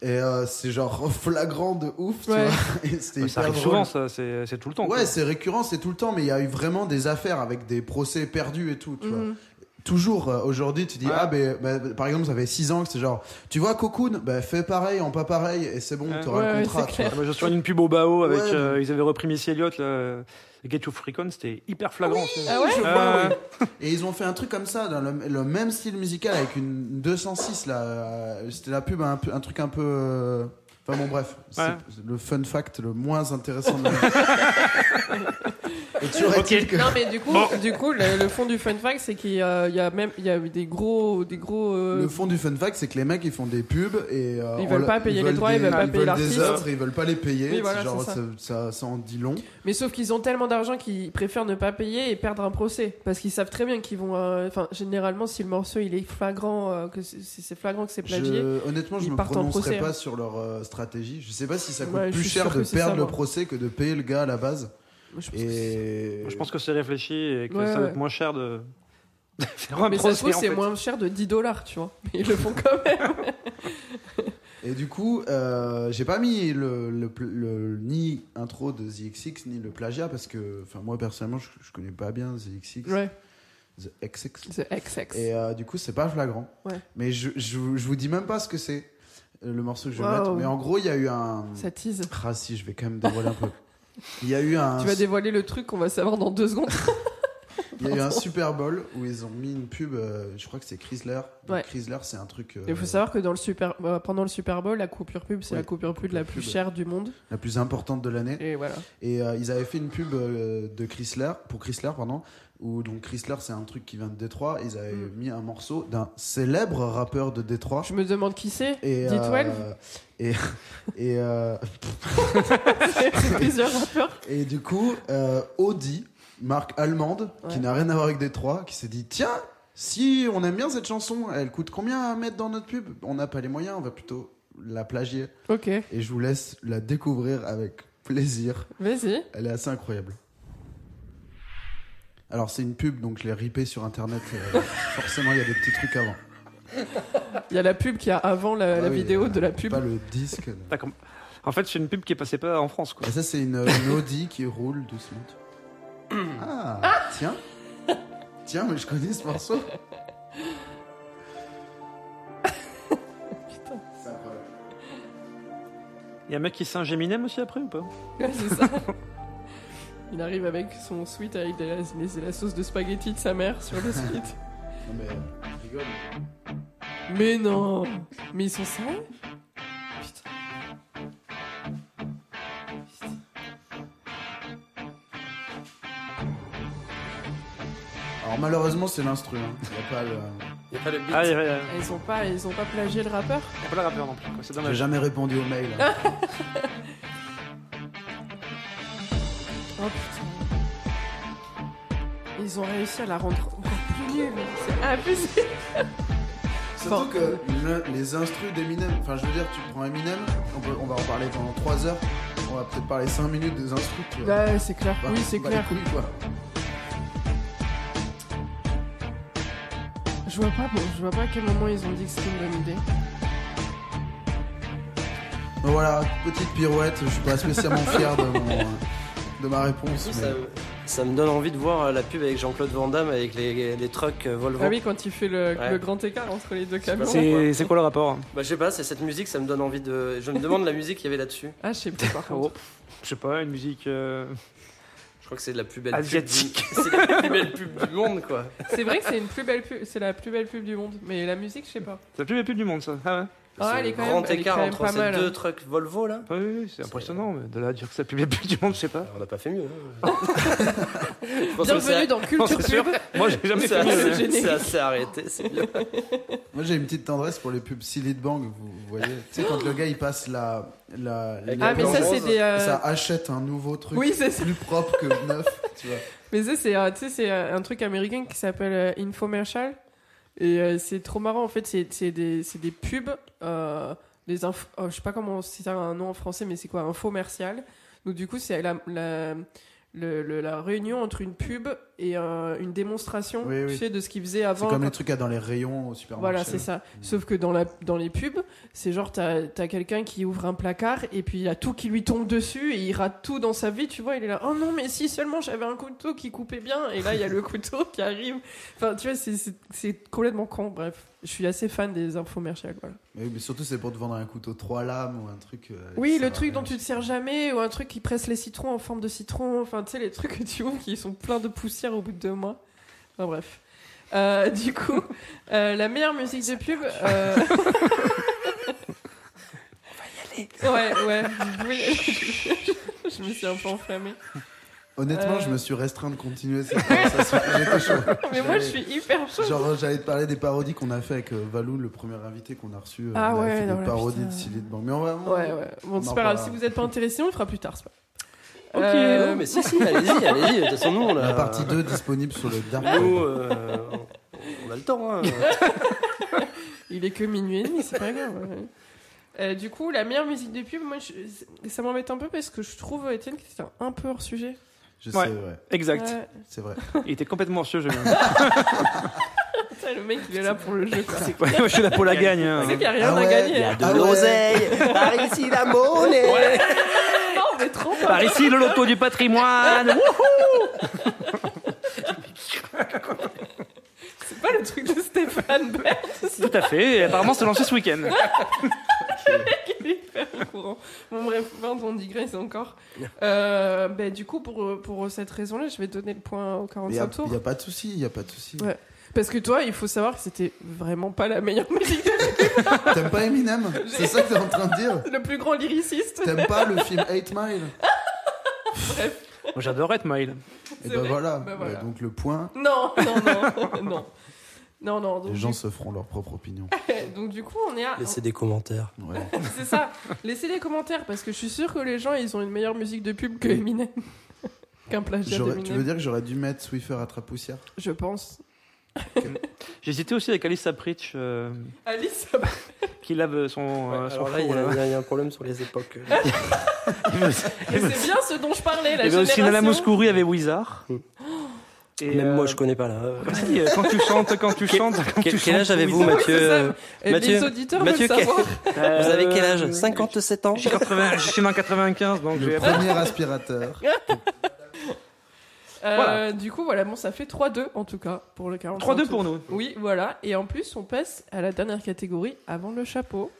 C: Et euh, c'est genre flagrant de ouf, tu
B: Ouais.
C: vois. Et c'était
D: Bah,
C: hyper
D: ça arrive
C: drôle.
D: souvent, ça, c'est c'est tout le temps. quoi.
C: Ouais, c'est récurrent, c'est tout le temps, mais il y a eu vraiment des affaires avec des procès perdus et tout, tu vois.
B: Mhm.
C: Toujours euh, aujourd'hui, tu dis,
D: Ouais.
C: ah, ben, ben, par exemple, ça fait 6 ans que c'est genre, tu vois, Cocoon, ben, fais pareil, en pas pareil, et c'est bon,
D: Ouais.
C: t'auras
B: Ouais,
C: le
B: ouais,
C: contrat.
B: c'est
C: tu
B: clair.
C: vois.
D: Ah bah, je suis allé une pub au Bao avec.
C: Ouais,
D: euh, ils avaient repris Missy Elliott, là, euh, Get You Freakon, c'était hyper flagrant. ça.
B: Ah ouais
C: Je
D: Euh,
C: vois, oui. Et ils ont fait un truc comme ça, dans le, le même style musical, avec une 206, là. euh, C'était la pub, un, peu- un truc un peu. euh, Enfin bon, bref. C'est
D: Ouais.
C: le fun fact le moins intéressant de la- Et tu aurais dit que.
B: Non mais du coup, du coup, le, le fond du fun fact, c'est qu'il y a, il y a même, il y a eu des gros, des gros. euh,
C: Le fond du fun fact, c'est que les mecs ils font des pubs et euh,
B: Ils
C: on
B: veulent
C: le-
B: pas payer les
C: veulent
B: droits, ils
C: des-
B: veulent pas
C: ils
B: payer
C: veulent des
B: l'artiste.
C: œuvres, ils veulent pas les payer.
B: Oui,
C: c'est
B: voilà,
C: genre,
B: c'est
C: ça.
B: ça.
C: ça- ça en dit long.
B: Mais sauf qu'ils ont tellement d'argent qu'ils préfèrent ne pas payer et perdre un procès, parce qu'ils savent très bien qu'ils vont. euh, Enfin, généralement, si le morceau il est flagrant, euh, que c'est c'est flagrant que c'est plagié.
C: Je- honnêtement, je
B: Ils
C: me
B: partent en
C: prononcerai
B: procès,
C: pas
B: hein.
C: sur leur euh, stratégie. Je sais pas si ça coûte
B: Ouais, je
C: plus
B: suis
C: cher
B: sûre
C: de
B: que c'est
C: perdre
B: ça,
C: le
B: moi.
C: procès que de payer le gars à la base.
B: Moi, je pense que c'est-
C: Et
D: Moi, Euh, Je pense que c'est réfléchi et que
B: Ouais,
D: ça va être
B: ouais.
D: moins cher de, de faire un
B: Mais ça
D: procès,
B: se trouve
D: en
B: c'est
D: fait.
B: moins cher de 10 dollars, tu vois. Mais ils le font quand même.
C: Et du coup, euh, j'ai pas mis le, le pl- le- ni intro de ZXX ni le plagiat parce que, enfin, moi personnellement, je, je connais pas bien ZXX,
B: ouais.
C: The XX.
B: The XX.
C: Et euh, du coup, c'est pas flagrant.
B: Ouais.
C: Mais je, je, vous- je vous dis même pas ce que c'est euh, le morceau que je vais
B: Wow.
C: mettre. Mais en gros, il y a eu un.
B: Ça tease.
C: Ah si, je vais quand même dévoiler un peu. Il y a eu un.
B: Tu vas dévoiler le truc qu'on va savoir dans deux secondes.
C: Il y a eu un Super Bowl où ils ont mis une pub, euh, je crois que c'est Chrysler. Donc,
B: Ouais.
C: Chrysler, c'est un truc. euh,
B: Il faut savoir que dans le super, euh, pendant le Super Bowl, la coupure pub, c'est
C: Oui,
B: la coupure pub la
C: coupure
B: plus
C: pub.
B: chère du monde.
C: La plus importante de l'année.
B: Et voilà.
C: Et euh, ils avaient fait une pub euh, de Chrysler, pour Chrysler, pardon, où donc Chrysler, c'est un truc qui vient de Détroit. Ils avaient
B: Mm.
C: mis un morceau d'un célèbre rappeur de Détroit.
B: Je me demande qui c'est.
C: Et,
B: D12
C: euh, et, et, euh,
B: C'est plusieurs rappeurs.
C: et du coup, euh, Audi, marque allemande, qui
B: Ouais.
C: n'a rien à voir avec Détroit, qui s'est dit tiens, si on aime bien cette chanson, elle coûte combien à mettre dans notre pub On n'a pas les moyens, on va plutôt la plagier.
B: Ok,
C: Et je vous laisse la découvrir avec plaisir.
B: vas-y.
C: Elle est assez incroyable. Alors c'est une pub, donc je l'ai ripée sur internet. euh, forcément, il y a des petits trucs avant.
B: Il y a la pub qui a avant la, la
C: Ah oui,
B: vidéo
C: euh,
B: de la pub.
C: Pas le disque. là.
D: D'accord. En fait, c'est une pub qui est passée pas en France, quoi.
C: Et ça, c'est une, une Audi qui roule doucement. Ah, tiens. Tiens, mais je connais ce morceau. C'est incroyable.
D: Il y a un mec qui singe Eminem aussi après ou pas
B: Ouais, c'est ça. Il arrive avec son sweat avec de la, mais c'est la sauce de spaghetti de sa mère sur le sweat.
C: Non, mais euh, je rigole.
B: mais non Mais ils sont sérieux Putain.
C: Alors malheureusement, c'est l'instru. hein. Il y a pas le-
E: Il n'y a pas le beat.
D: Ah, il y a
B: Ah, Ils ont pas, ils ont pas plagié le rappeur
D: il y a pas le rappeur non plus, quoi. C'est
C: J'ai
D: dommage.
C: jamais répondu au mail. hein.
B: Oh putain. Ils ont réussi à la rendre encore plus nulle. C'est abusé.
C: Surtout que le- les instrus d'Eminem, enfin je veux dire, tu prends Eminem, on, peut- on va en parler pendant 3 heures, on va peut-être parler 5 minutes des instrus. tu vois.
B: Ouais, c'est clair.
C: Bah,
B: Oui, c'est
C: bah,
B: clair.
C: les couilles, quoi.
B: Je vois pas, bon, je vois pas à quel moment ils ont dit que c'était une bonne idée.
C: Donc voilà, petite pirouette, je suis pas spécialement fier de, mon, euh, de ma réponse.
E: Ça,
C: mais-
E: me- ça me donne envie de voir euh, la pub avec Jean-Claude Van Damme avec les, les trucks euh, Volvo.
B: Ah oui, quand il fait le,
E: Ouais.
B: le grand écart entre les deux
E: pas
B: camions.
D: C'est c'est quoi le rapport
E: Bah, je sais pas, c'est cette musique, ça me donne envie de. Je me demande la musique qu'il y avait là-dessus.
B: Ah, je sais pas par contre.
D: Je sais pas, une musique. euh,
E: Je crois que c'est la plus belle
D: Asiatique.
E: pub. du- C'est la plus belle pub du monde, quoi.
B: C'est vrai que c'est une plus belle pub, c'est la plus belle pub du monde, mais la musique, je sais pas.
D: C'est la plus belle pub du monde, ça. Ah ouais.
B: Ah,
E: Ce
B: elle est quand
E: grand
B: même- elle est
E: écart
B: quand même
E: entre
B: pas
E: ces
B: mal,
E: deux
B: hein.
E: trucs Volvo, là.
D: Ah oui, oui, c'est impressionnant, mais de là à dire que c'est la plus belle pub du monde, je sais pas.
E: Ah, On n'a pas fait mieux. hein. Je pense que
B: Bienvenue
E: c'est-
B: dans
D: Non,
B: Culture
D: c'est sûr.
B: Pub.
D: Moi, j'ai jamais
E: c'est
D: fait mieux.
E: assez-
B: le générique.
E: C'est assez arrêté, c'est bien.
C: Moi j'ai une petite tendresse pour les pubs Silly de Bang, vous, vous voyez. tu sais, quand le gars il passe la. la, la-
B: Ah, mais ça, c'est des. euh,
C: ça achète un nouveau truc
B: Oui, c'est ça.
C: plus propre que neuf, tu vois.
B: Mais ça, c'est euh, tu sais, c'est, euh, un truc américain qui s'appelle euh, Infomercial. Et euh, c'est trop marrant, en fait, c'est c'est des, c'est des pubs, euh, des inf- oh, je sais pas comment c'est ça un nom en français, mais c'est quoi, infomercial. Donc du coup, c'est la, la, le- le- la réunion entre une pub et euh, une démonstration,
C: Oui,
B: tu
C: oui.
B: sais, de ce qu'ils faisaient
C: C'est
B: avant.
C: comme
B: quand-
C: les trucs qu'il y a dans les rayons au supermarché.
B: Voilà, c'est ça.
C: Mm.
B: Sauf que dans, la, dans les pubs, c'est genre, t'as as, quelqu'un qui ouvre un placard et puis il y a tout qui lui tombe dessus et il rate tout dans sa vie, tu vois. Il est là, oh non, mais si seulement j'avais un couteau qui coupait bien. Et là, il y a le couteau qui arrive. Enfin, tu vois, c'est- c'est c'est complètement con. Bref, je suis assez fan des infomerciales, voilà.
C: Mais, mais surtout, c'est pour te vendre un couteau trois lames ou un truc. euh,
B: Oui,
C: ça
B: le
C: va
B: truc
C: rien.
B: dont tu te sers jamais ou un truc qui presse les citrons en forme de citron. Enfin, tu sais, les trucs que tu ouvres qui sont pleins de poussière au bout de deux mois. Enfin, bref. Euh, du coup, euh, la meilleure musique de pub. euh, Ouais, ouais. oui. je me suis un peu enflammée.
C: Honnêtement,
B: Euh.
C: je me suis restreint de continuer cette conversation. J'étais chaud.
B: Mais moi,
C: J'avais-
B: je suis hyper chaude.
C: Genre, j'allais te parler des parodies qu'on a fait avec euh, Valou, le premier invité qu'on a reçu. euh,
B: Ah
C: on a
B: ouais,
C: fait
B: alors
C: des
B: là,
C: parodies
B: putain.
C: de Silly de Bang. Mais on va. on-
B: Ouais, ouais. Bon,
C: On en
B: c'est pas grave.
C: parlera.
B: Si vous êtes pas intéressé, on le fera plus tard, c'est pas.
E: Ok,
B: Euh,
E: non, mais si, si, allez-y, allez-y. De toute façon, nous, on a.
C: La partie 2 disponible sur le Dark
E: Nous,
C: Web.
E: euh, on a le temps, hein.
B: Il est que minuit et demi, c'est pas grave. ouais. Euh, du coup, la meilleure musique de pub, moi, je- ça m'embête un peu parce que je trouve, euh, Étienne, que c'est un peu hors sujet.
C: Je
D: Ouais.
C: sais, ouais.
D: Exact.
B: Ouais.
C: C'est vrai.
D: Il était complètement hors sujet.
B: Putain, le mec, il est là pour le jeu. quoi. C'est
D: Ouais, moi, je suis là pour la gagne. hein.
B: qu'il n'y a rien
C: Ah ouais,
B: à
C: il y
B: gagner.
C: a
B: hein.
C: Ah ouais.
E: Par ici, la monnaie
B: Non, mais trop pas.
D: Par ici, le loto du patrimoine.
B: C'est pas le truc de Stéphane Bern.
D: Tout à fait. Et apparemment, c'est lancé ce week-end.
B: Il est super au courant. Bon, bref, pardon, on digresse encore. Euh, ben, du coup, pour, pour cette raison-là, je vais donner le point au
C: Il n'y a,
B: 45 tours.
C: y a pas de souci, il n'y a pas de souci.
B: Ouais. Parce que toi, il faut savoir que c'était vraiment pas la meilleure musique,
C: T'aimes pas Eminem C'est ça que t'es en train de dire
B: le plus grand lyriciste.
C: T'aimes pas le film 8 Mile
D: Moi, J'adore être Mile.
C: Et
B: C'est
C: ben
B: vrai.
C: voilà.
B: Ben voilà.
C: Ouais, donc le point,
B: Non, non, non, non. Non, non, donc,
C: les gens se feront leur propre opinion.
B: du- donc du coup, on est à.
E: Laissez des commentaires.
C: Ouais.
B: C'est ça. Laissez des commentaires parce que je suis sûr que les gens, ils ont une meilleure musique de pub que Eminem. Qu'un plagiat
C: J'aurais-
B: d'Eminem.
C: Tu veux dire que j'aurais dû mettre Swiffer attrape poussière
B: Je pense.
D: J'hésitais aussi avec Alice Sapritch euh,
B: Alice,
D: qui lave son, euh, son
E: Alors là, il y,
D: four, là.
E: a- il y a- il y a un problème sur les époques.
B: mais c'est bien ce dont je parlais, la
D: Il y avait Eh aussi
B: génération.
D: Nala Mouskouri avec Wizard.
E: Mm.
D: Et,
E: Même moi,
D: euh,
E: je connais pas là.
D: si, euh, quand tu chantes, quand tu chantes, quand
E: quel-
D: tu
E: quel
D: chantes,
E: âge avez-vous,
D: Wizard
E: Mathieu,
B: C'est ça.
E: euh,
B: Et les
E: Mathieu,
B: auditeurs
E: Mathieu,
B: veulent savoir.
E: Vous avez quel
D: Euh,
E: âge 57 ans
D: Je suis 80 je suis né en 95, donc
C: Le
D: j'ai
C: premier aspirateur.
B: Euh,
D: Voilà.
B: Du coup, voilà, bon, ça fait 3-2 en tout cas pour le 40.
D: 3-2 pour nous.
B: Oui, voilà. Et en plus, on passe à la dernière catégorie avant le chapeau.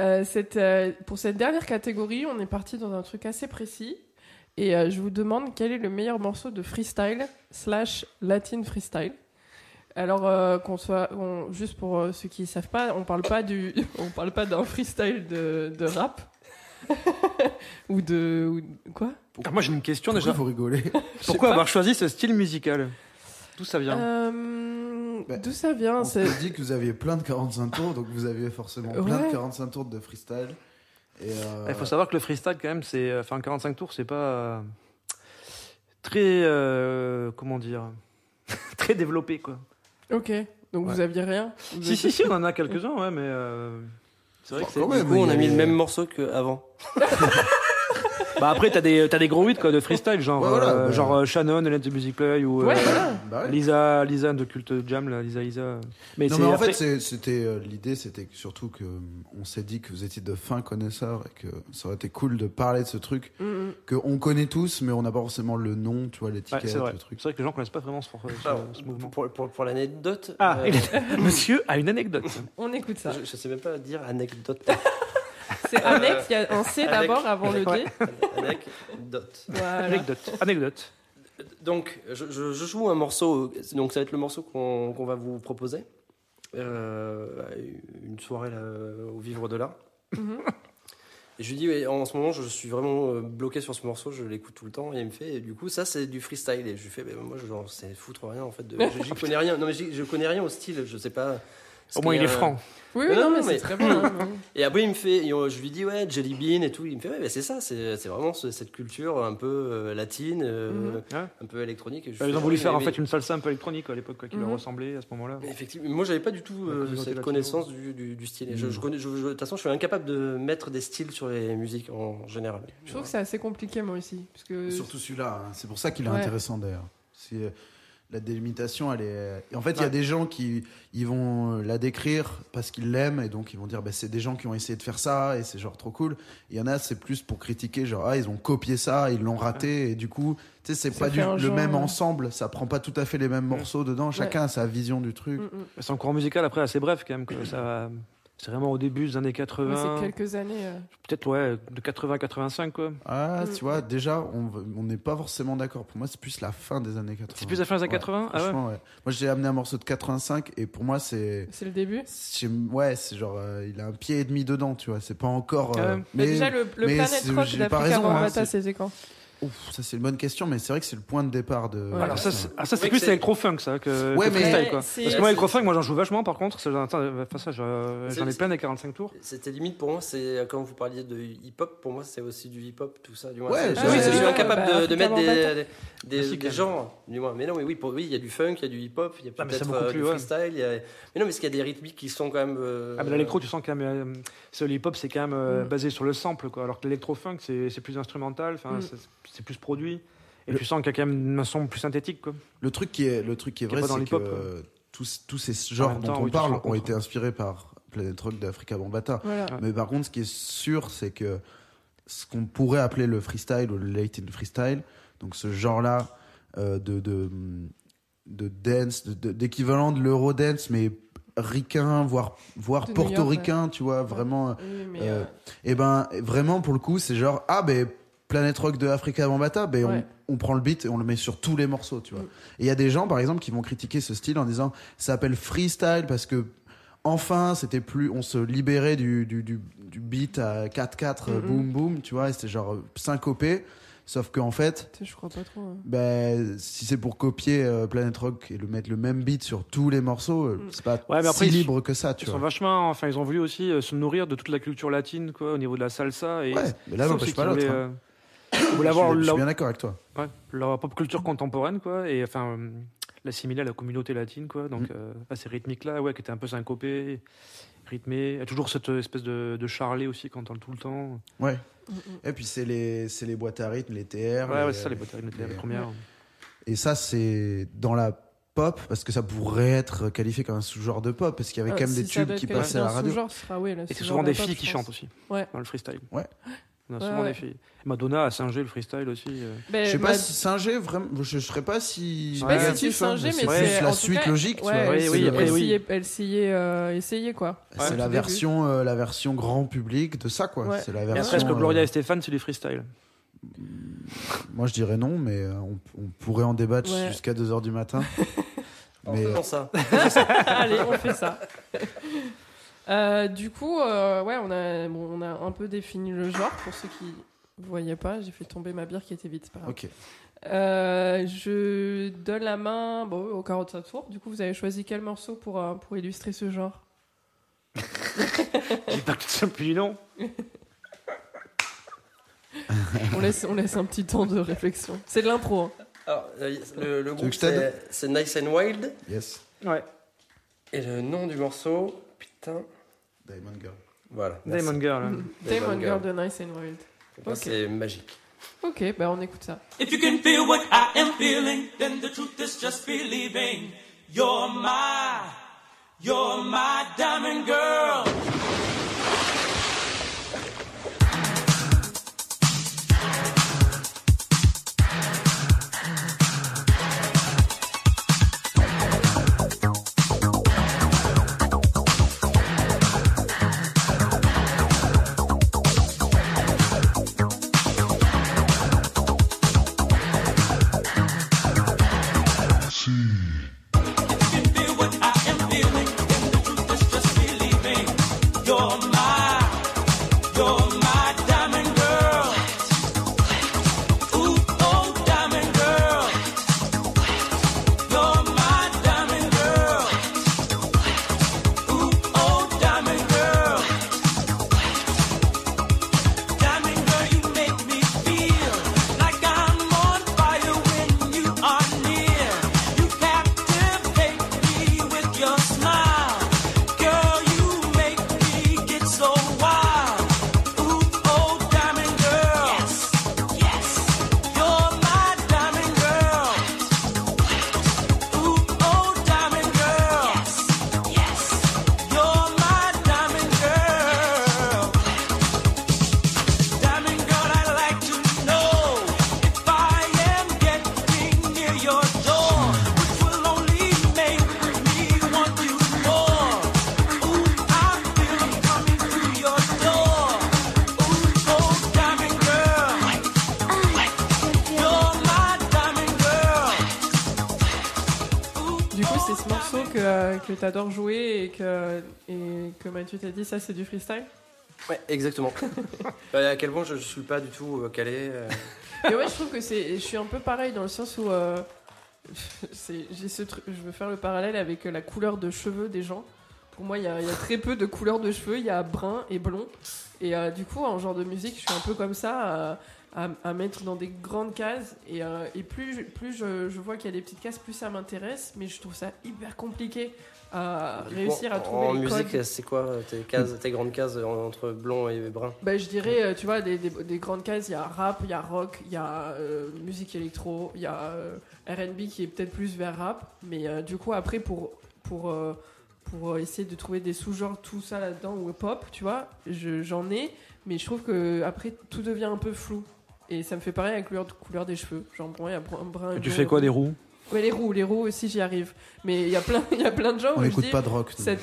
B: Euh, cette, euh, pour cette dernière catégorie, on est parti dans un truc assez précis. Et euh, je vous demande quel est le meilleur morceau de freestyle slash latin freestyle. Alors euh, qu'on soit on- juste pour euh, ceux qui ne savent pas, on parle pas du, on parle pas d'un freestyle de, de rap ou de ou- quoi
D: Ah, moi, j'ai une question
C: Pourquoi
D: déjà.
C: vous rigolez
D: Pourquoi avoir choisi ce style musical D'où ça vient
B: Euh,
C: Bah,
B: D'où ça vient
C: On
B: c'est-
C: s'est dit que vous aviez plein de 45 tours, donc vous aviez forcément plein
B: Ouais.
C: de 45 tours de freestyle. Et euh,
D: Il faut savoir que le freestyle, quand même, c'est. euh, Enfin, 45 tours, c'est pas. euh, très. euh, comment dire Très développé, quoi.
B: Ok, donc
D: Ouais.
B: vous aviez rien. Vous
D: Si,
B: aviez-
D: si, si, on en a quelques-uns, ouais, mais. euh, c'est vrai que c'est.
C: quand
E: Du
C: même,
E: coup, on
C: il y euh,
E: a mis le
C: avait-
E: même morceau qu'avant.
D: Bah, après, t'as des, t'as des gros hits, quoi, de freestyle, genre.
C: Ouais, voilà,
D: euh,
C: bah-
D: genre euh, Shannon, Hélène de Music Play, ou. euh,
B: Ouais, voilà.
C: Bah ouais.
D: Lisa, Lisa de Cult Jam, là, Lisa, Lisa. Mais
C: Non
D: c'est
C: mais en
D: après-
C: fait c'est- c'était euh, l'idée c'était que surtout que euh, on s'est dit que vous étiez de fins connaisseurs et que ça aurait été cool de parler de ce truc
B: Mm, mm.
C: que on connaît tous mais on n'a pas forcément le nom tu vois
D: Ouais,
C: l'étiquette
D: c'est vrai.
C: le truc Ah.
D: C'est vrai que les gens connaissent pas vraiment ce, ce-
E: Alors,
D: ce mouvement.
E: Ah, pour pour- pour l'anecdote.
D: Ah,
E: euh,
D: il-
C: Ah.
D: monsieur a une anecdote.
B: On écoute ça.
E: Je, je sais même pas dire anecdote.
B: C'est Anec, il y a un C
E: Avec-
B: d'abord avant le D.
E: Ouais. anecdote.
B: Voilà.
D: Anecdote. Anecdote.
E: Donc, je, je- je joue un morceau. euh, Donc, ça va être le morceau qu'on qu'on va vous proposer. Euh, une soirée là, au Vivre de l'Art.
B: Mhm.
D: Mm-hmm.
E: Et je lui dis, ouais, en ce moment, je suis vraiment euh, bloqué sur ce morceau, je l'écoute tout le temps, et il me fait, et du coup, ça, c'est du freestyle. Et je lui fais, mais moi, je j'en sais foutre rien, en fait. de- je- J'y connais rien. Non, mais j'y- je connais rien au style, je sais pas. ce
D: Au moins,
E: qu'il
D: il
E: y
D: est
E: a-
D: franc.
B: Oui, oui, non,
E: Non, non,
B: mais c'est
E: mais-
B: très bien. hein.
E: Et après, il me fait, et on- je lui dis, ouais, Jelly Bean et tout. Il me fait, ouais, mais c'est ça, c'est c'est vraiment ce- cette culture un peu euh, latine, euh,
B: Mhm.
D: Mm-hmm. Ouais.
E: un peu électronique. Et je fais,
D: Ils ont
E: ouais,
D: voulu faire
E: mais-
D: en fait une salsa un peu électronique à l'époque quoi, qui leur
B: Mhm.
D: ressemblait à ce moment-là.
E: Mais Effectivement, moi j'avais pas du tout
D: Ah La
E: euh,
D: communauté
E: cette
D: latino.
E: connaissance du, du- du style. Et je-
C: Mm.
E: je connais- je- je- De toute façon, je suis incapable de mettre des styles sur les musiques en général.
B: Je trouve que c'est assez compliqué, moi aussi. Parce que...
C: surtout celui-là hein. c'est pour ça qu'il est
B: Euh, Ouais.
C: intéressant d'ailleurs c'est euh, la délimitation elle est et en fait il y a des gens qui ils vont euh, la décrire parce qu'ils l'aiment et donc ils vont dire bah, c'est des gens qui ont essayé de faire ça et c'est genre trop cool il y en a c'est plus pour critiquer genre ah ils ont copié ça ils l'ont raté et du coup tu sais c'est
B: Ça
C: pas
B: fait
C: du,
B: un
C: le
B: genre, euh,
C: même
B: ouais.
C: ensemble ça prend pas tout à fait les mêmes morceaux dedans chacun a sa vision du truc
B: Mm, mm.
D: C'est un courant musical après assez bref quand même. quoi. Ça, c'est vraiment au début des années
B: Ouais, c'est
D: 80.
B: quelques années. euh.
D: Peut-être ouais, de 80 à 85 quoi.
C: Ah,
B: Mm.
C: tu vois, déjà, on v- on n'est pas forcément d'accord. Pour moi, c'est plus la fin des années 80.
D: C'est plus la fin des années 80 Ah ouais.
C: franchement, ouais. Moi, j'ai amené un morceau de 85 et pour moi, c'est.
B: C'est le début. Bah,
C: c'est- Ouais, c'est genre. euh, il a un pied et demi dedans, tu vois. C'est pas encore. euh,
D: Ah ouais.
B: Mais, déjà, le, le
C: mais
B: Planet
C: c'est-
B: Rock
C: j'ai pas
B: d'Africa
C: raison, hein,
B: Bambata,
C: c'est-
B: c'était quand
C: Ouf, ça, c'est une bonne question, mais c'est vrai que c'est le point de départ de.
B: Ouais.
D: Alors ça, c'est, ah, ça, c'est
E: Oui,
D: plus
E: c'est-
D: électro-funk ça que,
C: Ouais,
D: que
C: mais-
D: freestyle quoi.
B: c'est-
D: Parce que moi électro-funk, moi j'en joue vachement par contre. c'est- attends, enfin, ça, j'en j'en ai
E: C'est-
D: plein des 45 tours.
E: C'était limite pour moi, c'est euh, quand vous parliez de hip-hop, pour moi c'est aussi du hip-hop, tout ça. Du moins,
C: Ouais,
E: c'est-
C: Ah
E: je-
C: ouais,
E: je suis
C: ouais,
E: incapable
B: ouais,
E: de, de
B: bah,
E: mettre
B: Africa
E: des, des,
D: Merci,
E: des
D: quand
E: genres, du moins. Mais non, mais oui, pour oui, il y a du funk, il y a du hip-hop, il y a
D: Ah, mais c'est
E: peut-être
D: beaucoup
E: euh,
D: plus,
E: du
D: ouais.
E: freestyle. il y a- Mais non, mais est-ce qu'il y a des rythmiques qui sont quand même. euh,
D: Ah, mais l'électro, tu sens quand même. euh, c'est le hip-hop, c'est quand même euh,
B: Mm.
D: basé sur le sample, quoi. Alors que l'électro-funk, c'est c'est plus instrumental, enfin,
B: Mm.
D: c'est- c'est plus produit. Et
C: Le-
D: tu sens qu'il y a quand même un son plus synthétique, quoi.
C: Le truc qui est, le truc qui est
D: Qui est
C: vrai,
D: pas dans
C: c'est que
D: l'hip-hop,
C: euh, tous, tous ces genres
D: même
C: dont
D: temps,
C: on
D: oui, tout se
C: parle ont
D: rencontre.
C: été inspirés par Planet Rock d'Africa Bambata.
B: Voilà.
D: Ouais.
C: Mais par contre, ce qui est sûr, c'est que ce qu'on pourrait appeler le freestyle ou le Latin freestyle, donc ce genre-là euh, de, de, de dance, de- de- d'équivalent de, l'eurodance, mais ricain, voire, voire
B: De New York,
C: portoricain, tu vois, vraiment.
B: Oui, mais,
C: Euh,
B: euh,
C: Et ben, vraiment, pour le coup, c'est genre, ah, ben, Planet Rock de Africa Bambata, ben,
B: Ouais.
C: on, on prend le beat et on le met sur tous les morceaux, tu vois.
B: Mm.
C: Et il y a des gens, par exemple, qui vont critiquer ce style en disant, ça s'appelle freestyle parce que, enfin, c'était plus, on se libérait du, du, du, du beat à 4-4, euh,
B: Mm, mm.
C: boum, boum, tu vois, et c'était genre euh, syncopé. Sauf qu'en fait,
B: tu sais, je crois pas trop. hein.
C: ben, si c'est pour copier euh, Planet Rock et le mettre le même beat sur tous les morceaux, euh, c'est pas
D: Mm. Ouais, mais après,
C: si
D: ils-
C: libre que ça, tu
D: Ils sont
C: vois.
D: vachement, enfin, ils ont voulu aussi euh, se nourrir de toute la culture latine, quoi, au niveau de la salsa. Et
C: Ouais, mais là,
D: ça
C: n'empêche
D: aussi
C: pas
D: qu'ils
C: l'autre.
D: voulaient,
C: hein.
D: euh, ils voulaient
C: Je
D: avoir
C: suis- je suis
D: leur,
C: bien d'accord avec toi.
D: ouais, leur propre culture contemporaine, quoi, et enfin, euh, l'assimiler à la communauté latine, quoi. Donc,
C: Mm.
D: euh, à ces rythmiques-là, ouais, qui étaient un peu syncopées, rythmées. Il y a toujours cette espèce de, de charlet aussi qu'on entend tout le temps.
C: Ouais.
B: Mm,
C: Et puis c'est les, c'est les boîtes à rythme, les TR.
D: Ouais,
C: les-
D: ouais, c'est ça, les boîtes à rythme, les
C: les-
D: premières.
C: Et ça, c'est dans la pop, parce que ça pourrait être qualifié comme un sous-genre de pop, parce qu'il y avait
B: Ah,
C: quand même
B: si
C: des
B: ça
C: tubes
B: doit
C: qui
B: être
C: passaient à
B: qualifié
C: la
B: en
C: radio.
B: sous-genre, ce sera, ouais, le
D: Et c'est
B: sous-genre
D: souvent
B: de
D: des
B: la pop,
D: filles
B: je
D: qui
B: pense.
D: chantent aussi.
B: Ouais.
D: Dans le freestyle.
C: Ouais.
D: On a
B: Ouais,
D: souvent
B: ouais.
D: des filles. Madonna a singé le freestyle aussi. euh.
B: Ben,
C: Je sais
B: ma-
C: pas si singé, vraiment, je je serais pas
B: bah,
C: si.
D: sais pas si
C: négatif,
B: c'est
C: hein,
B: singé, mais
D: c'est-
C: la
B: en tout
C: suite
B: cas,
C: logique, tu
B: ouais,
C: vois.
D: Oui,
C: C'est
D: oui,
C: le-
D: après,
B: Elle
D: oui.
B: s'y elle s'y est, euh, essayée, quoi.
D: Ouais.
C: C'est
D: Au
C: la
B: début.
C: version, euh, la version grand public de ça, quoi.
B: Ouais.
C: C'est la
D: Et
C: version.
D: après, est-ce que Gloria
C: euh,
D: et Stéphane, c'est du freestyle
C: Moi, je dirais non, mais euh, on, on pourrait en débattre
B: Ouais.
C: jusqu'à 2h du matin.
E: En
C: mais
E: faisant ça.
B: Allez, on fait ça. Euh, du coup, euh, ouais, on a, bon, on a un peu défini le genre pour ceux qui voyaient pas. J'ai fait tomber ma bière qui était vite. c'est pas grave.
C: ok.
B: Euh, je donne la main bon, au 45 tours. Du coup, vous avez choisi quel morceau pour, euh, pour illustrer ce genre
D: J'ai pas tout simplement du nom.
B: on laisse, on laisse un petit temps de réflexion. C'est de l'impro. hein.
E: Alors, euh, le, le
C: veux
E: groupe,
C: que je t'aide
E: c'est c'est Nice and Wild.
C: Yes.
D: Ouais,
E: Et le nom du morceau, putain.
C: Diamond Girl.
E: Voilà. merci.
D: Damon Girl. hein.
E: Diamond
B: Diamond Girl
E: Girl.
B: de Nice and Wild.
E: Là, C'est magique.
B: Ok, bah on écoute ça.
I: If you can feel what I am feeling, then the truth is just believing. You're my, you're my diamond girl. If you can feel what I am feeling, then the truth is just believing. You're my, you're my diamond girl. Ooh, oh, diamond girl. You're my diamond girl. Ooh, oh, diamond girl. Diamond girl, you make me feel like I'm on fire when you are near. You captivate me with your smile. Girl, you make me get so wild. Ooh, oh, diamond girl. Yes, yes. You're my diamond girl. Ooh, oh, diamond girl. Yes, yes. You're my diamond girl. Diamond girl, I'd like to know if I am getting near your door, which will only make me want you more. Ooh, I feel I'm coming through your door. Ooh, oh, diamond girl, you're my diamond girl.
B: Du coup, c'est ce morceau que, euh, que t'adores jouer et que, et que Mathieu t'a dit, ça c'est du freestyle
E: Ouais, exactement. Bah, à quel point je ne suis pas du tout euh, calé. euh,
B: Mais ouais, je trouve que c'est. Je suis un peu pareil dans le sens où. euh, c'est- j'ai ce truc, je veux faire le parallèle avec la couleur de cheveux des gens. Pour moi, il y, a il y a très peu de couleurs de cheveux. Il y a brun et blond. Et euh, du coup, en genre de musique, je suis un peu comme ça, euh, à, à- à mettre dans des grandes cases. Et, euh, et plus, je- plus je, je vois qu'il y a des petites cases, plus ça m'intéresse. Mais je trouve ça hyper compliqué à
E: du coup,
B: réussir à
E: en-
B: trouver
E: En
B: les
E: musique,
B: codes.
E: c'est quoi euh, tes, cases, tes grandes cases euh, entre blond et brun
B: Bah, je dirais, euh, tu vois, des, des- des grandes cases, il y a rap, il y a rock, il y a euh, musique électro, il y a euh, RB qui est peut-être plus vers rap, mais euh, du coup, après, pour, pour, euh, pour essayer de trouver des sous-genres, tout ça là-dedans, ou pop, tu vois, je- j'en ai, mais je trouve que après tout devient un peu flou. Et ça me fait pareil avec la couleur des cheveux. Genre, pour moi, il y a brun, brun et
D: Tu
B: blond.
D: fais quoi des roues
B: Ouais, les roues, les roues aussi, j'y arrive. Mais il y a plein, il y a plein de gens
C: On
B: où je
C: n'écoute
B: dis.
C: pas de rock. nous.
B: cette-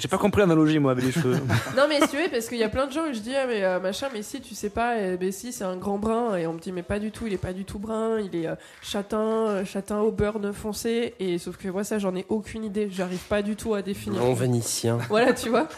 D: J'ai pas compris l'analogie, moi, avec les cheveux.
B: Non mais si tu veux parce qu'il y a plein de gens où je dis ah mais euh, machin mais si tu sais pas eh, mais si c'est un grand brun et on me dit mais pas du tout il est pas du tout brun il est euh, châtain euh, châtain au beurre foncé et sauf que moi ça j'en ai aucune idée j'arrive pas du tout à définir
E: Non, vénitien.
B: voilà tu vois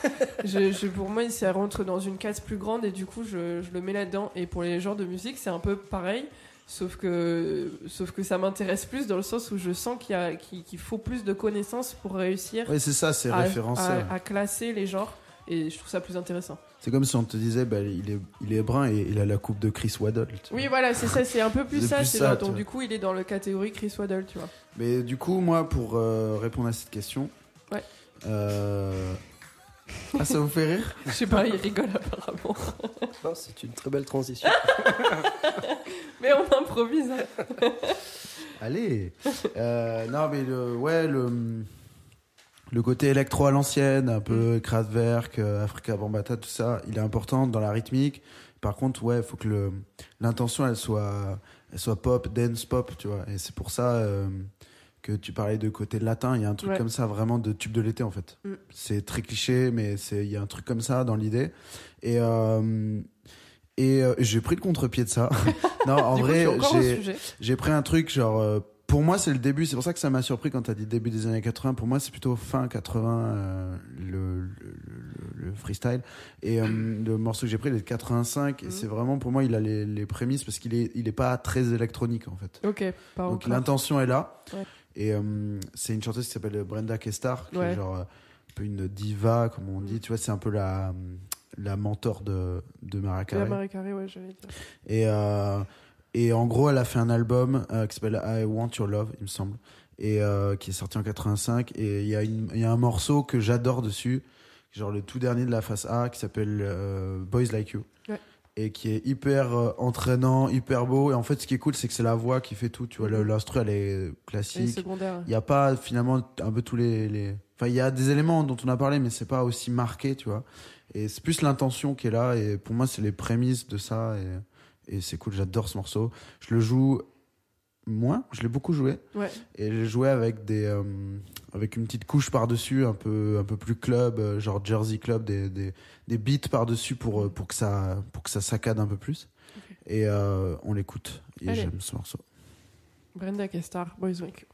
B: je, je- pour moi ça rentre dans une case plus grande et du coup je, je le mets là-dedans et pour les genres de musique c'est un peu pareil sauf que sauf que ça m'intéresse plus dans le sens où je sens qu'il y a qu'il qu'il faut plus de connaissances pour réussir
C: Ouais, c'est ça, c'est
B: à-
C: référencé. ouais.
B: à- à classer les genres et je trouve ça plus intéressant
C: C'est comme si on te disait, bah, il, est, il est brun et il a la coupe de Chris Waddle. tu
B: Oui,
C: vois.
B: voilà, c'est ça, c'est un peu plus
C: C'est
B: ça.
C: plus
B: c'est
C: ça,
B: genre,
C: tu
B: donc
C: vois.
B: du coup, il est dans le catégorie Chris Waddle, tu vois.
C: Mais du coup, moi, pour euh, répondre à cette question.
B: Ouais.
C: euh, Ah, ça vous fait rire
B: Je sais pas, il rigole apparemment.
E: Non, c'est une très belle transition.
B: Mais on improvise. hein.
C: Allez Euh, Non, mais le, ouais, le, le côté électro à l'ancienne, un
B: Mm.
C: peu Kraftwerk, euh, Africa Bambata, tout ça, il est important dans la rythmique. Par contre, ouais, il faut que le- l'intention, elle soit, elle soit pop, dance pop, tu vois. Et c'est pour ça euh, que tu parlais de côté latin. Il y a un truc
B: Ouais.
C: comme ça, vraiment de tube de l'été, en fait.
B: Mm.
C: C'est très cliché, mais c'est- il y a un truc comme ça dans l'idée. Et. euh, et euh, j'ai pris le contre-pied de ça. non, en
B: du coup,
C: vrai,
B: c'est encore un
C: j'ai-
B: sujet.
C: j'ai pris un truc genre. euh, pour moi, c'est le début. C'est pour ça que ça m'a surpris quand t'as dit début des années 80. Pour moi, c'est plutôt fin 80 euh, le, le, le- le freestyle. Et euh, le morceau que j'ai pris, il est de 85. Et
B: Mhm.
C: c'est vraiment pour moi, il a les, les prémices parce qu'il est, il est pas très électronique en fait.
B: Ok, pas
C: Donc
B: encore.
C: l'intention est là.
B: Ouais.
C: Et euh, c'est une chanteuse qui s'appelle Brenda Kestar, qui
B: Ouais. Mm.
C: est genre euh, un peu une diva, comme on dit. Tu vois, c'est un peu la la mentor de de Mariah
B: La
C: Carey.
B: marée carrée, ouais, j'allais dire.
C: Et, euh, et en gros, elle a fait un album euh, qui s'appelle I Want Your Love, il me semble, et euh, qui est sorti en 85. Et il y, a une- il y a un morceau que j'adore dessus, genre le tout dernier de la face A, qui s'appelle euh, Boys Like You.
B: Ouais.
C: Et qui est hyper euh, entraînant, hyper beau. Et en fait, ce qui est cool, c'est que c'est la voix qui fait tout. Tu vois, le- l'instru, elle est
B: Mm. Et
C: classique.
B: secondaire.
C: Il n'y a pas finalement un peu tous les. les- Enfin, il y a des éléments dont on a parlé, mais c'est pas aussi marqué, tu vois. Et c'est plus l'intention qui est là, et pour moi, c'est les prémices de ça, et, et c'est cool, j'adore ce morceau. Je le joue moins, je l'ai beaucoup joué,
B: Ouais.
C: et je l'ai joué avec des. euh, avec une petite couche par-dessus, un peu, un peu plus club, euh, genre Jersey Club, des, des, des beats par-dessus pour, euh, pour, que ça, pour que ça saccade un peu plus.
B: Ok.
C: Et euh, on l'écoute, et
B: Allez.
C: j'aime ce morceau.
B: Brenda Kestar, Boys Week.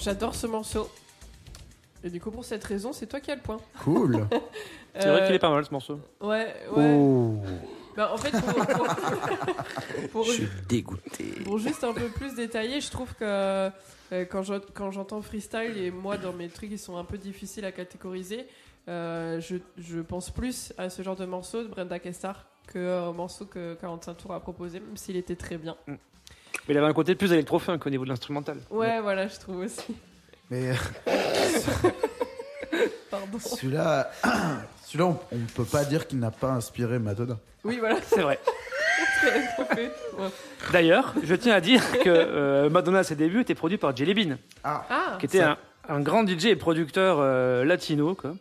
B: j'adore ce morceau. Et du coup, pour cette raison, c'est toi qui as le point.
C: Cool.
D: C'est vrai
B: Euh,
D: qu'il est pas mal ce morceau.
B: Ouais, ouais.
C: Oh.
B: Bah, en fait, pour, pour- pour-
E: Je suis dégoûté.
B: pour juste un peu plus détailler, je trouve que euh, quand je- quand j'entends freestyle et moi dans mes trucs qui sont un peu difficiles à catégoriser, euh, je, je pense plus à ce genre de morceau de Brenda Kessar que euh, au morceau que 45 Tours a proposé, même s'il était très bien.
D: Mais il avait un côté plus électro-funk au niveau de l'instrumental.
B: Ouais, voilà, je trouve aussi.
C: Mais
B: Pardon.
C: celui-là, celui-là, on, on peut pas dire qu'il n'a pas inspiré Madonna.
B: Oui, voilà.
D: C'est vrai.
B: Ouais.
D: D'ailleurs, je tiens à dire que euh, Madonna à ses débuts était produit par Jelly Bean,
B: Ah,
D: qui était un, un grand DJ et producteur euh, latino quoi,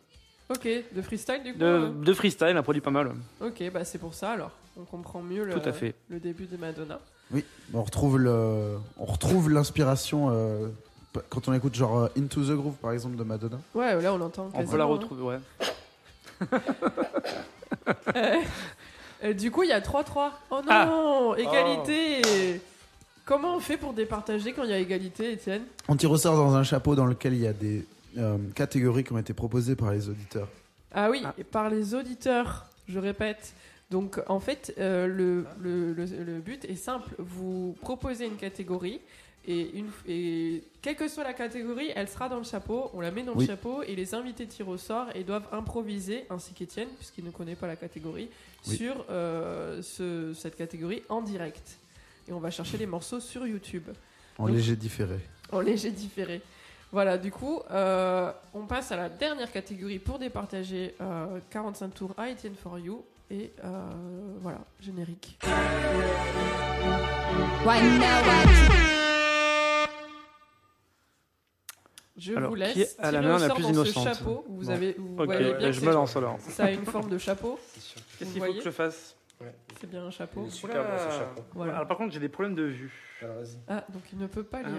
B: ok, de freestyle du coup.
D: de, de freestyle, il a produit pas mal.
B: euh. Ok, bah c'est pour ça alors. On comprend mieux le,
D: Tout à fait.
B: le début de Madonna.
C: Oui. On retrouve le, on retrouve l'inspiration euh, quand on écoute genre euh, Into the Groove par exemple de Madonna.
B: Ouais, là on l'entend.
D: On peut la
B: quasiment, hein.
D: retrouver, ouais.
B: Euh, du coup, il y a 3-3. Oh
D: Ah.
B: non, égalité. Comment on fait pour départager quand il y a égalité, Étienne
C: On tire au sort dans un chapeau dans lequel il y a des euh, catégories qui ont été proposées par les auditeurs.
B: Ah oui,
D: Ah.
B: et par les auditeurs, je répète. Donc en fait, euh, le, le- le- le but est simple. Vous proposez une catégorie et, une, et quelle que soit la catégorie, elle sera dans le chapeau. On la met dans
C: Oui.
B: le chapeau et les invités tirent au sort et doivent improviser, ainsi qu'Étienne, puisqu'il ne connaît pas la catégorie,
C: Oui.
B: sur euh, ce- cette catégorie en direct. Et on va chercher les morceaux sur YouTube.
C: En
B: Donc-
C: léger différé.
B: En léger différé. Voilà, du coup, euh, on passe à la dernière catégorie pour départager euh, 45 tours à Etienne For You. Et euh, voilà, générique. Je
D: Alors,
B: vous laisse.
D: qui est à la
B: tirer
D: main
B: au
D: la
B: sort
D: plus
B: dans
D: innocente
B: ce chapeau. Vous,
C: Bon.
B: avez, vous
D: Ok, euh, ben,
B: voyez bien
D: je
B: que
D: me
B: c'est-
D: lance alors.
B: Ça a une forme de chapeau.
D: Qu'est-ce
B: Vous
D: qu'il faut
B: voyez
D: que je fasse
B: C'est bien un chapeau.
E: Il est super
D: Oula.
E: bon ce chapeau.
B: Voilà.
D: Alors par contre, j'ai des problèmes de vue.
E: Alors vas-y.
B: Ah, donc il ne peut pas lire.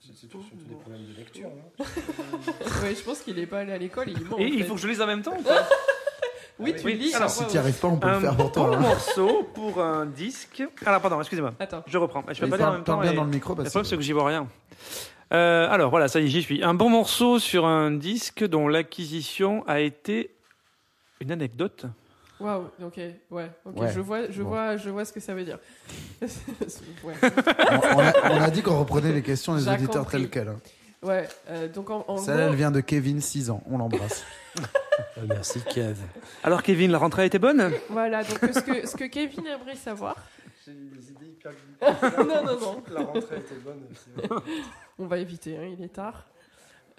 E: C'est surtout des problèmes de lecture.
B: Ouais, je pense qu'il n'est pas allé à l'école. Il ment.
D: Et
B: en
D: il
B: fait.
D: faut que je les lise en même temps ou pas
B: Oui,
E: Ah
B: tu
D: oui.
B: lis.
D: Alors,
B: à
C: Si
B: voix
C: t'y
B: haute.
C: arrives pas, on peut
D: Un
C: le faire pour
D: bon
C: toi. hein.
D: morceau pour un disque. Alors pardon, excusez-moi.
B: Attends.
D: Je reprends. Je peux
C: Mais
D: pas dire en
C: Parle
D: même
C: parle
D: temps.
C: bien
D: et-
C: dans le micro
D: Le
C: parce
D: problème,
C: que
D: c'est que j'y vois rien. Euh, alors voilà, ça y est, j'y suis. Un bon morceau sur un disque dont l'acquisition a été une anecdote.
B: Waouh, ok, ouais, ok,
C: Ouais.
B: je vois, je
C: Bon.
B: vois, je vois ce que ça veut dire. ouais,
C: on, on a, on a dit qu'on reprenait les questions des
B: J'ai
C: auditeurs
B: compris.
C: telles quelles. hein.
B: ouais. euh, donc en, en
C: Celle-là, elle
B: gros,
C: vient de Kevin, 6 ans. On l'embrasse.
E: merci Kev.
D: Alors Kevin, la rentrée a été bonne
B: voilà, donc ce que ce que Kevin aimerait savoir,
E: J'ai eu des idées hyper
B: Non, non, non.
E: La rentrée était bonne.
B: on va éviter, hein, il est tard.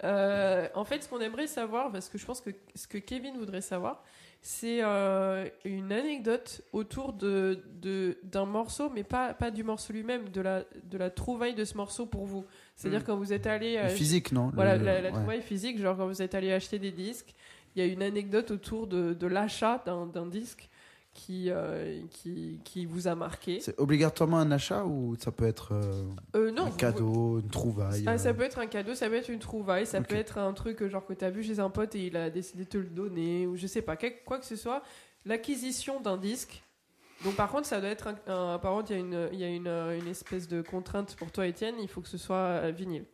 B: Euh, en fait, ce qu'on aimerait savoir, parce que je pense que ce que Kevin voudrait savoir, c'est euh, une anecdote autour de de- d'un morceau, mais pas pas du morceau lui-même, de la de la trouvaille de ce morceau pour vous. C'est-à-dire
D: Mm.
B: quand vous êtes allé
C: Le
B: euh,
C: physique, non Le-
B: Voilà, la, la
C: ouais.
B: trouvaille physique, genre quand vous êtes allé acheter des disques, il y a une anecdote autour de, de l'achat d'un d'un disque qui, euh, qui, qui vous a marqué.
C: C'est obligatoirement un achat ou ça peut être euh,
B: Euh, non,
C: un
B: vous-
C: cadeau, une trouvaille
B: Ah,
C: euh,
B: ça peut être un cadeau, ça peut être une trouvaille, ça
C: Ok.
B: peut être un truc euh, genre que t'as vu chez un pote et il a décidé de te le donner, ou je sais pas, quel- quoi que ce soit. L'acquisition d'un disque. Donc par contre, ça doit être un, un- par contre, il y a, une, il y a une, euh, une espèce de contrainte pour toi, Étienne, il faut que ce soit euh, vinyle.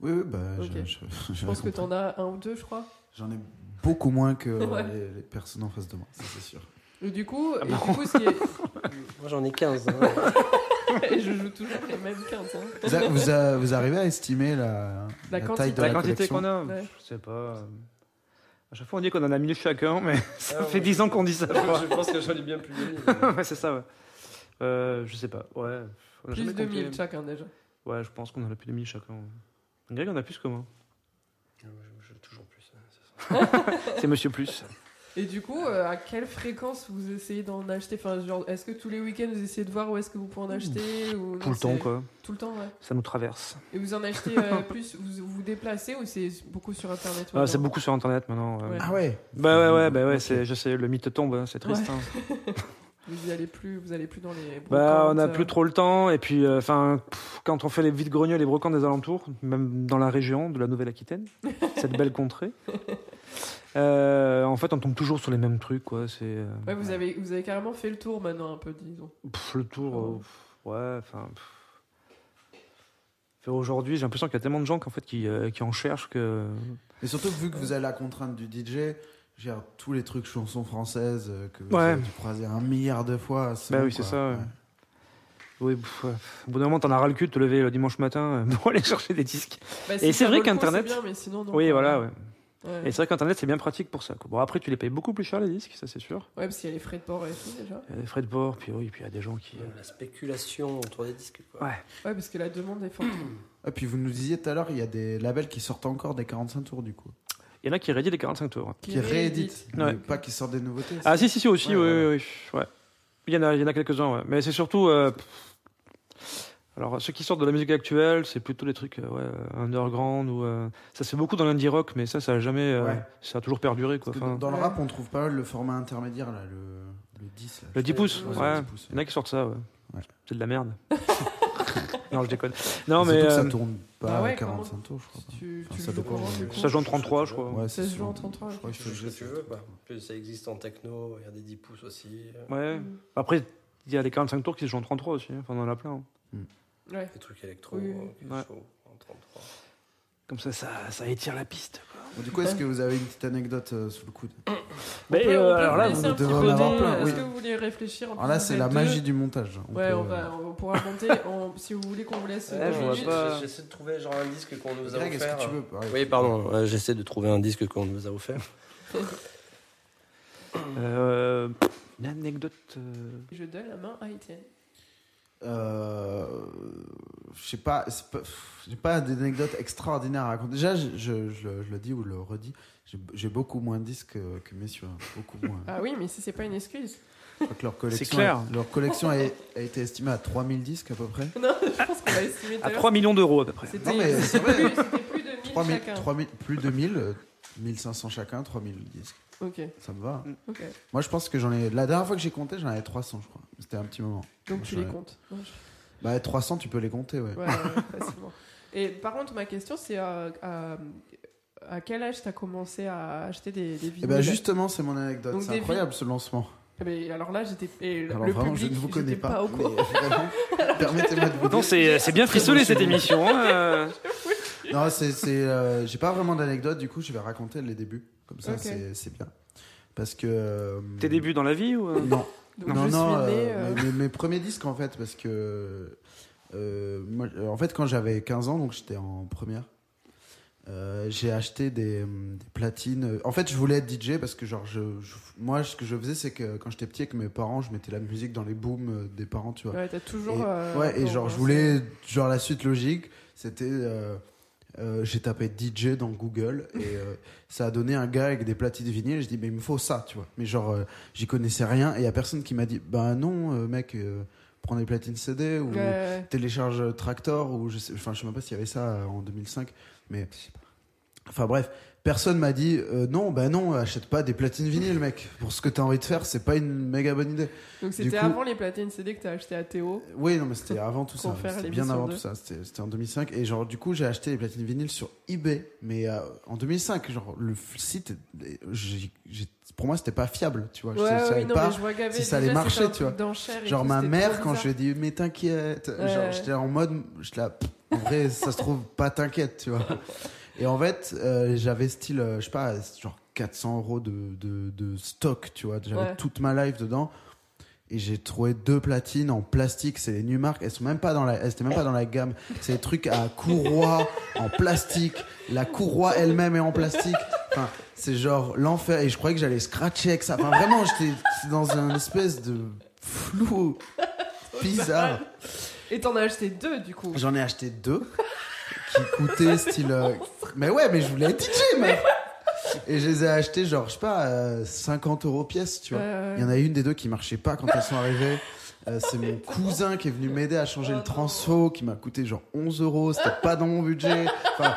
C: Oui, oui, bah,
B: Ok.
C: je, je-
B: Je
C: j'avais
B: pense que
C: compris.
B: t'en as un ou deux, je crois.
C: J'en ai beaucoup moins que euh,
B: Ouais.
C: les, les personnes en face de moi, ça c'est sûr.
B: Et du coup,
C: Ah
B: et du coup ce qui est-
E: Moi j'en ai hein. 15.
B: Et je joue toujours les mêmes 15. hein.
C: Vous, a- vous, a- vous arrivez à estimer la,
B: La
C: la
B: quantité.
C: taille de
D: La
C: la,
D: quantité
C: collection
D: qu'on a
B: Ouais.
D: Je sais pas. euh, À chaque fois, on dit qu'on en a mis chacun, mais ça
E: Ah,
D: fait
E: ouais.
D: 10 ans qu'on dit ça.
E: je pense que j'en ai bien plus de mille.
D: ouais, c'est ça, ouais. Euh, je sais pas, ouais. On a
B: Plus
D: jamais
B: de
D: compté.
B: 1000 chacun déjà.
D: Ouais, je pense qu'on en a plus de 1000 chacun. ouais. Greg, on a plus que moi.
E: Je- Ah je- Toujours plus. hein, c'est ça.
D: C'est Monsieur Plus.
B: Et du coup, euh, à quelle fréquence vous essayez d'en acheter enfin, genre, Est-ce que tous les week-ends vous essayez de voir où est-ce que vous pouvez en acheter ou...
D: Tout le temps, quoi.
B: Tout le temps, ouais.
D: Ça nous traverse.
B: Et vous en achetez euh, plus Vous vous déplacez ou c'est beaucoup sur internet
D: Ah, c'est
B: maintenant
D: beaucoup sur Internet maintenant. ouais.
B: Ouais.
C: Ah ouais
D: Bah ouais, ouais, bah ouais, c'est, je sais, le mythe tombe, hein, c'est triste. hein.
B: Vous y allez plus, vous allez plus dans les.
D: Bah, on
B: brocantes,
D: n'a
B: euh,
D: plus trop le temps, et puis, euh, enfin, quand on fait les vides greniers, les brocantes des alentours, même dans la région de la Nouvelle-Aquitaine, cette belle contrée, euh, en fait, on tombe toujours sur les mêmes trucs, quoi. C'est euh,
B: Ouais, vous avez, vous avez carrément fait le tour maintenant un peu, disons.
D: pff, le tour, euh, pff, ouais, enfin. pff. Aujourd'hui, j'ai l'impression qu'il y a tellement de gens qu'en fait, qui, euh, qui en cherchent que.
C: Et surtout, vu que vous avez la contrainte du DJ, gère tous les trucs chansons françaises euh, que vous
D: Ouais.
C: avez dû croiser un milliard de fois.
D: Bah
C: bon,
D: oui, c'est
C: quoi.
D: ça, ouais. Oui, pff, ouais. au bout d'un moment, t'en as ras le cul de te lever le dimanche matin euh, pour aller chercher des disques.
B: Bah,
D: c'est
B: ça
D: vrai
B: vaut le coup,
D: qu'Internet-
B: c'est bien, mais sinon, non.
C: Euh,
D: Oui, voilà, ouais.
B: Ouais.
D: Et c'est vrai qu'Internet, c'est bien pratique pour ça. quoi. Bon, après, tu les payes beaucoup plus cher, les disques, ça c'est sûr.
B: Ouais, parce qu'il y a les frais de port et tout déjà.
D: Il y a des frais de port, puis oui, puis il y a des gens qui. euh,
E: La spéculation autour des disques. Quoi.
D: Ouais.
B: Ouais, parce que la demande est forte.
C: Et puis vous nous disiez tout à l'heure, il y a des labels qui sortent encore des 45 tours du coup.
D: Il y en a qui rédient les 45 tours. hein.
C: Qui, rééditent, mais
D: Ouais.
C: pas qui sortent des nouveautés.
D: Ah si si si aussi
C: Ouais,
D: oui,
C: voilà.
D: oui, oui, ouais. Il y en a il y en a quelques-uns ouais. mais c'est surtout euh, pff. alors ceux qui sortent de la musique actuelle c'est plutôt des trucs euh, ouais, underground ou euh, ça se fait beaucoup dans l'indie rock mais ça ça a jamais euh,
C: Ouais.
D: ça a toujours perduré quoi.
C: Parce que
D: Enfin,
C: dans le
B: Ouais.
C: rap, on trouve pas le format intermédiaire là, le, le 10. là, je
D: le 10
C: sais
D: pouces
C: pas.
D: ouais.
C: le 10 pouces,
D: Il y en a qui sortent ça ouais.
C: Ouais.
D: C'est de la merde. non je déconne. Non
C: Surtout
D: mais
C: que
D: euh,
C: ça tourne pas
B: bah ouais,
C: à 45 tours, je crois.
B: Si tu,
C: Enfin,
B: tu
C: ça
B: le joues
C: dépend,
B: comment,
C: mais-
B: du coup
D: Ah, ça joue en 33 je crois.
B: Ça
C: Ouais, c'est
B: se joue
C: sûr.
B: en 33.
C: Je crois que
E: Tu
C: je te
E: fais ce
C: jure,
E: que tu
C: c'est
E: veux.
B: bah.
E: Quoi. En plus, ça existe en techno, il y a des 10 pouces aussi, euh,
D: Ouais. Après il y a les 45 tours qui se jouent en 33 aussi, hein. enfin on en a plein. hein.
B: Ouais.
E: des trucs électro,
B: Oui,
E: euh,
B: oui.
E: quelque
D: Ouais.
E: chose, en 33.
D: Comme ça, ça ça étire la piste. quoi.
C: Bon, du coup, est-ce que vous avez une petite anecdote euh, sous le coude
D: Mais
B: On peut-
D: euh,
B: on peut
D: alors là
B: vous laisser
C: vous
B: un petit
C: devrez en
B: peu des-
C: avoir plein,
B: Est-ce
C: oui.
B: que vous voulez réfléchir en
C: Alors là,
B: plus
C: c'est
B: entre
C: la
B: les deux
C: magie du montage. hein.
B: Ouais,
C: peut- euh,
B: on, va, on pourra monter. on- si vous voulez qu'on vous laisse.
D: Ouais,
B: euh,
D: je vois
B: juste-
D: pas.
E: J'ai- J'essaie de trouver genre un disque qu'on nous a
C: Greg, est-ce
E: offert.
C: que tu veux
E: Oui, pardon, euh, j'essaie de trouver un disque qu'on nous a offert.
D: Euh, une anecdote. euh,
B: Je donne la main à Étienne.
C: Euh, je sais pas, c'est pas- pff, j'ai pas d'anecdote extraordinaire à raconter. Déjà, je, je- je le- je le dis ou le redis, j'ai- j'ai beaucoup moins de disques que, que messieurs, hein. beaucoup moins.
B: Ah oui, mais si c'est pas une excuse.
C: Je crois que leur collection,
D: clair.
C: est- leur collection a, a été estimée à 3000 disques à peu près.
B: Non, je pense qu'on va estimer tout
D: À
B: à l'heure.
D: 3 millions d'euros à peu près.
B: C'était
C: Non mais c'est vrai,
B: plus, c'était plus de 1000
C: 3000,
B: chacun.
C: 3000, plus de 1000, euh, 1500 chacun, 3000 disques,
B: Ok,
C: ça me va. hein.
B: ok.
C: Moi je pense que j'en ai, la dernière fois que j'ai compté, j'en avais 300 je crois, c'était un petit moment.
B: Donc
C: Moi,
B: tu
C: j'en
B: les
C: ai-
B: comptes. Non, je-
C: Bah 300 tu peux les compter ouais.
B: Ouais, ouais, facilement. Et par contre, ma question, c'est euh, à, à quel âge t'as commencé à acheter des, des
C: Et
B: vinyles
C: bah justement c'est mon anecdote,
B: Donc
C: c'est
B: des
C: incroyable ce lancement.
B: Eh ben, alors là, j'étais. et le-
C: Alors
B: le
C: vraiment,
B: public,
C: je ne vous connais
B: j'étais
C: pas.
B: au courant.
C: mais vraiment, Permettez-moi de vous
D: Non,
C: dire.
D: c'est c'est bien
C: bon
D: frissolé cette
C: souvenir.
D: émission. hein, euh.
C: Non, c'est, c'est, euh, j'ai pas vraiment d'anecdote. Du coup, je vais raconter les débuts. Comme ça,
B: Ok.
C: c'est, c'est bien. Parce que euh,
D: Tes débuts dans la vie ou euh
C: Non,
B: Donc
C: non,
B: je
C: non.
B: suis né.
C: euh,
B: euh,
C: mes, mes- mes premiers disques en fait, parce que euh, moi, euh, en fait, quand j'avais 15 ans, donc j'étais en première. euh, j'ai acheté des, hum, des platines. En fait, je voulais être DJ parce que, genre, je, je- moi, ce que je faisais, c'est que quand j'étais petit avec mes parents, je mettais la musique dans les booms euh, des parents, tu vois.
B: Ouais, t'as toujours.
C: Et-
B: euh,
C: ouais, et
B: bon,
C: genre,
B: bon,
C: je voulais, genre, la suite logique, c'était. euh, euh, j'ai tapé DJ dans Google et euh, ça a donné un gars avec des platines vinyles. Je dis, mais il me faut ça, tu vois. Mais genre, euh, j'y connaissais rien et y a personne qui m'a dit, bah non, euh, mec, euh, prends des platines CD ou
B: c'est- Ouais,
C: télécharge euh, Tractor ou je sais, enfin, je sais même pas s'il y avait ça euh, en 2005, mais. Enfin bref, personne m'a dit euh, non, bah non, achète pas des platines vinyles, mec. Pour ce que t'as envie de faire, c'est pas une méga bonne idée.
B: Donc
C: Du
B: c'était
C: coup-
B: avant les platines CD que t'as acheté à Théo.
C: Oui, non, mais c'était avant tout ça.
B: Pour faire
C: C'était
B: l'émission
C: bien avant
B: de-
C: tout ça. C'était c'était en 2005. Et genre, du coup, j'ai acheté les platines vinyles sur eBay. Mais euh, en 2005, genre, le f- site, euh, j'ai- j'ai- pour moi, c'était pas fiable, tu vois.
B: Ouais,
C: je, savais
B: ouais, non,
C: pas.
B: mais je vois Gavé.
C: si ça allait
B: déjà,
C: marcher,
B: c'était un
C: tu
B: truc
C: vois.
B: d'enchère et
C: Genre,
B: tout,
C: ma
B: c'était
C: mère,
B: trop
C: quand je lui
B: bizarre.
C: ai dit, mais t'inquiète, genre,
B: Ouais.
C: j'étais en mode, je la, en vrai, ça se trouve, pas t'inquiète, tu vois. Et en fait, euh, j'avais style, euh, je sais pas, genre 400 euros de, de, de stock, tu vois. J'avais
B: Ouais.
C: toute ma life dedans. Et j'ai trouvé deux platines en plastique, c'est les Numark, elles sont même pas dans la, elles étaient même pas dans la gamme. C'est des trucs à courroie en plastique. La courroie elle-même est en plastique. Enfin, c'est genre l'enfer. Et je croyais que j'allais scratcher avec ça. Enfin, vraiment, j'étais dans un espèce de flou bizarre.
B: Et t'en as acheté deux du coup.
C: J'en ai acheté deux qui coûtaient style. euh, Mais ouais, mais je voulais être DJ, mec. Et je les ai achetés genre, je sais pas, euh, 50 euros pièce, tu vois.
B: Ouais, ouais.
C: Il y en a une des deux qui marchait pas quand elles sont arrivées. Euh, c'est mon cousin qui est venu m'aider à changer le transfo, qui m'a coûté genre 11 euros. C'était pas dans mon budget. Enfin,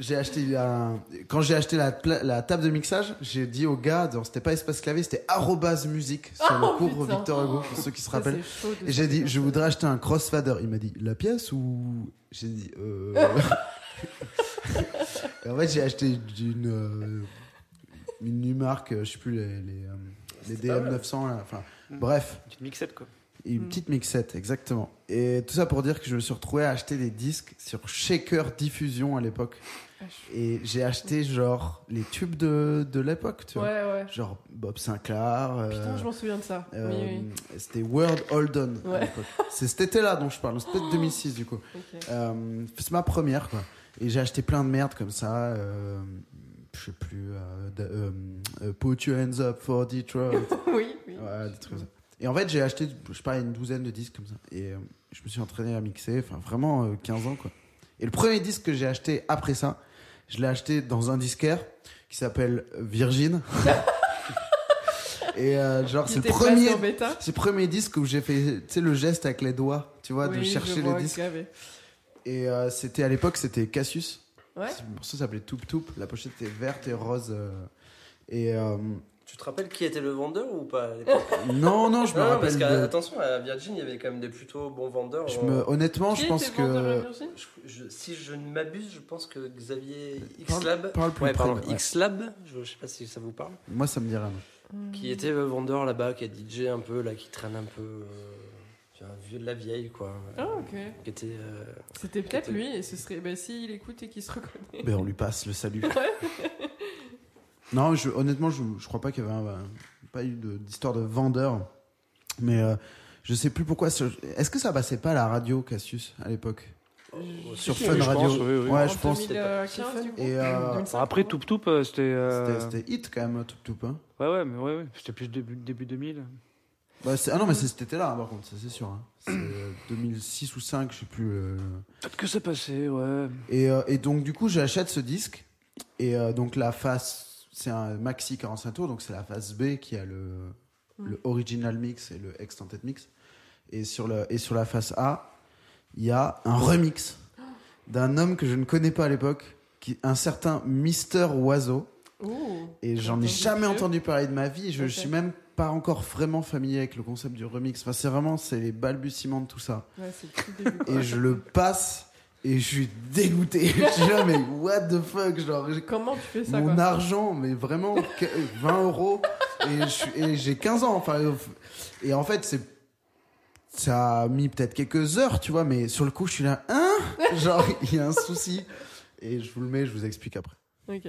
C: j'ai acheté un- quand j'ai acheté la, pla- la table de mixage, j'ai dit au gars, non, c'était pas espace clavier, c'était arrobase musique sur le
B: Oh,
C: cours
B: putain.
C: Victor Hugo pour ceux qui se
B: Ça,
C: rappellent.
B: c'est chaud de
C: Et j'ai dit,
B: sortir
C: je
B: ça.
C: voudrais acheter un crossfader. Il m'a dit, la pièce ou. J'ai dit, euh. Et en fait, j'ai acheté une. euh, Une Numark, euh, je sais plus, les, les, euh, les
E: pas mal.
C: DM900, là. Enfin, bref.
D: Petite mixette quoi.
C: Et une
B: Mm.
C: petite mixette, exactement. Et tout ça pour dire que je me suis retrouvé à acheter des disques sur Shaker Diffusion à l'époque. Et j'ai acheté genre les tubes de, de l'époque, tu
B: Ouais,
C: vois.
B: ouais.
C: Genre Bob Sinclair. euh,
B: Putain, je m'en souviens de ça.
C: euh,
B: Oui,
C: C'était World Hold On à
B: Ouais. Oh.
C: l'époque. C'est cet été-là dont je parle, c'était 2006 du coup.
B: oui, ok.
C: Euh, c'est ma première, quoi. Et j'ai acheté plein de merde comme ça. euh, je sais plus. euh, de- euh, euh, Put Your Hands Up for Detroit.
B: oui, oui.
C: Ouais, des trucs comme ça. Et en fait, j'ai acheté, je sais pas, une douzaine de disques comme ça. Et euh, je me suis entraîné à mixer, enfin vraiment euh, 15 ans, quoi. Et le premier disque que j'ai acheté après ça, je l'ai acheté dans un disquaire qui s'appelle Virgin. Et euh, genre,
B: Il
C: c'est le
B: était placé
C: premier.
B: en bêta.
C: C'est le premier disque où j'ai fait, tu sais, le geste avec les doigts, tu vois, de
B: Oui, je
C: chercher
B: vois,
C: les disques.
B: gavé.
C: Et euh, c'était à l'époque, c'était Cassius.
B: Ouais.
C: Ce morceau s'appelait Toup Toup. La pochette était verte et rose. euh, et euh,
E: Tu te rappelles qui était le vendeur ou pas à l'époque
C: non, non, je me
E: Non, non, parce
C: rappelle.
E: que,
C: de-
E: attention, à Virgin, il y avait quand même des plutôt bons vendeurs.
C: Je
E: en-
C: me, honnêtement,
B: Qui
C: je
B: était
C: pense
B: vendeur à la
C: que.
B: Virgin
E: je- je- si je ne m'abuse, je pense que Xavier
C: Parle-
E: Xlab.
C: parle plus
E: Ouais,
C: près,
E: pardon,
C: ouais.
E: Xlab, je ne sais pas si ça vous parle.
C: Moi, ça me dirait. non.
E: Qui était euh, vendeur là-bas, qui est DJ un peu, là, qui traîne un peu. euh, tu vois, un vieux de la vieille, quoi.
B: Ah, ok.
E: Qui était. euh,
B: C'était peut-être
E: C'était-
B: lui, et ce serait. Bah, s'il écoute et qu'il se reconnaît.
C: Ben, on lui passe le salut. non, je, honnêtement, je, je crois pas qu'il y avait un- un- pas eu de- d'histoire de vendeur. Mais euh, je sais plus pourquoi. ce- Est-ce que ça passait pas à la radio, Cassius, à l'époque
E: oh,
C: Sur
E: si,
C: Fun
E: oui, je
C: Radio.
E: pense.
D: oui, oui.
C: Ouais,
B: En
C: je pense.
E: c'était
B: 2015, du coup.
C: Et, euh,
B: 2005,
D: Après,
B: ouais.
D: Toup Toup, euh, c'était. euh,
C: C'était c'était hit quand même, Toup Toup. hein.
D: Ouais, ouais, mais ouais, ouais. C'était plus début, début 2000.
C: Bah, c'est- ah non, mais c'est cet été-là, hein, par contre, ça c'est sûr. hein. C'est euh, 2006 ou 5, je sais plus. euh.
D: Peut-être que ça passait, ouais.
C: Et, euh, et donc, du coup, j'achète ce disque. Et euh, donc, la face, c'est un maxi 45 tours, donc c'est la face B qui a le, le original mix et le extended mix. Et sur, le, et sur la face A, il y a un remix d'un homme que je ne connais pas à l'époque, qui un certain Mister Oiseau.
B: Ouh.
C: Et j'en ai
B: Entendu
C: jamais
B: mieux.
C: entendu parler de ma vie. Je,
B: Ok.
C: suis même pas encore vraiment familier avec le concept du remix. Enfin, c'est vraiment c'est les balbutiements de tout ça.
B: Ouais, c'est le tout début. quoi.
C: Et je le passe et je suis dégoûté. je suis là, mais what the fuck, genre j'ai-
B: Comment tu fais ça,
C: mon
B: quoi
C: argent, mais vraiment que- 20 euros. Et je suis- et j'ai 15 ans. Enfin, euh, et en fait, c'est ça a mis peut-être quelques heures, tu vois. Mais sur le coup, je suis là, hein Genre, il y a un souci. Et je vous le mets, je vous explique après.
B: Ok.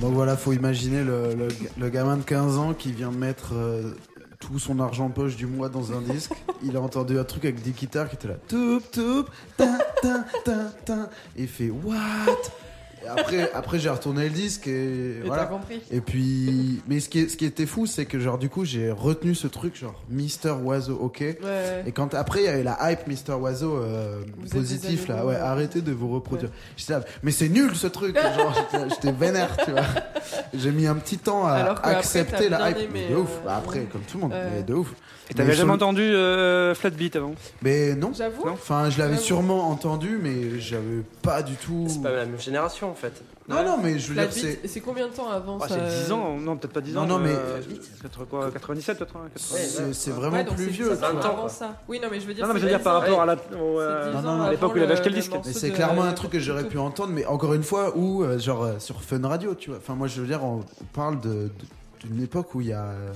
C: Donc voilà, faut imaginer le, le- le gamin de 15 ans qui vient de mettre euh, tout son argent de poche du mois dans un disque. Il a entendu un truc avec des guitares qui étaient là, toup toup, ta ta ta ta. Et il fait what Et après, après j'ai retourné le disque et,
B: Et
C: voilà.
B: t'as compris.
C: Et puis, mais ce qui, est- ce qui était fou, c'est que genre du coup, j'ai retenu ce truc genre Mister Oiseau, ok.
B: Ouais.
C: Et quand après il y avait la hype Mister Oiseau euh,
B: Vous êtes
C: positif
B: des
C: là,
B: animaux,
C: ouais,
B: ouais.
C: arrêtez de vous reproduire. J'étais là, mais c'est nul ce truc, genre j'étais- j'étais vénère, tu vois. J'ai mis un petit temps à
B: Alors que après, t'as
C: accepter la
B: bien
C: hype,
B: aimé,
C: mais de ouf.
B: euh,
C: Bah, après, comme tout le monde,
B: Ouais.
C: mais de ouf.
D: Et t'avais
C: Mais
D: jamais
C: sur-
D: entendu euh, Flatbeat avant
C: Mais non,
B: J'avoue.
D: Non.
C: enfin je l'avais
B: J'avoue.
C: sûrement entendu, mais j'avais pas du tout.
E: C'est pas la même génération en fait.
C: Non, non, mais je veux
B: La
C: dire, c'est.
B: bite, c'est combien de temps avant
D: Ah,
B: ça
D: C'est 10 ans, non, peut-être pas 10
C: Non,
D: ans. euh,
C: non, mais-
D: peut-être quoi, 97, 80, 80.
C: C'est c'est vraiment
B: Ouais, donc
C: plus
B: c'est-
C: vieux.
B: c'est
C: quoi.
E: quoi.
B: avant ça. Oui, non, mais je veux dire.
D: Non, non, mais je
B: c'est
D: veux dire par
B: 10 ans.
D: rapport à la. au, euh,
B: C'est 10
C: Non,
B: ans
C: non, à
B: avant
D: l'époque où il avait acheté le disque.
B: morceau
C: Mais c'est
B: de-
C: clairement un truc que j'aurais pu entendre, mais encore une fois, où, euh, genre, euh, sur Fun Radio, tu vois. Enfin, moi, je veux dire, on parle de- de- d'une époque où il y a. euh,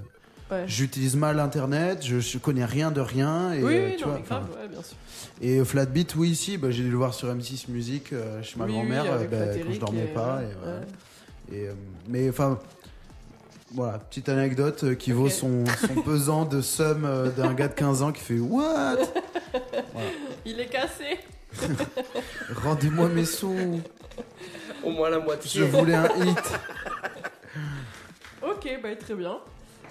B: Ouais.
C: J'utilise mal Internet, je, je connais rien de rien, et
B: Oui,
C: euh,
B: oui,
C: tu
B: non,
C: vois.
B: mais
C: enfin,
B: grave, ouais, bien sûr.
C: Et euh, Flatbeat, oui, si, bah, j'ai dû le voir sur M6 Musique euh, chez ma
B: Oui, oui,
C: grand-mère euh,
B: avec
C: bah,
B: la
C: quand je
B: Terry
C: dormais
B: qui est-
C: pas. Et,
B: ouais.
C: voilà. Et, euh, mais enfin, voilà, petite anecdote euh, qui vaut
B: Ok.
C: son, son pesant de somme euh, d'un gars de 15 ans qui fait What
B: Il est cassé.
C: Rendez-moi mes sous,
E: Au moins la
C: je
E: moitié.
C: voulais un hit.
B: Ok, bah très bien.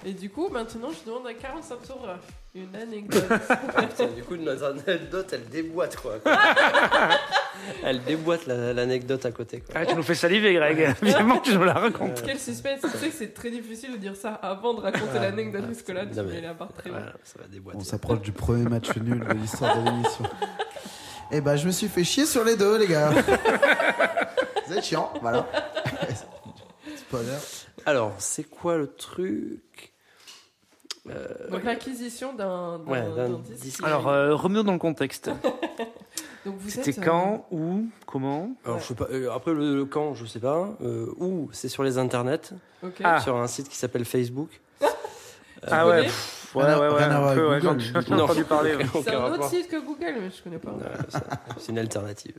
B: Et du coup, maintenant, je demande à Carlos Santora une anecdote.
E: Ah, Putain, du coup, notre anecdote, elle déboîte quoi. elle déboîte la- l'anecdote à côté quoi.
D: Ah, tu nous fais saliver, Greg. Évidemment, tu nous la racontes.
B: Quel suspense. Tu sais que c'est très difficile de dire ça avant de raconter l'anecdote parce que là, tu
E: Non, mais-
B: mets la barre très haut.
E: Voilà, ça va déboîter.
C: On s'approche du premier match nul de l'histoire de l'émission. Eh ben, je me suis fait chier sur les deux, les gars. Vous êtes chiants, voilà. Spoiler.
E: Alors, c'est quoi le truc Euh,
B: Donc l'acquisition d'un d'un-
E: Ouais, d'un
B: d'un disque.
E: disque.
D: Alors, euh, revenons dans le contexte.
B: Donc vous
D: C'était
B: êtes, euh,
D: quand, où, comment
E: Alors, je sais pas, euh, après le, le quand, je sais pas. Euh, où C'est sur les internets,
B: ok.
D: Ah.
E: sur un site qui s'appelle Facebook.
D: Ah
B: connais
D: ouais, pff, ouais, ouais,
C: Rien à-
D: ouais,
C: rien à
D: un
C: voir
D: peu, ouais,
C: avec
D: j'en
C: Google,
D: j'en ai
E: Non.
D: entendu parler. ouais.
B: C'est
E: Aucun
B: un autre
E: rapport.
B: site que Google, mais je connais pas.
E: Euh, c'est- c'est une alternative.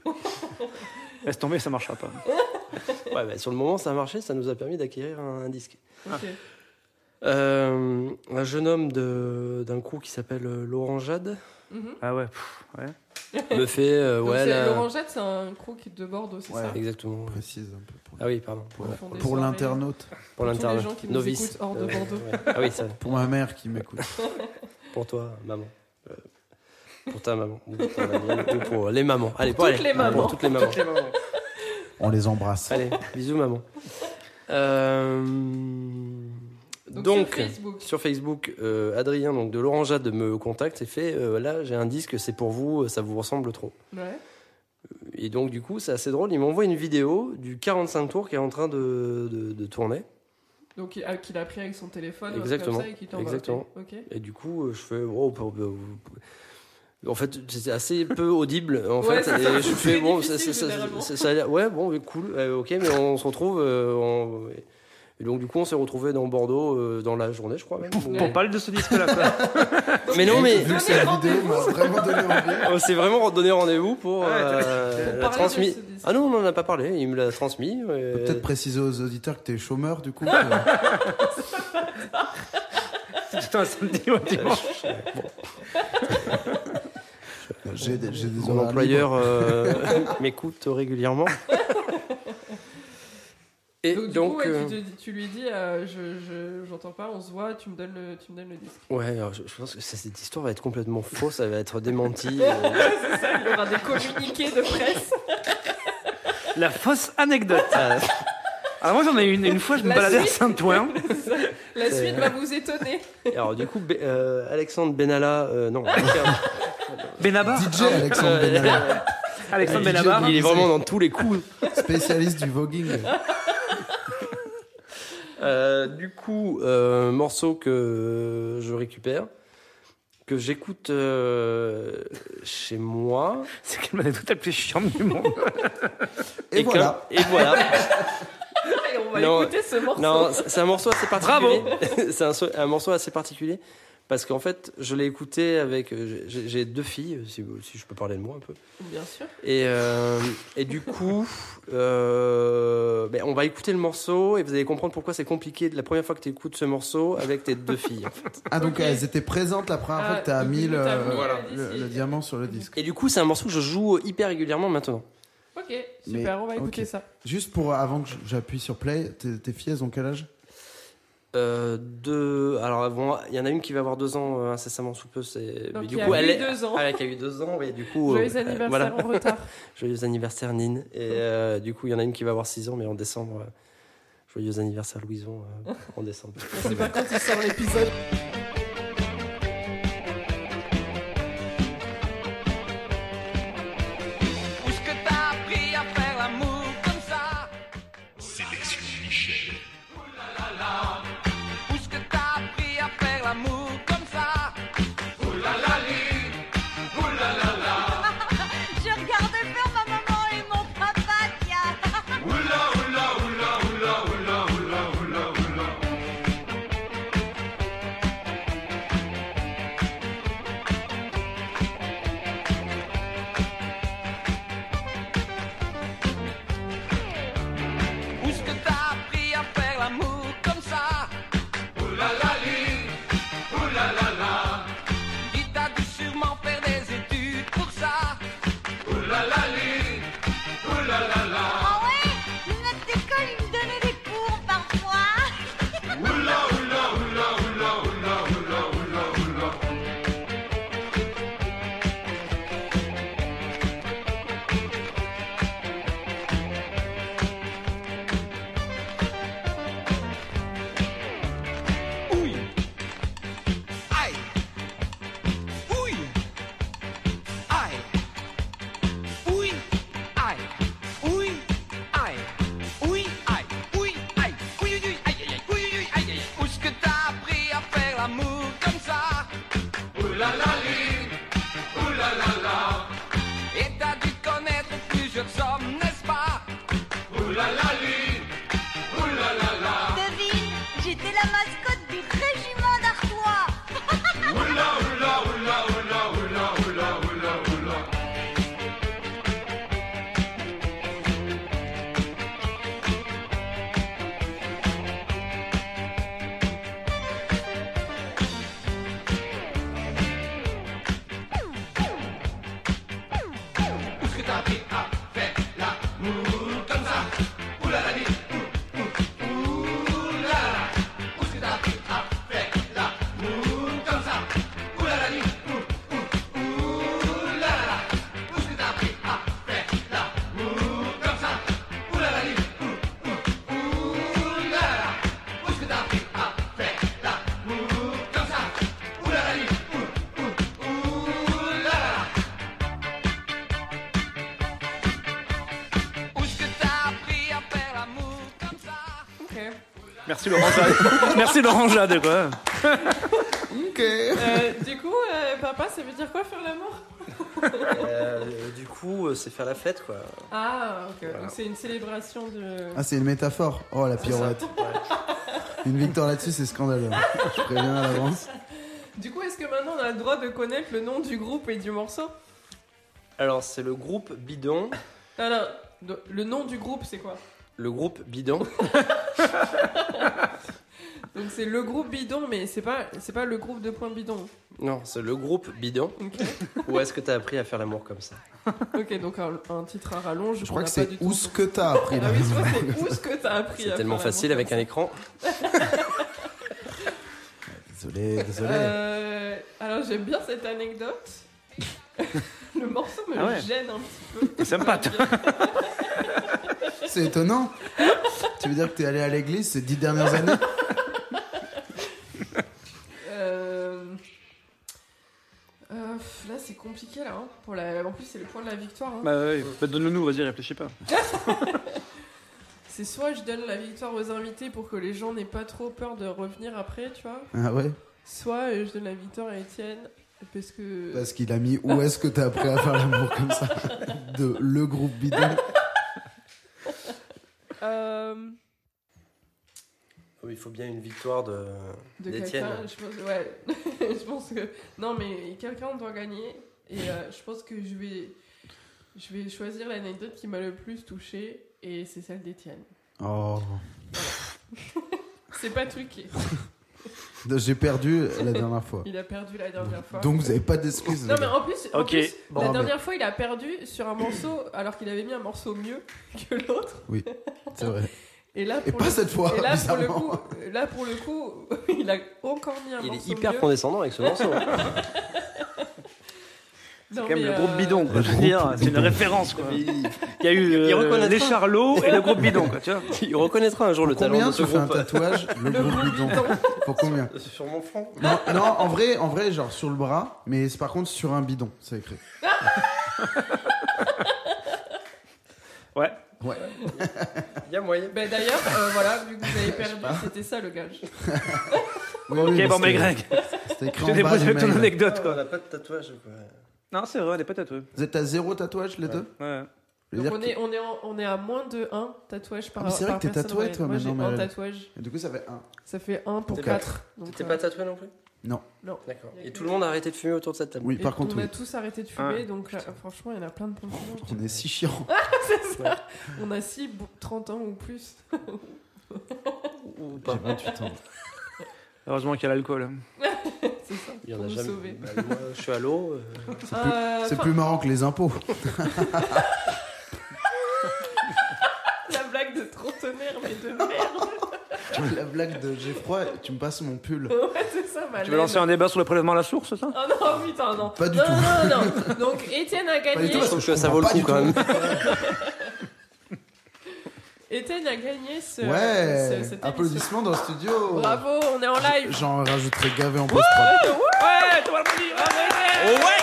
D: Laisse tomber, ça marchera pas.
E: Ouais, bah, sur le moment, ça a marché, ça nous a permis d'acquérir un, un disque.
B: Ok.
E: Euh, un jeune homme de- d'un coup qui s'appelle euh, Laurent Jade
B: Mhm.
D: Ah ouais, pff, ouais.
E: me fait. euh,
B: Donc
E: ouais,
B: c'est-
E: la-
B: l'orangette, c'est un crew qui déborde aussi,
C: Ouais.
B: ça
E: Exactement.
C: Précise un peu pour,
E: Ah oui, pardon. Pour,
B: Ils
C: pour-
B: font des
C: pour
B: soirées.
C: l'internaute,
E: pour
B: Pour tous les
E: l'internet.
B: gens qui nous écoutent hors de Bordeaux.
E: ouais. Ah oui, ça,
C: pour ma mère qui m'écoute.
E: pour toi, maman. Euh, pour ta maman. Ou pour, ta maman, ou pour euh, les mamans. Allez, bon,
B: toutes
E: allez.
B: les mamans.
E: Pour toutes les mamans.
C: On les embrasse.
E: Allez, bisous maman. Euh,
B: Donc,
E: Donc,
B: sur Facebook.
E: sur Facebook, euh, Adrien donc de l'Orangeade me contacte et fait euh, là j'ai un disque, c'est pour vous, ça vous ressemble trop.
B: Ouais.
E: Et donc du coup c'est assez drôle, il m'envoie une vidéo du 45 tours qui est en train de, de- de tourner.
B: Donc il a, qu'il a pris avec son téléphone, comme
E: Exactement.
B: ça, et qu'il t'envoie.
E: Exactement.
B: Ok.
E: Et du coup euh, je fais oh, pour- pour- pour- en fait c'est assez peu audible en
B: Ouais,
E: fait
B: c'est ça,
E: et je
B: c'est
E: fais bon ça,
B: difficile,
E: ça- ça-
B: généralement.
E: ça- ça a l'air- ouais bon cool euh, ok mais on se retrouve euh, en- et donc du coup on s'est retrouvé dans Bordeaux euh, dans la journée je crois même.
D: Pour,
E: Donc,
D: pour parler de ce disque-là, quoi.
E: Mais non, mais
C: Vu que c'est la vidéo, m'a vraiment donné envie.
E: on s'est vraiment donné rendez-vous pour
D: Ouais,
E: euh, la
B: parler de
E: transmis.
B: ce disque.
E: Ah non, on n'en a pas parlé. Il me l'a transmis.
C: On
E: euh,
C: peut Peut-être préciser aux auditeurs que t'es chômeur du coup.
B: Euh,
C: que-
D: C'était un samedi ou un dimanche.
C: J'ai des, j'ai des
E: Mon
C: horaires
E: employeur euh, m'écoute régulièrement. Et
B: Donc,
E: donc,
B: du coup, ouais,
E: euh,
B: tu, te dis- tu lui dis, euh, je, je- j'entends pas, on se voit, tu me donnes le, tu me donnes le disque.
E: ouais, alors, je, je pense que ça- cette histoire va être complètement fausse. Elle va être démentie. euh,
B: Il y aura des communiqués de presse.
D: La fausse anecdote.
E: ah,
D: Alors moi, j'en ai une. Une fois, je me
B: La
D: baladais à
B: suite.
D: Saint-Ouen.
B: La
E: C'est-
B: suite va vous étonner.
E: alors du coup, Be- euh, Alexandre Benalla, euh, non, Alexandre
D: Benabar.
C: libres. DJ Alexandre Benalla,
D: Alexandre
C: Euh,
D: Benabar.
E: il est vraiment dans tous les coups.
C: spécialiste du voguing.
E: Euh, du coup, euh, morceau que je récupère, que j'écoute euh, chez moi.
D: C'est quelle anecdote la plus chiante du monde.
C: Et,
E: que-
C: voilà.
E: et voilà.
B: Et on va
E: Non.
B: écouter ce morceau.
E: non, c'est c'est un morceau assez particulier. c'est un, so- un morceau assez particulier parce qu'en fait, je l'ai écouté avec. euh, J'ai j'ai deux filles, si, vous- si je peux parler de moi un peu.
B: Bien sûr.
E: Et, euh, et du coup, euh, ben, on va écouter le morceau et vous allez comprendre pourquoi c'est compliqué de la première fois que tu écoutes ce morceau avec tes deux filles. en fait.
C: Ah donc
B: Ok.
C: elles étaient présentes la première
B: Ah,
C: fois que t'as
B: donc,
C: mis,
B: du coup,
C: le, euh,
B: t'as mis
C: le-
B: Voilà.
C: le- le diamant sur le disque.
E: Et du coup, c'est un morceau que je joue hyper régulièrement maintenant.
B: Ok. Ok, super, on va écouter
C: ok.
B: ça.
C: Juste pour euh, avant que j'appuie sur play, tes, tes filles, elles ont quel âge
E: Euh, deux. Alors, bon, il y en a une qui va avoir deux ans euh, incessamment sous peu. C'est.
B: Donc,
E: mais
B: il y a eu
E: est.
B: deux ans.
E: Ah, elle qui a eu deux ans, oui, du coup.
B: Joyeux
E: euh,
B: anniversaire
E: voilà.
B: en retard.
E: Joyeux anniversaire, Nine. Et euh, du coup, il y en a une qui va avoir six ans, mais en décembre. euh, joyeux anniversaire, Louison, euh, en décembre.
B: On sait pas quand il sort l'épisode.
I: Où est-ce que t'as appris à faire l'amour comme ça
J: Sélection Michel.
I: Où est-ce que t'as appris à faire l'amour comme ça
H: Je regardais faire ma maman et mon papa, tiens.
I: Où est-ce que t'as appris à faire l'amour comme ça Ouh la la li, ouh la la la. Il t'a dû sûrement faire des études pour ça.
H: Ah ouais Le maître d'école, il me donnait des cours parfois.
I: Ouille. Aïe. Ouille. Aïe. Ouille. Aïe. Ouille. Aïe. Ouille. Aïe. Ouille. Aïe. Ouille, ouille, ouille. Aïe, aïe, aïe. Ouille, ouille, ouille. Aïe, aïe, aïe. Où est-ce que t'as appris à faire l'amour comme ça Et t'as dû connaître plusieurs hommes, n'est-ce pas
H: Devine, j'étais la mascotte du régiment d'Artois.
I: Où est-ce que t'as appris à faire l'amour comme ça
D: Merci Laurent Jade. Merci Laurent Jade, quoi.
B: Euh, du coup, euh, papa, ça veut dire quoi faire l'amour
E: Euh, du coup, euh, c'est faire la fête, quoi.
B: Ah, ok. Donc c'est une célébration de.
C: Ah, c'est une métaphore. Oh, la pirouette. Une victoire là-dessus, c'est scandaleux. Je préviens à l'avance.
B: Du coup, est-ce que maintenant on a le droit de connaître le nom du groupe et du morceau
E: Alors, c'est le groupe Bidon.
B: Non, non. de- Le nom du groupe, c'est quoi
E: Le groupe Bidon.
B: Donc c'est le groupe bidon, mais c'est pas c'est pas le groupe de points bidon.
E: Non, c'est le groupe Bidon.
B: Ok.
E: Où est-ce que t'as appris à faire l'amour comme ça
B: Ok, donc un, un titre à rallonge.
C: Je crois
B: qu'on
C: que
B: n'a pas
C: c'est
B: du tout-
C: où ce que t'as appris
B: Ah
C: là.
B: oui, je crois que c'est où ce que t'as appris.
E: C'est
B: à
E: tellement
B: faire l'amour
E: facile avec un écran.
C: Désolé, désolé.
B: Euh, alors j'aime bien cette anecdote. le morceau me
D: Ah ouais.
B: gêne un petit peu.
D: C'est sympa, toi.
C: C'est étonnant. tu veux dire que t'es allé à l'église ces dix dernières années
B: Euh, euh, pff, là c'est compliqué là. hein, pour la... En plus c'est le point de la victoire. hein.
D: Bah ouais, bah, donne-le nous, vas-y, réfléchis pas.
B: C'est soit je donne la victoire aux invités pour que les gens n'aient pas trop peur de revenir après, tu vois.
C: Ah ouais
B: Soit euh, je donne la victoire à Étienne parce que...
D: Bah,
C: Parce qu'il a mis où est-ce que t'as appris à faire l'amour comme ça De le groupe bidon.
B: Euh,
E: Oui, Oh, Il faut bien une victoire de.
B: de
E: d'Étienne.
B: quelqu'un. Je pense, ouais. je pense que non, mais quelqu'un doit gagner. Et euh, je pense que je vais, je vais choisir l'anecdote qui m'a le plus touché et c'est celle d'Étienne.
C: Oh.
B: C'est pas truqué.
C: Non, J'ai perdu la dernière fois.
B: Il a perdu la dernière fois.
C: Donc vous n'avez pas d'excuses.
B: non
C: les
B: mais
C: gars.
B: en plus, en
D: Ok,
B: plus,
D: bon,
B: la
C: mais-
B: dernière fois il a perdu sur un morceau alors qu'il avait mis un morceau mieux que l'autre.
C: C'est vrai.
B: Et là
C: Et
B: pour
C: pas
B: le,
C: cette fois.
B: et là, pour le
C: bizarrement.
B: coup, là pour le coup, il a encore mis un
E: Il est
B: morceau
E: hyper
B: mieux.
E: condescendant avec ce morceau.
B: C'est
D: Quand même le
B: euh,
D: groupe bidon, quoi.
C: Le
D: Je veux
C: groupe
D: dire, c'est une
C: bidon.
D: référence, quoi. Il y a eu euh,
E: Il reconnaîtra.
D: les Charlots et le groupe bidon, quoi, tu vois.
E: Il reconnaîtra un jour le talent
C: Combien
E: de ce
C: tu fais un
E: groupe. Euh,
C: tatouage Le gros bidon. Pour combien
E: Sur mon front.
C: non, non, en vrai, en vrai, genre sur le bras, mais c'est par contre sur un bidon, c'est écrit.
D: Ouais.
C: Ouais.
E: Il y a moyen.
B: Ben d'ailleurs, euh, voilà, vu que vous avez perdu, c'était ça le gage.
C: Oui, oui,
D: Ok, bon, mais
C: c'était-
D: Greg,
C: C'était
D: je
C: écrit
D: te
C: en bas
D: dépose
C: du
D: avec ton
C: mail.
D: anecdote,
E: On
D: quoi.
E: n'a pas de tatouage. quoi.
D: Non, c'est vrai, elle est pas tatouée.
C: Vous êtes à zéro tatouage les deux
D: Ouais.
C: Je veux
B: Donc on
C: dire
B: est, on, est en- on est à moins de 1 tatouage par
C: Ah, mais c'est vrai
B: par
C: que t'es
B: personne,
C: tatoué,
B: ouais.
C: toi,
B: Moi j'ai
C: maintenant,
B: un
C: Maëlle.
B: tatouage,
C: que- Et Du coup, ça fait un.
B: ça fait 1 pour euh,
C: T'es
B: 4.
E: T'étais pas tatoué non plus
C: Non.
B: Non.
E: D'accord. Et tout le monde a arrêté de fumer autour de cette table.
C: Oui, par contre, Oh,
B: on a
C: oui.
B: tous arrêté de
D: Ah,
B: fumer, donc là, franchement, il y en a plein de pensions.
C: On est si chiant.
B: C'est ça. On a 6, 30 ans ou plus.
E: Ou
C: J'ai
E: pas
C: 28 ans.
D: Heureusement qu'il y a l'alcool.
B: C'est ça.
E: Il y en
B: pour
E: a
B: nous
E: jamais.
B: sauver.
E: Bah, moi, je suis à l'eau. euh,
B: Euh,
C: C'est
B: enfin,
C: plus marrant que les impôts.
B: La blague de trentenaire, mais de merde.
C: La blague de j'ai froid, tu me passes mon pull.
B: ouais, c'est ça, ma
D: Tu veux
B: laine.
D: lancer un débat sur le prélèvement à la source, ça
B: Oh non, putain, non.
C: Pas du
B: non,
C: tout.
B: Non, non, non. Donc, Étienne a
C: Pas du
B: gagné.
C: tout, parce
E: Sauf
C: que
E: que
C: je
E: ça vaut le
C: comprends
E: coup
C: pas
E: quand
C: du
E: même.
B: Étienne a gagné ce,
C: Ouais.
B: ce- cette émission.
C: Applaudissements dans le studio.
B: Bravo, on est en live.
C: J'en rajouterai gavé en post-prod.
D: Ouais, Thomas Bondy, bravo, Étienne Ouais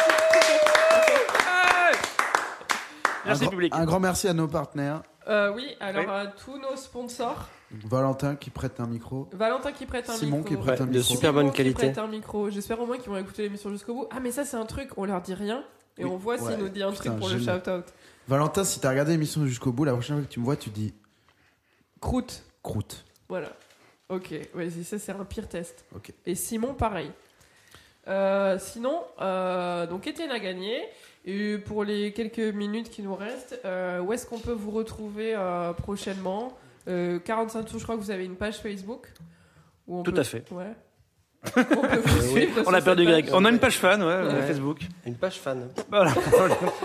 C: Un,
D: Merci,
C: grand-
D: public.
C: un grand merci à nos partenaires.
B: Euh, oui, alors
D: Oui.
B: à tous nos sponsors.
C: Valentin qui prête un micro.
B: Valentin qui prête un
C: Simon
B: micro.
C: qui prête un
E: Ouais, de
C: micro.
E: super bonne
B: Qui
E: qualité.
B: prête un micro. J'espère au moins qu'ils vont écouter l'émission jusqu'au bout. Ah, mais ça, c'est un truc, on leur dit rien. Et
C: Oui.
B: on voit
C: Ouais,
B: s'il nous dit un
C: putain,
B: truc pour
C: génial.
B: le shout-out.
C: Valentin, si t'as regardé l'émission jusqu'au bout, la prochaine fois que tu me vois, tu dis
B: Croûte.
C: croûte.
B: Voilà. Ok, vas-y, ça c'est un pire test.
C: Ok.
B: Et Simon, pareil. Euh, sinon, euh, donc Étienne a gagné. Et pour les quelques minutes qui nous restent, euh, où est-ce qu'on peut vous retrouver euh, prochainement Euh, 45 sous, je crois que vous avez une page Facebook. où on
D: Tout
B: peut-
D: à fait.
B: Ouais. on peut vous suivre
D: Eh On
B: sur
D: a perdu
B: cette
D: Greg.
B: page.
D: On a une page fan, ouais,
E: Ouais.
D: Facebook.
E: Une page fan.
D: Voilà.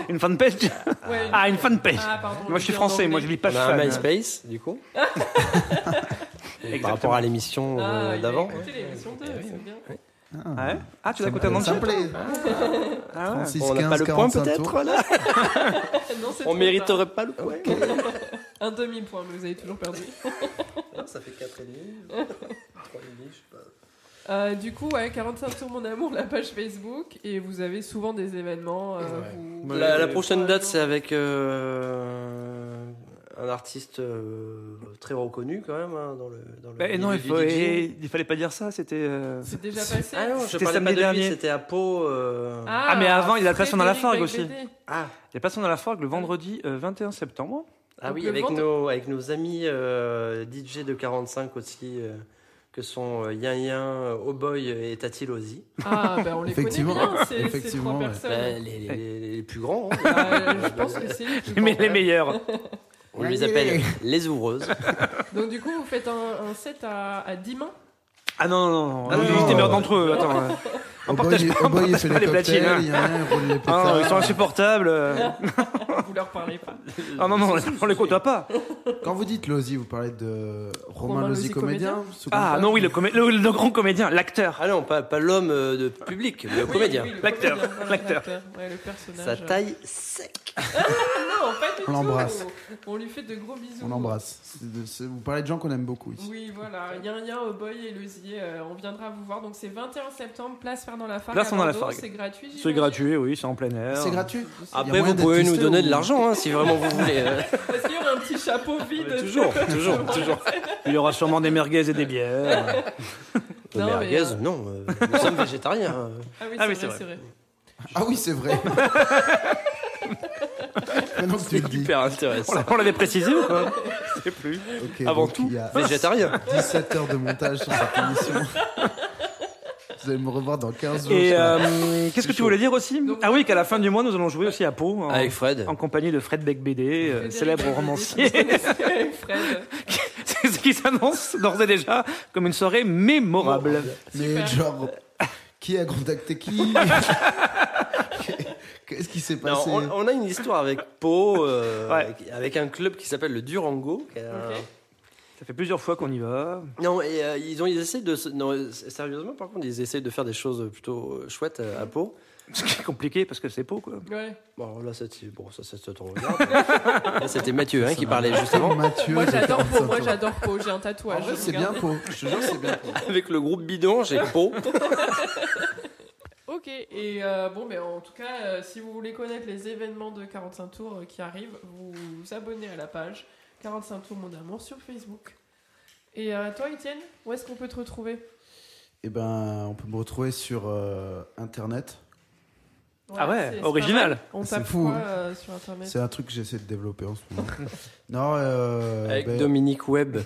D: une fanpage
B: Ouais, une-
D: Ah, une fanpage
B: Ah, pardon,
D: Moi, je suis
B: en
D: français, moi,
B: anglais.
D: je lis page
E: On a un
D: fan.
E: MySpace, du coup. Et
D: Exactement.
E: par rapport à l'émission euh,
B: Ah, il a
E: d'avant.
B: écouté l'émission deux,
E: Eh oui.
B: c'est bien.
D: Ouais. Ah, tu l'as
C: Ça
D: écouté
C: me-
D: en
C: ça
D: entier
C: me plaît.
D: Ah ouais.
C: 36,
E: On n'a pas
C: 15,
E: le point
C: 45
E: peut-être
C: tours.
E: voilà.
B: Non, c'est trop
E: On
B: tard.
E: mériterait pas le point.
B: un demi-point, mais vous avez toujours perdu.
E: Ça fait 4 et demi. 3 et demi, je sais pas.
B: Euh, du coup, ouais, 45 tours mon amour, la page Facebook, et vous avez souvent des événements. euh,
C: Ouais.
B: où-
E: La, la prochaine date, c'est avec euh, un artiste euh, très reconnu quand même hein, dans le. Dans le
D: Bah, et non, il,
E: milieu
D: faut-
E: du
D: et-
E: DJing.
D: il fallait pas dire ça, c'était. euh,
B: C'est déjà passé.
E: Ah non, je
D: C'était
E: parlais pas
D: samedi
E: de lui,
D: dernier.
E: c'était à Pau. euh, Ah.
D: Ah, mais avant, il a le placement dans la
B: Frédéric
D: Fargue
B: Becbédé.
D: Il y a passé dans la forgue le vendredi euh, 21 septembre.
B: Donc
E: Ah oui,
B: le
E: avec
B: vendre-
E: nos, avec nos amis euh, DJ de 45 aussi, euh, que sont euh, Yin Yin, euh, Oboy et Tati Lozzi.
B: Ah, ben on les connaît
C: Effectivement.
B: bien, ces- ces,
C: Effectivement,
B: trois
C: ouais.
B: personnes.
E: Bah, les, les- les- les plus grands. hein.
B: Euh, je pense que c'est les plus
D: Mais
B: grands,
D: les
B: ouais.
D: meilleurs.
E: On les appelle les ouvreuses.
B: Donc, du coup, vous faites un, un set à, à 10 mains.
D: Ah non, non, non,
E: Ah
D: non.
E: non,
D: ils
E: non,
D: étaient meilleurs
E: non.
D: d'entre eux. Attends. euh.
C: Au
D: On
C: boy,
D: partage
C: il-
D: pas,
C: au boy,
D: on
C: il
D: partage
C: fait
D: pas
C: les
D: les platines.
C: cocktails, il
D: hein.
C: y en a un, il roule les
D: Ah non, ils sont
C: pétards.
D: insupportables. euh.
B: Vous leur parlez pas.
D: Ah non, non, on les côtoie pas.
C: Quand vous dites Lozi, vous parlez de Romain,
B: Romain
C: Lozi,
B: Lozi,
C: comédien sous
D: Ah
C: contrat
D: non, oui, le, comé- le- le grand comédien, l'acteur.
E: Ah non, pas, pas l'homme euh, de public, le
B: Oui,
E: comédien.
B: oui, le
D: L'acteur,
B: comédien, voilà,
D: l'acteur.
B: Ouais, le personnage. Ah
E: Sa taille sec.
B: Non, pas du
C: On
B: tout.
C: l'embrasse.
B: On lui fait de gros bisous.
C: On l'embrasse. C'est de- c'est- Vous parlez de gens qu'on aime beaucoup ici.
B: Oui, voilà, il y a un lien au boy et Lozier, euh, on viendra vous voir. Donc c'est 21 septembre, place Fernand Lafargue.
D: Place
B: à
D: Fernand
B: Bordeaux,
D: Lafargue.
B: C'est gratuit.
D: C'est
B: j'imagine.
D: gratuit, oui, c'est en plein air.
C: C'est gratuit.
D: Ah,
C: Il y
E: Après,
C: a moyen
E: vous
C: d'être
E: pouvez
C: testé
E: nous donner
C: ou-
E: de l'argent hein, si vraiment vous voulez.
B: Parce qu'il y aura un petit chapeau
D: Ah,
B: vide.
E: Mais toujours, toujours, toujours.
D: Il y aura sûrement des merguez et des bières.
B: Non, mais,
E: merguez,
B: euh,
E: non, euh, nous sommes végétariens. euh.
B: Ah oui, c'est
D: Ah
B: vrai,
D: oui, c'est
B: c'est vrai.
C: Ah oui, c'est vrai. Maintenant que tu le dis.
E: Hyper
D: On
E: intéressant.
D: l'a- on l'avait précisé ou quoi Je sais plus.
C: Ok,
D: Avant
C: donc
D: tout,
C: Il y a
E: Végétarien.
C: 17 heures de montage sur cette émission. Vous allez me revoir dans 15 jours. je
D: Et
C: crois.
D: euh, qu'est-ce que tu voulais dire aussi
B: Donc-
D: Ah oui, qu'à la fin du mois, nous allons jouer aussi à Pau. en-
E: Avec Fred.
D: En compagnie de Fred Beck BD,
B: Frédéric
D: célèbre
B: Becbédé,
D: romancier.
B: Frédéric Becbédé, Fred.
D: C'est c'est qui s'annonce d'ores et déjà comme une soirée mémorable.
C: Mais genre, qui a contacté qui Qu'est-ce qui s'est
E: Non,
C: passé
E: on, on a une histoire avec Pau, euh,
D: Ouais.
E: avec, avec un club qui s'appelle le Durango. qui est un-
D: Ça fait plusieurs fois qu'on y va.
E: Non, et euh, ils ont ils essaient de se- non, euh, sérieusement par contre ils essaient de faire des choses plutôt euh, chouettes euh, à Pau.
D: Ce qui est compliqué parce que c'est Pau, quoi.
B: Ouais.
E: Bon là ça c'est- bon ça, ça, ça te regarde. Là, C'était Mathieu hein, qui parlait justement
C: Mathieu,
B: Moi
C: j'ai
B: j'adore
C: fait
B: Pau,
C: un
B: moi
C: saut.
B: j'adore Pau, j'ai un
C: En
B: tatouage.
C: vrai, c'est bien
B: Regardez.
C: pour. Je te jure, c'est bien pour.
E: avec le groupe bidon j'ai Pau.
C: Euh,
B: Ok, et euh, bon, mais en tout cas, euh, si vous voulez connaître les événements de 45 tours euh, qui arrivent, vous vous abonnez à la page 45 tours mon amour sur Facebook. Et euh, toi, Étienne, où est-ce qu'on peut te retrouver
C: Eh ben, on peut me retrouver sur euh, Internet.
D: Ah ouais,
B: c'est- c'est
D: original.
B: pas mal. On
C: C'est
B: tape
C: fou,
B: quoi
C: hein.
B: euh, sur internet
C: C'est un truc que j'essaie de développer en ce moment. non, euh,
E: avec
C: ben,
E: Dominique Webb.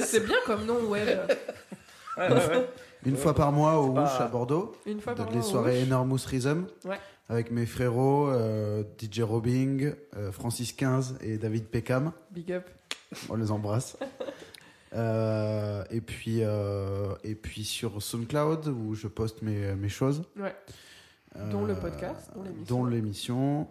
B: C'est bien comme nom euh, web.
C: une fois par mois au
D: C'est pas-
C: Wouche à Bordeaux,
B: Une fois par
C: donc
B: mois.
C: les
B: on
C: soirées
B: louche.
C: Enormous Rhythm,
B: Ouais.
C: avec mes frérots euh, DJ Robbing, euh, Francis 15 et David Peckham.
B: Big up.
C: On les embrasse. Euh, et puis euh, et puis sur SoundCloud où je poste mes, mes choses.
B: Ouais.
C: Euh,
B: Dont le podcast, dont l'émission.
C: dont l'émission.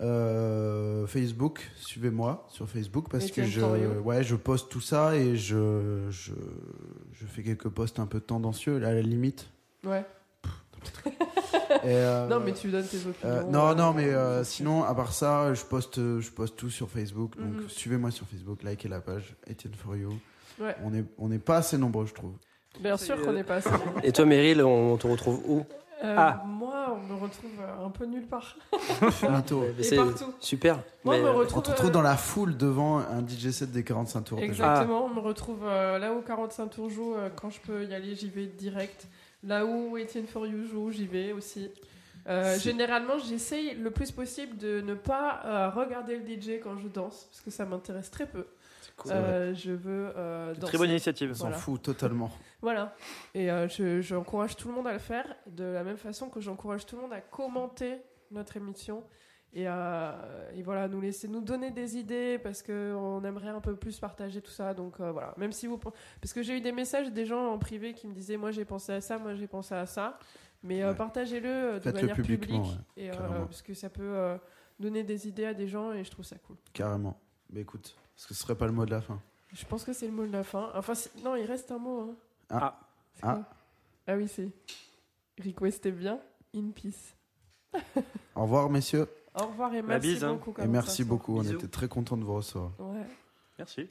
C: Euh, Facebook, suivez-moi sur Facebook parce que
B: Étienne
C: je,
B: Thoriot.
C: ouais, je poste tout ça et je, je, je fais quelques posts un peu tendancieux à la limite.
B: Ouais.
C: Et, euh,
B: Non, mais tu donnes tes opinions.
C: euh, non, non, mais euh, sinon, à part ça, je poste, euh, je poste tout sur Facebook. Donc
B: Mhm.
C: suivez-moi sur Facebook, likez la page Etienne For You.
B: Ouais.
C: On n'est on est pas assez nombreux, je trouve.
B: Bien sûr
D: euh,
B: qu'on n'est pas assez.
E: Et toi Meryl on te retrouve où
B: Euh,
D: Ah.
B: Moi, on me retrouve euh, un peu nulle part. Ah.
C: Mytho.
E: Mais
B: Et
E: c'est
B: partout.
E: Super.
B: Moi,
E: Mais,
B: on me
E: euh,
B: retrouve.
C: On te retrouve dans la foule devant un DJ set des 45 tours. déjà.
B: Exactement, on me retrouve euh, là où 45 tours joue, euh, quand je peux y aller, j'y vais direct. Là où Etienne For You joue, j'y vais aussi. Euh,
C: C'est-
B: généralement, j'essaye le plus possible de ne pas euh, regarder le DJ quand je danse, parce que ça m'intéresse très peu. Euh, je veux euh, danser.
D: Très bonne initiative.
C: On s'en
B: Voilà.
C: fout totalement.
B: Voilà. Et euh, je- j'encourage tout le monde à le faire, de la même façon que j'encourage tout le monde à commenter notre émission. Et, euh, et voilà, nous laisser nous donner des idées parce qu'on aimerait un peu plus partager tout ça. Donc euh, voilà, même si vous. pen- Parce que j'ai eu des messages des gens en privé qui me disaient Moi j'ai pensé à ça, moi j'ai pensé à ça. Mais euh,
C: Ouais.
B: partagez-le euh, de
C: Faites-le
B: manière
C: publiquement,
B: publique. et, euh,
C: carrément.
B: parce que ça peut euh, donner des idées à des gens et je trouve ça cool.
C: Carrément. Mais écoute, parce que ce serait pas le mot de la fin.
B: Je pense que c'est le mot de la fin. Enfin, si- non, il reste un mot. hein.
C: Ah.
B: C'est
C: Ah.
B: quoi Ah oui, c'est. Requestez bien, in peace.
C: Au revoir, messieurs.
B: Au revoir et merci
D: bise, hein.
B: beaucoup.
C: Et merci
B: 45.
C: beaucoup. On
E: Bisous.
C: était très contents de vous recevoir.
B: Ouais.
D: Merci.